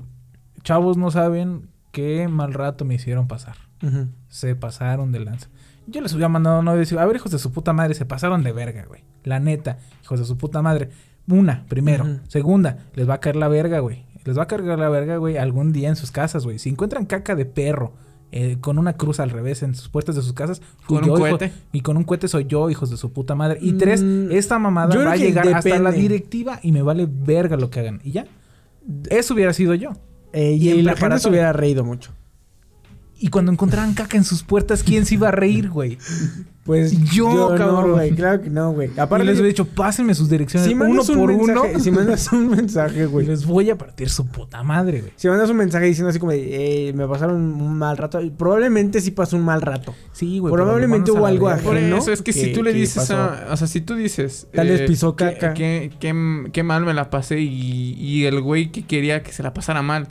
Speaker 7: Chavos no saben qué mal rato me hicieron pasar.
Speaker 2: Ujú.
Speaker 7: Se pasaron de lanza. Yo les hubiera mandado no decir, a ver, hijos de su puta madre, se pasaron de verga, güey. La neta, hijos de su puta madre. Una, primero.
Speaker 2: Ujú.
Speaker 7: Segunda, les va a caer la verga, güey. Les va a cargar la verga, güey, algún día en sus casas, güey. Si encuentran caca de perro eh, con una cruz al revés en sus puertas de sus casas, fui
Speaker 6: Con un
Speaker 7: yo, hijo-
Speaker 6: cohete.
Speaker 7: y con un cohete soy yo, hijos de su puta madre. Y tres,
Speaker 2: Mm,
Speaker 7: esta mamada
Speaker 2: yo creo
Speaker 7: va a
Speaker 2: que
Speaker 7: llegar hasta la
Speaker 2: depende.
Speaker 7: directiva y me vale verga lo que hagan. Y ya. Eso hubiera sido yo.
Speaker 2: Eh,
Speaker 7: y en
Speaker 2: y la gente se
Speaker 7: preparatoria.
Speaker 2: hubiera reído mucho.
Speaker 7: Y cuando encontraran caca en sus puertas, ¿quién se iba a reír, güey?
Speaker 2: Pues
Speaker 7: Yo,
Speaker 2: no,
Speaker 7: cabrón.
Speaker 2: güey, claro que no, güey.
Speaker 7: Aparte,
Speaker 2: Aparte
Speaker 7: les hubiera dicho, pásenme sus direcciones
Speaker 2: si
Speaker 7: uno
Speaker 2: mandas un
Speaker 7: por
Speaker 2: mensaje,
Speaker 7: uno.
Speaker 2: si mandas un mensaje,
Speaker 7: y
Speaker 2: güey.
Speaker 7: les voy a partir su puta madre, güey.
Speaker 2: Si mandas un mensaje diciendo así como, de, eh, me pasaron un mal rato, y probablemente sí pasó un mal rato.
Speaker 7: Sí, güey.
Speaker 2: Probablemente
Speaker 7: pero
Speaker 2: hubo
Speaker 7: lo
Speaker 2: algo
Speaker 7: mandas a la
Speaker 6: Por
Speaker 7: verga.
Speaker 2: ¿no?
Speaker 6: eso es que si
Speaker 2: ¿Qué-
Speaker 6: tú le
Speaker 2: qué
Speaker 6: dices
Speaker 2: pasó?
Speaker 6: a, o sea, si tú dices eh,
Speaker 2: Tal vez pisó
Speaker 6: qué-
Speaker 2: caca.
Speaker 6: Qué, qué- qué mal me la pasé y, y el güey que quería que se la pasara mal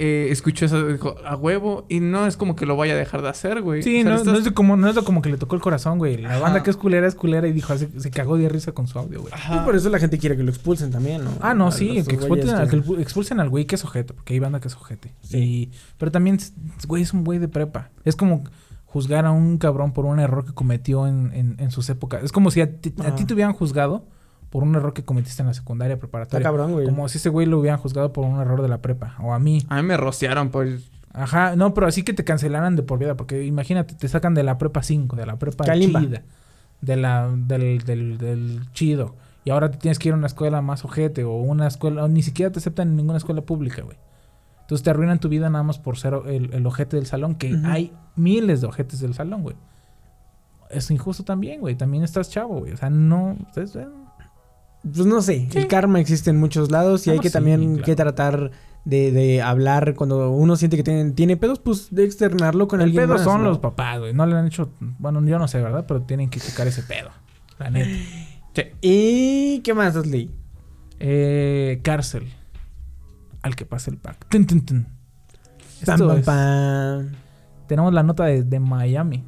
Speaker 6: eh, escuchó eso dijo a huevo y no es como que lo vaya a dejar de hacer, güey.
Speaker 7: Sí,
Speaker 6: O sea, le
Speaker 7: no,
Speaker 6: estás-
Speaker 7: no es de como, no es de como que le tocó el corazón, güey. La
Speaker 6: Ajá.
Speaker 7: banda que es culera es culera y dijo, "Ah, se, se cagó de risa con su audio, güey.
Speaker 2: Y
Speaker 6: Ajá.
Speaker 2: por eso la gente quiere que lo expulsen también, ¿no?
Speaker 7: Ah, no,
Speaker 2: A
Speaker 7: sí,
Speaker 2: los
Speaker 7: que
Speaker 2: güeyes
Speaker 7: expulsen, al,
Speaker 2: que-
Speaker 7: que expu- expulsen al güey que es ojete, porque hay banda que es ojete.
Speaker 2: Sí.
Speaker 7: Y- pero también, es- güey, es un güey de prepa. Es como juzgar a un cabrón por un error que cometió en, en- en sus épocas. Es como si a ti, a ti
Speaker 2: Ah.
Speaker 7: te hubieran juzgado por un error que cometiste en la secundaria
Speaker 2: Está
Speaker 7: preparatoria.
Speaker 2: cabrón, güey.
Speaker 7: Como si ese güey lo hubieran juzgado por un error de la prepa, o a mí.
Speaker 6: A mí me rociaron por
Speaker 7: Ajá, no, pero así que te cancelaran de por vida, porque imagínate, te sacan de la prepa 5, de la prepa
Speaker 2: Kalimba.
Speaker 7: chida, de la, del, del, del chido, y ahora te tienes que ir a una escuela más ojete o una escuela, o ni siquiera te aceptan en ninguna escuela pública, güey. Entonces te arruinan tu vida nada más por ser el, el ojete del salón, que
Speaker 2: Ujú.
Speaker 7: hay miles de ojetes del salón, güey. Es injusto también, güey. También estás chavo, güey. O sea, no. es- eh,
Speaker 2: Pues no sé, el karma existe en muchos lados y
Speaker 7: Ah,
Speaker 2: hay
Speaker 7: no,
Speaker 2: que
Speaker 7: sí,
Speaker 2: también
Speaker 7: claro.
Speaker 2: que tratar de, de hablar cuando uno siente que tiene, tiene pedos, pues de externarlo con
Speaker 7: El
Speaker 2: alguien
Speaker 7: pedo
Speaker 2: más,
Speaker 7: son
Speaker 2: ¿no?
Speaker 7: los papás, güey. No le han hecho. Bueno, yo no sé, ¿verdad? Pero tienen que checar ese pedo. La neta.
Speaker 2: ¿Y qué más, Ashley?
Speaker 7: Eh, cárcel. Al que pase el pack. Tun, tun, tun. Esto
Speaker 2: Pam, pam,
Speaker 7: es-
Speaker 2: pam.
Speaker 7: Tenemos la nota de, de Miami.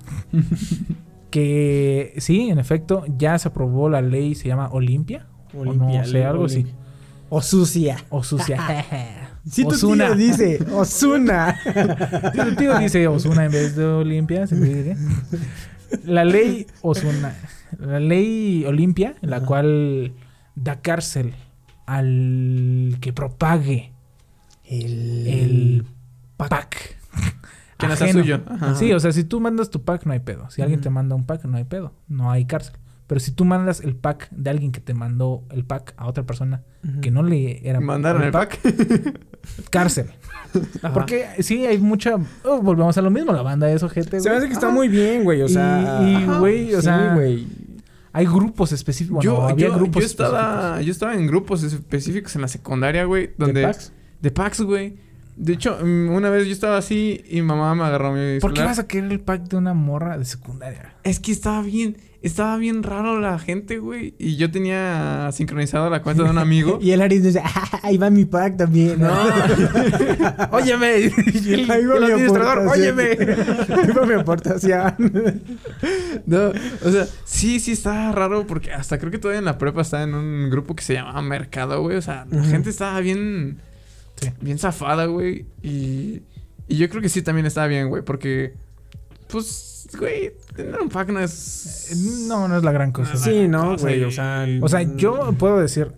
Speaker 7: que sí, en efecto, ya se aprobó la ley, se llama Olimpia. O no
Speaker 2: Olimpia,
Speaker 7: sé, algo así.
Speaker 2: Olimpia. O sucia.
Speaker 7: O sucia.
Speaker 2: Si tu
Speaker 7: Ozuna.
Speaker 2: tío dice Osuna.
Speaker 7: Si tu tío dice Osuna en vez de Olimpia, se dice. ¿eh? La ley Osuna. La ley Olimpia, en la
Speaker 2: Ajá.
Speaker 7: cual da cárcel al que propague
Speaker 2: El,
Speaker 7: el pack.
Speaker 6: que no sea
Speaker 7: Ajeno.
Speaker 6: suyo. Ajá.
Speaker 7: Sí, o sea, si tú mandas tu pack, no hay pedo. Si alguien
Speaker 2: Ujú.
Speaker 7: te manda un pack, no hay pedo. No hay cárcel. Pero si tú mandas el pack de alguien que te mandó el pack a otra persona
Speaker 2: Ujú.
Speaker 7: que no le era
Speaker 6: Mandaron el pack.
Speaker 7: cárcel. Porque sí, hay mucha. oh, volvemos a lo mismo. La banda es ojete.
Speaker 2: Se
Speaker 7: güey.
Speaker 2: me hace que está muy bien, güey. O
Speaker 7: Y-
Speaker 2: sea.
Speaker 7: y, güey, o
Speaker 2: sí,
Speaker 7: sea,
Speaker 2: güey.
Speaker 7: Ah, Hay grupos específicos. Bueno,
Speaker 6: yo,
Speaker 7: había
Speaker 6: yo,
Speaker 7: grupos
Speaker 6: yo estaba, yo estaba en grupos específicos en la secundaria, güey. Donde,
Speaker 7: específicos. ¿De packs?
Speaker 6: De packs, güey. De hecho, mm, una vez yo estaba así y mi mamá me agarró mi
Speaker 7: ¿Por qué
Speaker 6: celular.
Speaker 7: vas a querer el pack de una morra de secundaria?
Speaker 6: Es que estaba bien, estaba bien raro la gente, güey. Y yo tenía sincronizado la cuenta de un amigo.
Speaker 2: Y el Aris dice, "Ah, ahí va mi pack también. ¿no?
Speaker 6: Óyeme. Y el-
Speaker 2: Ahí va
Speaker 6: el
Speaker 2: mi
Speaker 6: administrador,
Speaker 2: aportación.
Speaker 6: óyeme.
Speaker 2: Ahí va mi aportación.
Speaker 6: No, o sea, sí, sí estaba raro porque hasta creo que todavía en la prepa estaba en un grupo que se llamaba Mercado, güey. O sea, la
Speaker 2: Ujú.
Speaker 6: gente estaba bien,
Speaker 7: Sí.
Speaker 6: bien zafada, güey. Y, y yo creo que sí también estaba bien, güey, porque, pues, güey, tener un pack no
Speaker 7: Eh,
Speaker 6: es...
Speaker 7: No, no es la gran cosa.
Speaker 2: Sí, no,
Speaker 6: cosa
Speaker 2: güey.
Speaker 6: y-
Speaker 2: O sea.
Speaker 7: O sea, yo puedo decir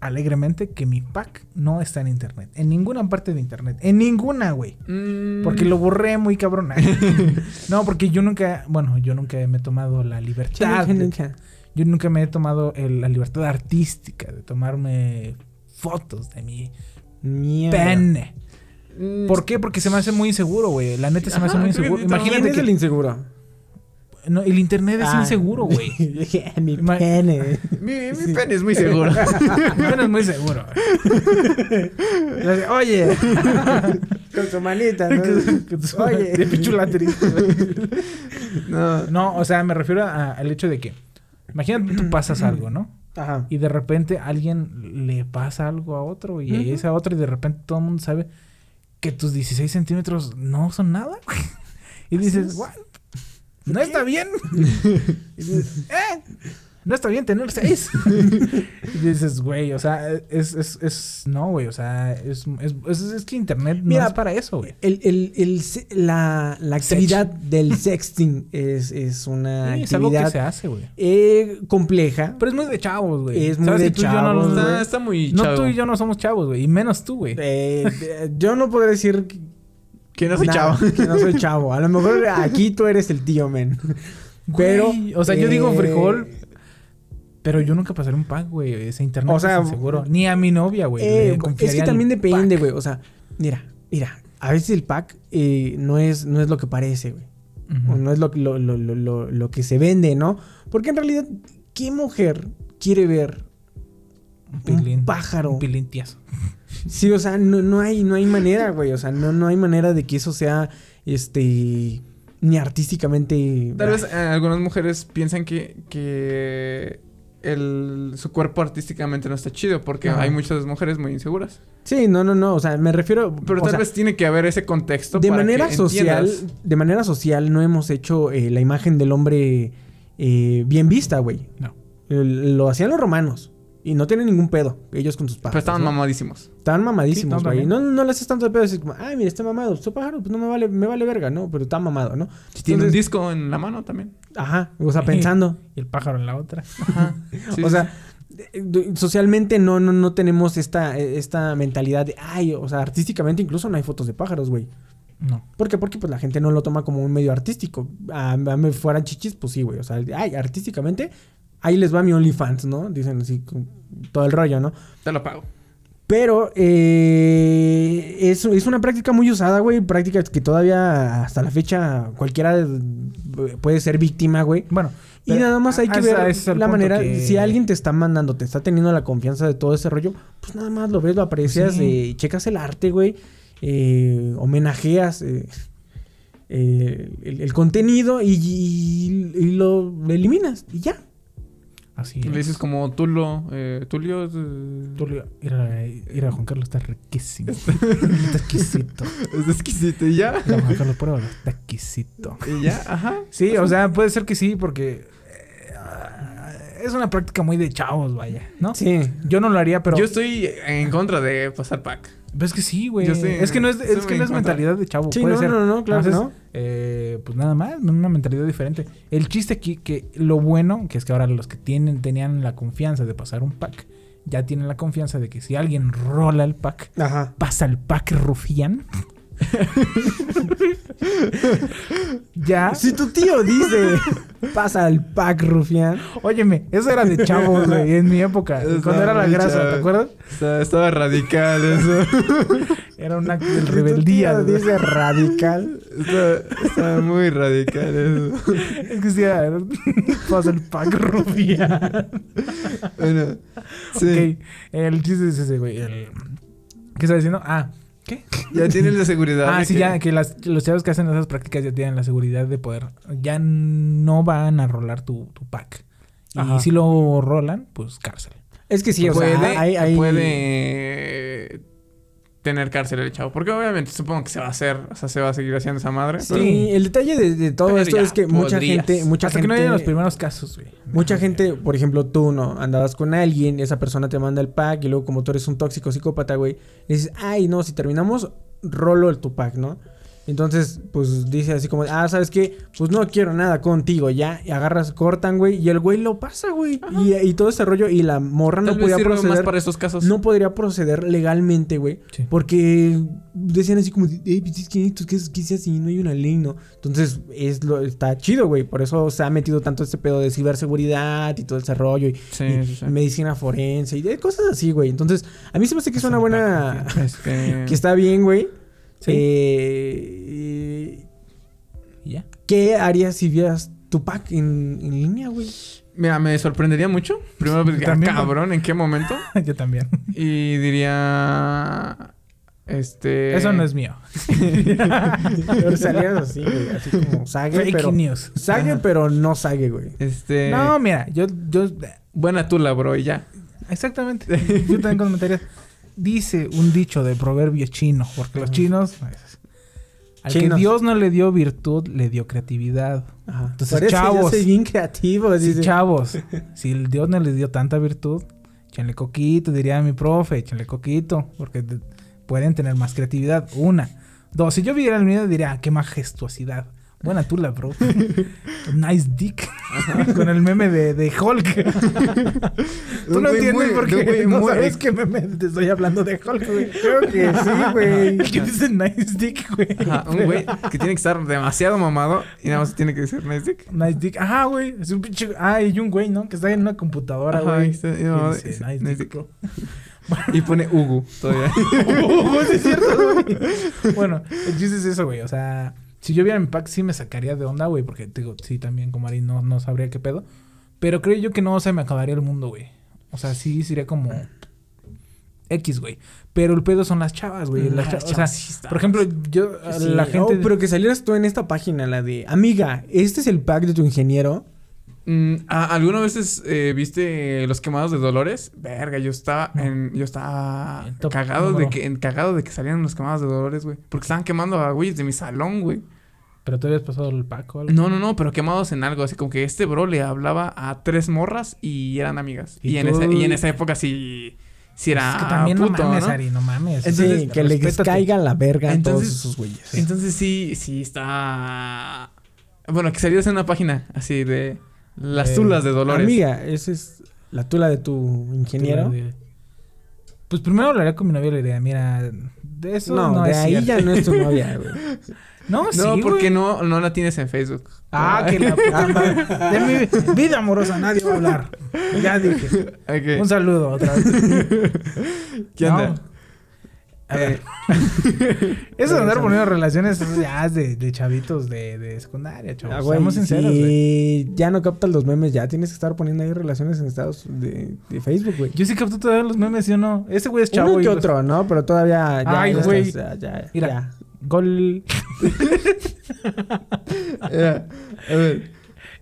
Speaker 7: alegremente que mi pack no está en internet. En ninguna parte de internet. En ninguna, güey.
Speaker 6: Mm,
Speaker 7: Porque lo borré muy cabrón. no, porque yo nunca, bueno, yo nunca me he tomado la libertad. de- yo nunca me he tomado el- la libertad artística de tomarme fotos de mi
Speaker 2: Mierda.
Speaker 7: pene.
Speaker 6: mm,
Speaker 7: ¿Por qué? Porque se me hace muy inseguro, güey. La neta se me hace
Speaker 6: Ajá,
Speaker 7: muy
Speaker 6: creo que
Speaker 7: inseguro.
Speaker 6: sí, también.
Speaker 2: Ah, ¿Quién
Speaker 7: Imagínate
Speaker 2: es
Speaker 7: que
Speaker 2: el inseguro?
Speaker 7: no, el internet es
Speaker 2: Ah.
Speaker 7: inseguro, güey.
Speaker 2: Mi
Speaker 7: Ima-
Speaker 2: pene.
Speaker 6: Mi, mi pene es muy seguro.
Speaker 7: Bueno, es muy seguro.
Speaker 2: Oye. Con su manita. ¿no? Oye.
Speaker 7: De pichulatriz.
Speaker 6: no.
Speaker 7: No, o sea, me refiero a- al hecho de que. Imagínate, tú pasas algo, ¿no?
Speaker 2: Ajá.
Speaker 7: Y de repente alguien le pasa algo a otro y a ese a otro y de repente todo el mundo sabe que tus 16 centímetros no son nada. y dices, "What? No está bien. y dices, ¿eh? No está bien tener 6. y dices, güey, o sea, es, es, es, no, güey, o sea, es, es, es, es que internet
Speaker 2: Mira,
Speaker 7: no es para eso, güey.
Speaker 2: El, el, el se- la, la
Speaker 7: Sech.
Speaker 2: actividad del sexting es, es una
Speaker 7: Sí, es algo que se
Speaker 2: actividad
Speaker 7: hace, güey.
Speaker 2: eh, compleja.
Speaker 7: Pero es muy de chavos, güey.
Speaker 2: Es muy
Speaker 7: Sabes
Speaker 2: de
Speaker 7: que tú y yo no
Speaker 2: chavos,
Speaker 7: lo-
Speaker 2: güey.
Speaker 6: Está, está muy
Speaker 7: No,
Speaker 6: chavo.
Speaker 7: tú y yo no somos chavos, güey. Y menos tú, güey.
Speaker 2: Eh, eh, yo no podría decir que
Speaker 6: Que no soy
Speaker 2: nada,
Speaker 6: chavo.
Speaker 2: que no soy chavo. A lo mejor aquí tú eres el tío, men. Pero,
Speaker 7: Güey, o sea, yo digo
Speaker 2: eh,
Speaker 7: frijol, pero yo nunca pasaré un pack, güey. Ese internet
Speaker 2: O sea,
Speaker 7: es seguro. Ni a mi novia, güey.
Speaker 2: Eh,
Speaker 7: le
Speaker 2: es
Speaker 7: confiaría
Speaker 2: que
Speaker 7: el
Speaker 2: también depende,
Speaker 7: pack.
Speaker 2: güey. O sea, mira, mira, a veces el pack eh, no, es, no es lo que parece, güey. O
Speaker 7: Ujú.
Speaker 2: no es lo, lo- lo- lo- lo- lo que se vende, ¿no? Porque en realidad, ¿qué mujer quiere ver?
Speaker 7: Un pilín.
Speaker 2: un pájaro.
Speaker 7: Un pilín tieso.
Speaker 2: Sí, o sea, no, no hay, no hay manera, güey. O sea, no, no hay manera de que eso sea, este, ni artísticamente... ah,
Speaker 6: Tal vez eh, algunas mujeres piensan que, que el, su cuerpo artísticamente no está chido porque
Speaker 2: Ajá.
Speaker 6: hay muchas mujeres muy inseguras.
Speaker 2: Sí, no, no, no. O sea, me refiero...
Speaker 6: Pero
Speaker 2: o
Speaker 6: tal
Speaker 2: sea,
Speaker 6: vez tiene que haber ese contexto.
Speaker 2: de
Speaker 6: para
Speaker 2: manera
Speaker 6: que
Speaker 2: social
Speaker 6: entiendas.
Speaker 2: de manera social no hemos hecho eh, la imagen del hombre eh, bien vista güey
Speaker 7: No.
Speaker 2: El- lo hacían los romanos y no tienen ningún pedo ellos con sus pájaros
Speaker 6: Pero estaban
Speaker 2: ¿no?
Speaker 6: mamadísimos.
Speaker 2: Estaban
Speaker 7: Sí,
Speaker 2: mamadísimos
Speaker 7: no,
Speaker 2: güey
Speaker 7: también.
Speaker 2: no, no, le haces tanto de pedo así como ay mira está mamado su pájaro pues no me vale me vale verga no pero está mamado no
Speaker 6: Tiene un
Speaker 2: Entonces,
Speaker 6: disco en la mano también.
Speaker 2: ajá o sea pensando
Speaker 7: Y el pájaro en la otra.
Speaker 6: Ajá. Sí,
Speaker 2: o
Speaker 6: sí,
Speaker 2: sea eh, eh, socialmente no no no tenemos esta eh, esta mentalidad de ay o sea artísticamente incluso no hay fotos de pájaros güey
Speaker 7: No.
Speaker 2: ¿Por qué? Porque pues la gente no lo toma como un medio artístico. A, a me fueran chichis, pues sí, güey. O sea, ay, artísticamente, ahí les va mi OnlyFans, ¿no? Dicen así, con todo el rollo, ¿no?
Speaker 6: sí. Te lo pago.
Speaker 2: Pero eh, es, es una práctica muy usada, güey. Práctica que todavía hasta la fecha cualquiera eh, puede ser víctima, güey.
Speaker 7: Bueno.
Speaker 2: Y nada más hay que ver la manera, si alguien
Speaker 7: te...
Speaker 2: te está mandando, te está teniendo la confianza de todo ese rollo, pues nada más lo ves, lo aprecias,
Speaker 7: Sí.
Speaker 2: eh, checas el arte, güey, eh, homenajeas eh, eh, el, el contenido y, y- y lo eliminas y ya.
Speaker 7: Así
Speaker 6: Le
Speaker 7: es.
Speaker 6: dices como Tulo, eh, Tulio. eh,
Speaker 7: Tú le- Mira, mira, Juan Carlos está riquísimo. está exquisito.
Speaker 6: Es exquisito. Y ya.
Speaker 7: Mira, Juan Carlos, pruébalo. Está exquisito.
Speaker 6: Y ya. Ajá.
Speaker 7: Sí, o sea, puede ser que sí, porque eh, ah, es una práctica muy de chavos, vaya, ¿no?
Speaker 2: Sí.
Speaker 7: Yo no lo haría, pero.
Speaker 6: Yo estoy en contra de pasar pack.
Speaker 7: Pero es que sí, güey.
Speaker 6: Yo sí,
Speaker 7: Es que no es,
Speaker 6: sí
Speaker 7: es que
Speaker 6: me
Speaker 7: no es
Speaker 6: encuentro.
Speaker 7: mentalidad de chavo.
Speaker 2: Sí,
Speaker 7: puede
Speaker 2: no,
Speaker 7: ser.
Speaker 2: no, no, claro que
Speaker 7: Entonces, eh, pues nada más, una mentalidad diferente. El chiste aquí, que lo bueno, que es que ahora los que tienen, tenían la confianza de pasar un pack, ya tienen la confianza de que si alguien rola el pack,
Speaker 2: Ajá.
Speaker 7: pasa el pack rufián. ya.
Speaker 2: Si tu tío dice, pasa al pack, rufián.
Speaker 7: Óyeme, eso era de chavos, güey, en mi época.
Speaker 6: Eso
Speaker 7: cuando era la
Speaker 6: muy
Speaker 7: grasa,
Speaker 6: chavo.
Speaker 7: ¿te acuerdas?
Speaker 6: Está- estaba radical eso.
Speaker 7: Era un acto de rebeldía.
Speaker 2: Si tu tío
Speaker 7: güey.
Speaker 2: dice radical.
Speaker 6: Estaba, estaba muy radical eso.
Speaker 7: Es que sí, era- pasa el pack rufián.
Speaker 6: Bueno. Sí.
Speaker 7: Ok, el chiste es ese, güey. el- ¿Qué estaba diciendo? Ah, ¿qué?
Speaker 6: Ya tienes la seguridad.
Speaker 7: Ah,
Speaker 6: de
Speaker 7: sí,
Speaker 6: que-
Speaker 7: ya, que las, los chavos que hacen esas prácticas ya tienen la seguridad de poder. Ya no van a rolar tu, tu pack. Y
Speaker 2: Ajá.
Speaker 7: si lo rolan, pues cárcel.
Speaker 2: Es que sí, o
Speaker 6: puede,
Speaker 2: sea, ah, hay, hay-
Speaker 6: puede eh, tener cárcel el chavo. Porque obviamente supongo que se va a hacer, o sea, se va a seguir haciendo esa madre.
Speaker 2: Sí, el detalle de, de todo
Speaker 6: Pero
Speaker 2: esto
Speaker 6: ya
Speaker 2: es que mucha
Speaker 6: podrías.
Speaker 2: gente, mucha
Speaker 7: Hasta
Speaker 2: gente
Speaker 7: que no lleguen los primeros casos, güey.
Speaker 2: Mucha gente, por ejemplo, tú no andabas con alguien, esa persona te manda el pack y luego como tú eres un tóxico psicópata, güey, le dices, ay, no, si terminamos, rolo el tu pack, ¿no? Entonces, pues dice así como, ah, ¿sabes qué? Pues no quiero nada contigo, ya. Y agarras, cortan, güey, y el güey lo pasa, güey. Y, y todo ese rollo, y la morra
Speaker 6: Tal
Speaker 2: no
Speaker 6: vez
Speaker 2: podía
Speaker 6: sirve más
Speaker 2: proceder.
Speaker 6: para estos casos.
Speaker 2: No podría proceder legalmente, güey.
Speaker 7: Sí.
Speaker 2: Porque decían así como, "Ey, pues, es que esto, que es que es así, no hay una ley, ¿no? Entonces, es lo, está chido, güey. Por eso se ha metido tanto este pedo de ciberseguridad y todo ese rollo. Y,
Speaker 6: Sí,
Speaker 2: y
Speaker 6: sí, sí.
Speaker 2: medicina forense y de cosas así, güey. Entonces, a mí se me hace que es una buena...
Speaker 6: Este,
Speaker 2: que está bien, güey.
Speaker 7: Sí.
Speaker 2: Eh,
Speaker 7: Y ya.
Speaker 2: ¿Qué harías si vieras Tupac en, en línea, güey?
Speaker 6: Mira, me sorprendería mucho. Primero, pues, ah,
Speaker 7: También, ¿no?
Speaker 6: cabrón, ¿en qué momento?
Speaker 7: Yo también.
Speaker 6: Y diría. Este.
Speaker 7: Eso no es mío.
Speaker 2: Pero salías así, güey, así como sague,
Speaker 7: Fake
Speaker 2: pero...
Speaker 7: news.
Speaker 2: Sague, pero no sague, güey.
Speaker 6: Este.
Speaker 7: No, mira, yo, yo
Speaker 6: Buena tula, bro, y ya.
Speaker 7: Exactamente. Yo también comentaría. Dice un dicho de proverbio chino, porque los chinos. pues, Al que
Speaker 2: Chinos.
Speaker 7: Dios no le dio virtud, le dio creatividad.
Speaker 2: Ajá.
Speaker 7: Entonces,
Speaker 2: Por eso
Speaker 7: chavos.
Speaker 2: yo soy bien creativo.
Speaker 7: Así,
Speaker 2: dice.
Speaker 7: chavos, si el Dios no les dio tanta virtud, échenle coquito, diría mi profe, échenle coquito, porque te- pueden tener más creatividad. Una. Dos, si yo viera el miedo, diría, "Ah, qué majestuosidad. Buena tula, bro. nice dick. Con el meme de, de Hulk. Tú no entiendes por qué no sabes que meme te estoy hablando de Hulk, güey. Creo que sí, güey. El que dice nice dick, güey.
Speaker 6: Ajá, un güey que tiene que estar demasiado mamado y nada más tiene que decir Nasdaq.
Speaker 7: Nice dick. Ajá, güey. Es un pinche. Ah, y un güey, ¿no? Que está en una computadora,
Speaker 6: Ajá,
Speaker 7: güey.
Speaker 6: ahí está, y
Speaker 7: Que
Speaker 6: no,
Speaker 7: dice,
Speaker 6: es-
Speaker 7: nice,
Speaker 6: nice
Speaker 7: dick,
Speaker 6: dick.
Speaker 7: bro.
Speaker 6: Y pone Hugo todavía.
Speaker 7: Oh, sí es cierto, güey. Bueno, el chiste es eso, güey. O sea, si yo viera mi pack, sí me sacaría de onda, güey. Porque, te digo, sí, también como Ari no, no sabría qué pedo. Pero creo yo que no se me acabaría el mundo, güey. O sea, sí sería como. X, güey. Pero el pedo son las chavas, güey. Las chavas, o sea, por ejemplo, yo. a
Speaker 2: Sí,
Speaker 7: la gente.
Speaker 2: oh, pero que salieras tú en esta página, la de... Amiga, este es el pack de tu ingeniero.
Speaker 6: Mm, ¿a- ¿Alguna veces eh, viste los quemados de Dolores? Verga, yo estaba en, yo estaba
Speaker 7: En top
Speaker 6: cagado de
Speaker 7: número.
Speaker 6: que en- cagado de que salieron los quemados de Dolores, güey, porque estaban quemando a güeyes de mi salón, güey.
Speaker 7: Pero tú habías pasado el pack o algo.
Speaker 6: No, no, no, pero quemados en algo, así como que este bro le hablaba a tres morras y eran amigas.
Speaker 7: Y
Speaker 6: Y, en
Speaker 7: tú- Pues
Speaker 6: esa, y en esa época sí sí era
Speaker 7: es que también
Speaker 6: puto,
Speaker 7: no mames,
Speaker 6: ¿no?
Speaker 7: Ari, no mames.
Speaker 6: Entonces,
Speaker 2: Sí, que les
Speaker 7: respétate.
Speaker 2: caiga la verga a todos
Speaker 6: Entonces-
Speaker 2: esos güeyes.
Speaker 6: Entonces sí, sí está. Bueno, que salías en una página así de las
Speaker 7: Eh,
Speaker 6: tulas de Dolores.
Speaker 2: Amiga, esa es la tula de tu ingeniero.
Speaker 7: Pues primero hablaría con mi novia y le diría, mira, de eso no,
Speaker 2: no, de
Speaker 7: es
Speaker 2: ahí
Speaker 7: cierto.
Speaker 2: ya no es tu novia, güey.
Speaker 7: No, sí,
Speaker 6: No,
Speaker 7: güey.
Speaker 6: porque no, no la tienes en Facebook.
Speaker 7: Ah, que la puta madre. De mi vida amorosa nadie va a hablar. Ya dije.
Speaker 6: Ok.
Speaker 7: Un saludo otra vez.
Speaker 6: ¿Qué
Speaker 7: No.
Speaker 6: onda?
Speaker 7: A ver.
Speaker 2: Eh.
Speaker 7: Eso de andar poniendo relaciones eso ya es de, de chavitos de, de secundaria, chavos.
Speaker 2: Ah, güey,
Speaker 7: Seamos sinceros,
Speaker 2: si
Speaker 7: güey.
Speaker 2: ya no captas los memes, ya tienes que estar poniendo ahí relaciones en estados de, de Facebook, güey.
Speaker 7: Yo sí capto todavía los memes, ¿sí o no? Ese güey es chavo.
Speaker 2: Uno
Speaker 7: y
Speaker 2: que
Speaker 7: los-
Speaker 2: otro, ¿no? Pero todavía ya,
Speaker 7: Ay,
Speaker 2: ya
Speaker 7: güey.
Speaker 2: estás, ya, ya,
Speaker 7: Mira.
Speaker 2: ya.
Speaker 7: Gol.
Speaker 6: A ver.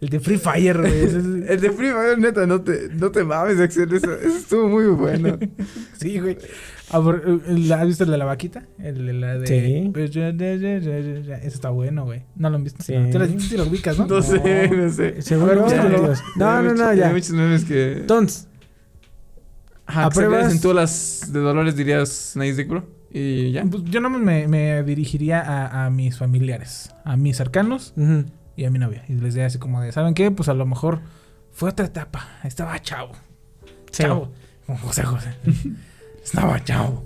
Speaker 7: El de Free Fire, güey. Ese es-
Speaker 6: El de Free Fire, neta, no te, no te mames, Axel. Eso, eso estuvo muy bueno.
Speaker 7: Sí, güey. Ah, por- ¿la- ¿Has visto el de la vaquita? El de la de.
Speaker 2: Sí.
Speaker 7: Pues, ya, ya, ya, ya, ya, ya. Ese está bueno, güey. No lo han visto.
Speaker 2: Sí.
Speaker 7: No, Tú lo, sí lo ubicas, ¿no?
Speaker 6: No sé, no sé.
Speaker 2: Seguro
Speaker 6: A ver,
Speaker 2: no,
Speaker 6: búscalo.
Speaker 2: Dios. No,
Speaker 6: Hay
Speaker 2: no,
Speaker 6: muchos-
Speaker 2: no, ya.
Speaker 6: Hay muchos memes que.
Speaker 2: Entonces,
Speaker 6: Ajá, que salías
Speaker 2: ¿apruebas?
Speaker 6: en todas las de Dolores dirías Nice Dick, bro. Y ya.
Speaker 7: Pues, yo no me, me dirigiría a, a mis familiares, a mis cercanos
Speaker 2: ujú,
Speaker 7: y a mi novia. Y les diría así como de, ¿saben qué? Pues a lo mejor fue otra etapa. Estaba chavo.
Speaker 2: sí.
Speaker 7: Chavo. Como José José. Estaba chavo.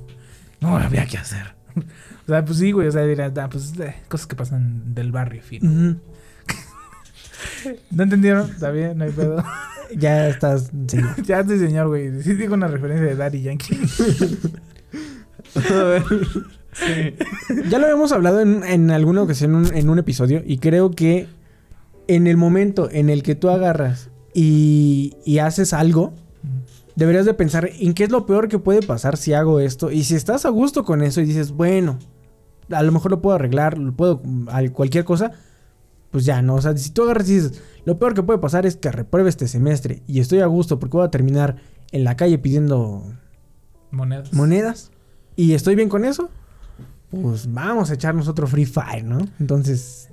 Speaker 7: No había que hacer. O sea, pues sí, güey. O sea, diría, "Ah, pues eh, cosas que pasan del barrio, fin.
Speaker 2: Ujú.
Speaker 7: ¿No entendieron? Está bien, no hay pedo.
Speaker 2: Ya estás. sí.
Speaker 7: ya te señor, güey. Sí digo una referencia de Daddy Yankee.
Speaker 6: A ver.
Speaker 2: Ya lo habíamos hablado en, en alguna ocasión un- en un episodio y creo que en el momento en el que tú agarras y, y haces algo, deberías de pensar en qué es lo peor que puede pasar si hago esto. Y si estás a gusto con eso y dices, bueno, a lo mejor lo puedo arreglar, lo puedo, al- cualquier cosa, pues ya no. O sea, si tú agarras y dices, lo peor que puede pasar es que repruebe este semestre y estoy a gusto porque voy a terminar en la calle pidiendo
Speaker 7: Monedas.
Speaker 2: monedas y estoy bien con eso, pues vamos a echarnos otro Free Fire, ¿no? Entonces,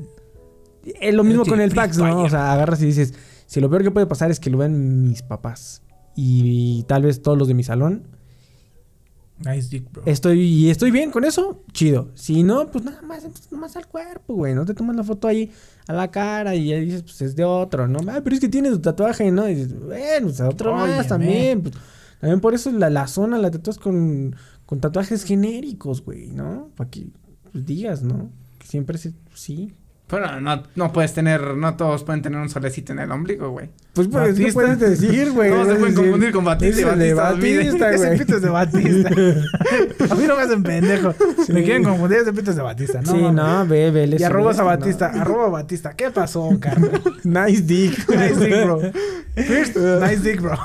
Speaker 2: es lo mismo
Speaker 7: Oye,
Speaker 2: con el
Speaker 7: Free
Speaker 2: Pax, ¿no?
Speaker 7: Fire.
Speaker 2: O sea, agarras y dices, si lo peor que puede pasar es que lo vean mis papás y tal vez todos los de mi salón,
Speaker 7: Nice dick, bro.
Speaker 2: estoy y estoy bien con eso, chido. Si no, pues nada más, pues, nada más al cuerpo, güey, no te tomas la foto ahí a la cara y ya dices, pues es de otro, ¿no? Ah, pero es que tiene tu tatuaje, ¿no? Y dices, bueno, pues otro
Speaker 7: Óyeme.
Speaker 2: más también. pues, también por eso la, la zona la tatúas con, con tatuajes genéricos, güey, ¿no? Para que pues, digas, ¿no? Que siempre se, sí.
Speaker 6: Pero no, no puedes tener, no todos pueden tener un solecito en el ombligo, güey.
Speaker 2: Pues por eso
Speaker 7: Batista.
Speaker 2: puedes decir, güey.
Speaker 6: No, se pueden
Speaker 2: Sí.
Speaker 6: confundir con Batista,
Speaker 2: Es el de
Speaker 6: Batista,
Speaker 2: Batista,
Speaker 7: Ese
Speaker 2: güey.
Speaker 7: pito es de Batista. A mí no me hacen pendejo. Me quieren confundir, ese pito es de Batista, ¿no?
Speaker 2: sí,
Speaker 7: mames.
Speaker 2: no, ve, ve. le
Speaker 7: Y arrobas a
Speaker 2: subiste,
Speaker 7: Batista, arroba Batista. ¿Qué pasó, carnal?
Speaker 2: no. Nice dick.
Speaker 7: Nice dick, bro. First, nice dick, bro.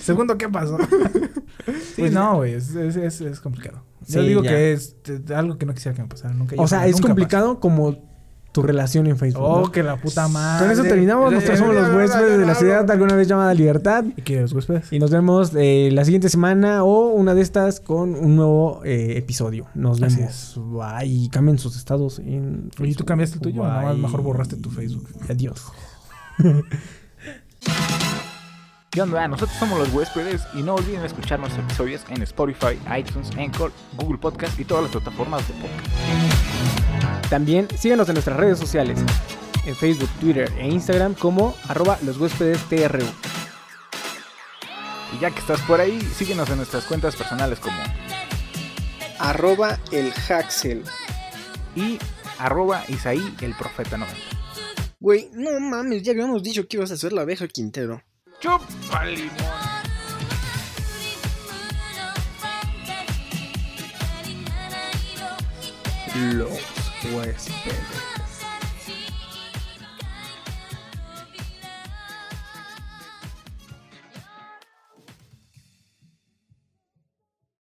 Speaker 7: Segundo, ¿qué pasó? Sí, no, güey, es, es, es, es complicado. Yo
Speaker 2: Pues Sí,
Speaker 7: digo
Speaker 2: ya.
Speaker 7: que es eh, algo que no quisiera que me pasara nunca.
Speaker 2: O sea,
Speaker 7: Nunca
Speaker 2: es
Speaker 7: pasó.
Speaker 2: complicado como tu relación en Facebook. ¿no?
Speaker 7: Oh, que la puta madre.
Speaker 2: Con eso terminamos. Nosotros somos los huéspedes de la ciudad de alguna vez llamada Libertad.
Speaker 7: ¿Y qué, los huéspedes?
Speaker 2: Y nos vemos eh, la siguiente semana o una de estas con un nuevo eh, episodio. Nos
Speaker 7: Así
Speaker 2: vemos. Bye. Cambien sus estados. En
Speaker 7: Oye, ¿tú cambiaste el tuyo? Nada más
Speaker 2: Bye.
Speaker 7: mejor borraste tu Facebook.
Speaker 2: Adiós.
Speaker 1: ¿Qué onda? Nosotros somos los huéspedes y no olviden escuchar nuestros episodios en Spotify, iTunes, Anchor, Google Podcast y todas las plataformas de podcast.
Speaker 2: También síganos en nuestras redes sociales. En Facebook, Twitter e Instagram como arroba los huéspedes TRU.
Speaker 1: Y ya que estás por ahí, síguenos en nuestras cuentas personales como
Speaker 3: Arroba el Haxel.
Speaker 1: y arroba Isaí el Profeta 90.
Speaker 3: Güey, no mames, ya habíamos dicho que ibas a hacer la abeja Quintero.
Speaker 1: ¡Chupa limón!
Speaker 2: Los huéspedes.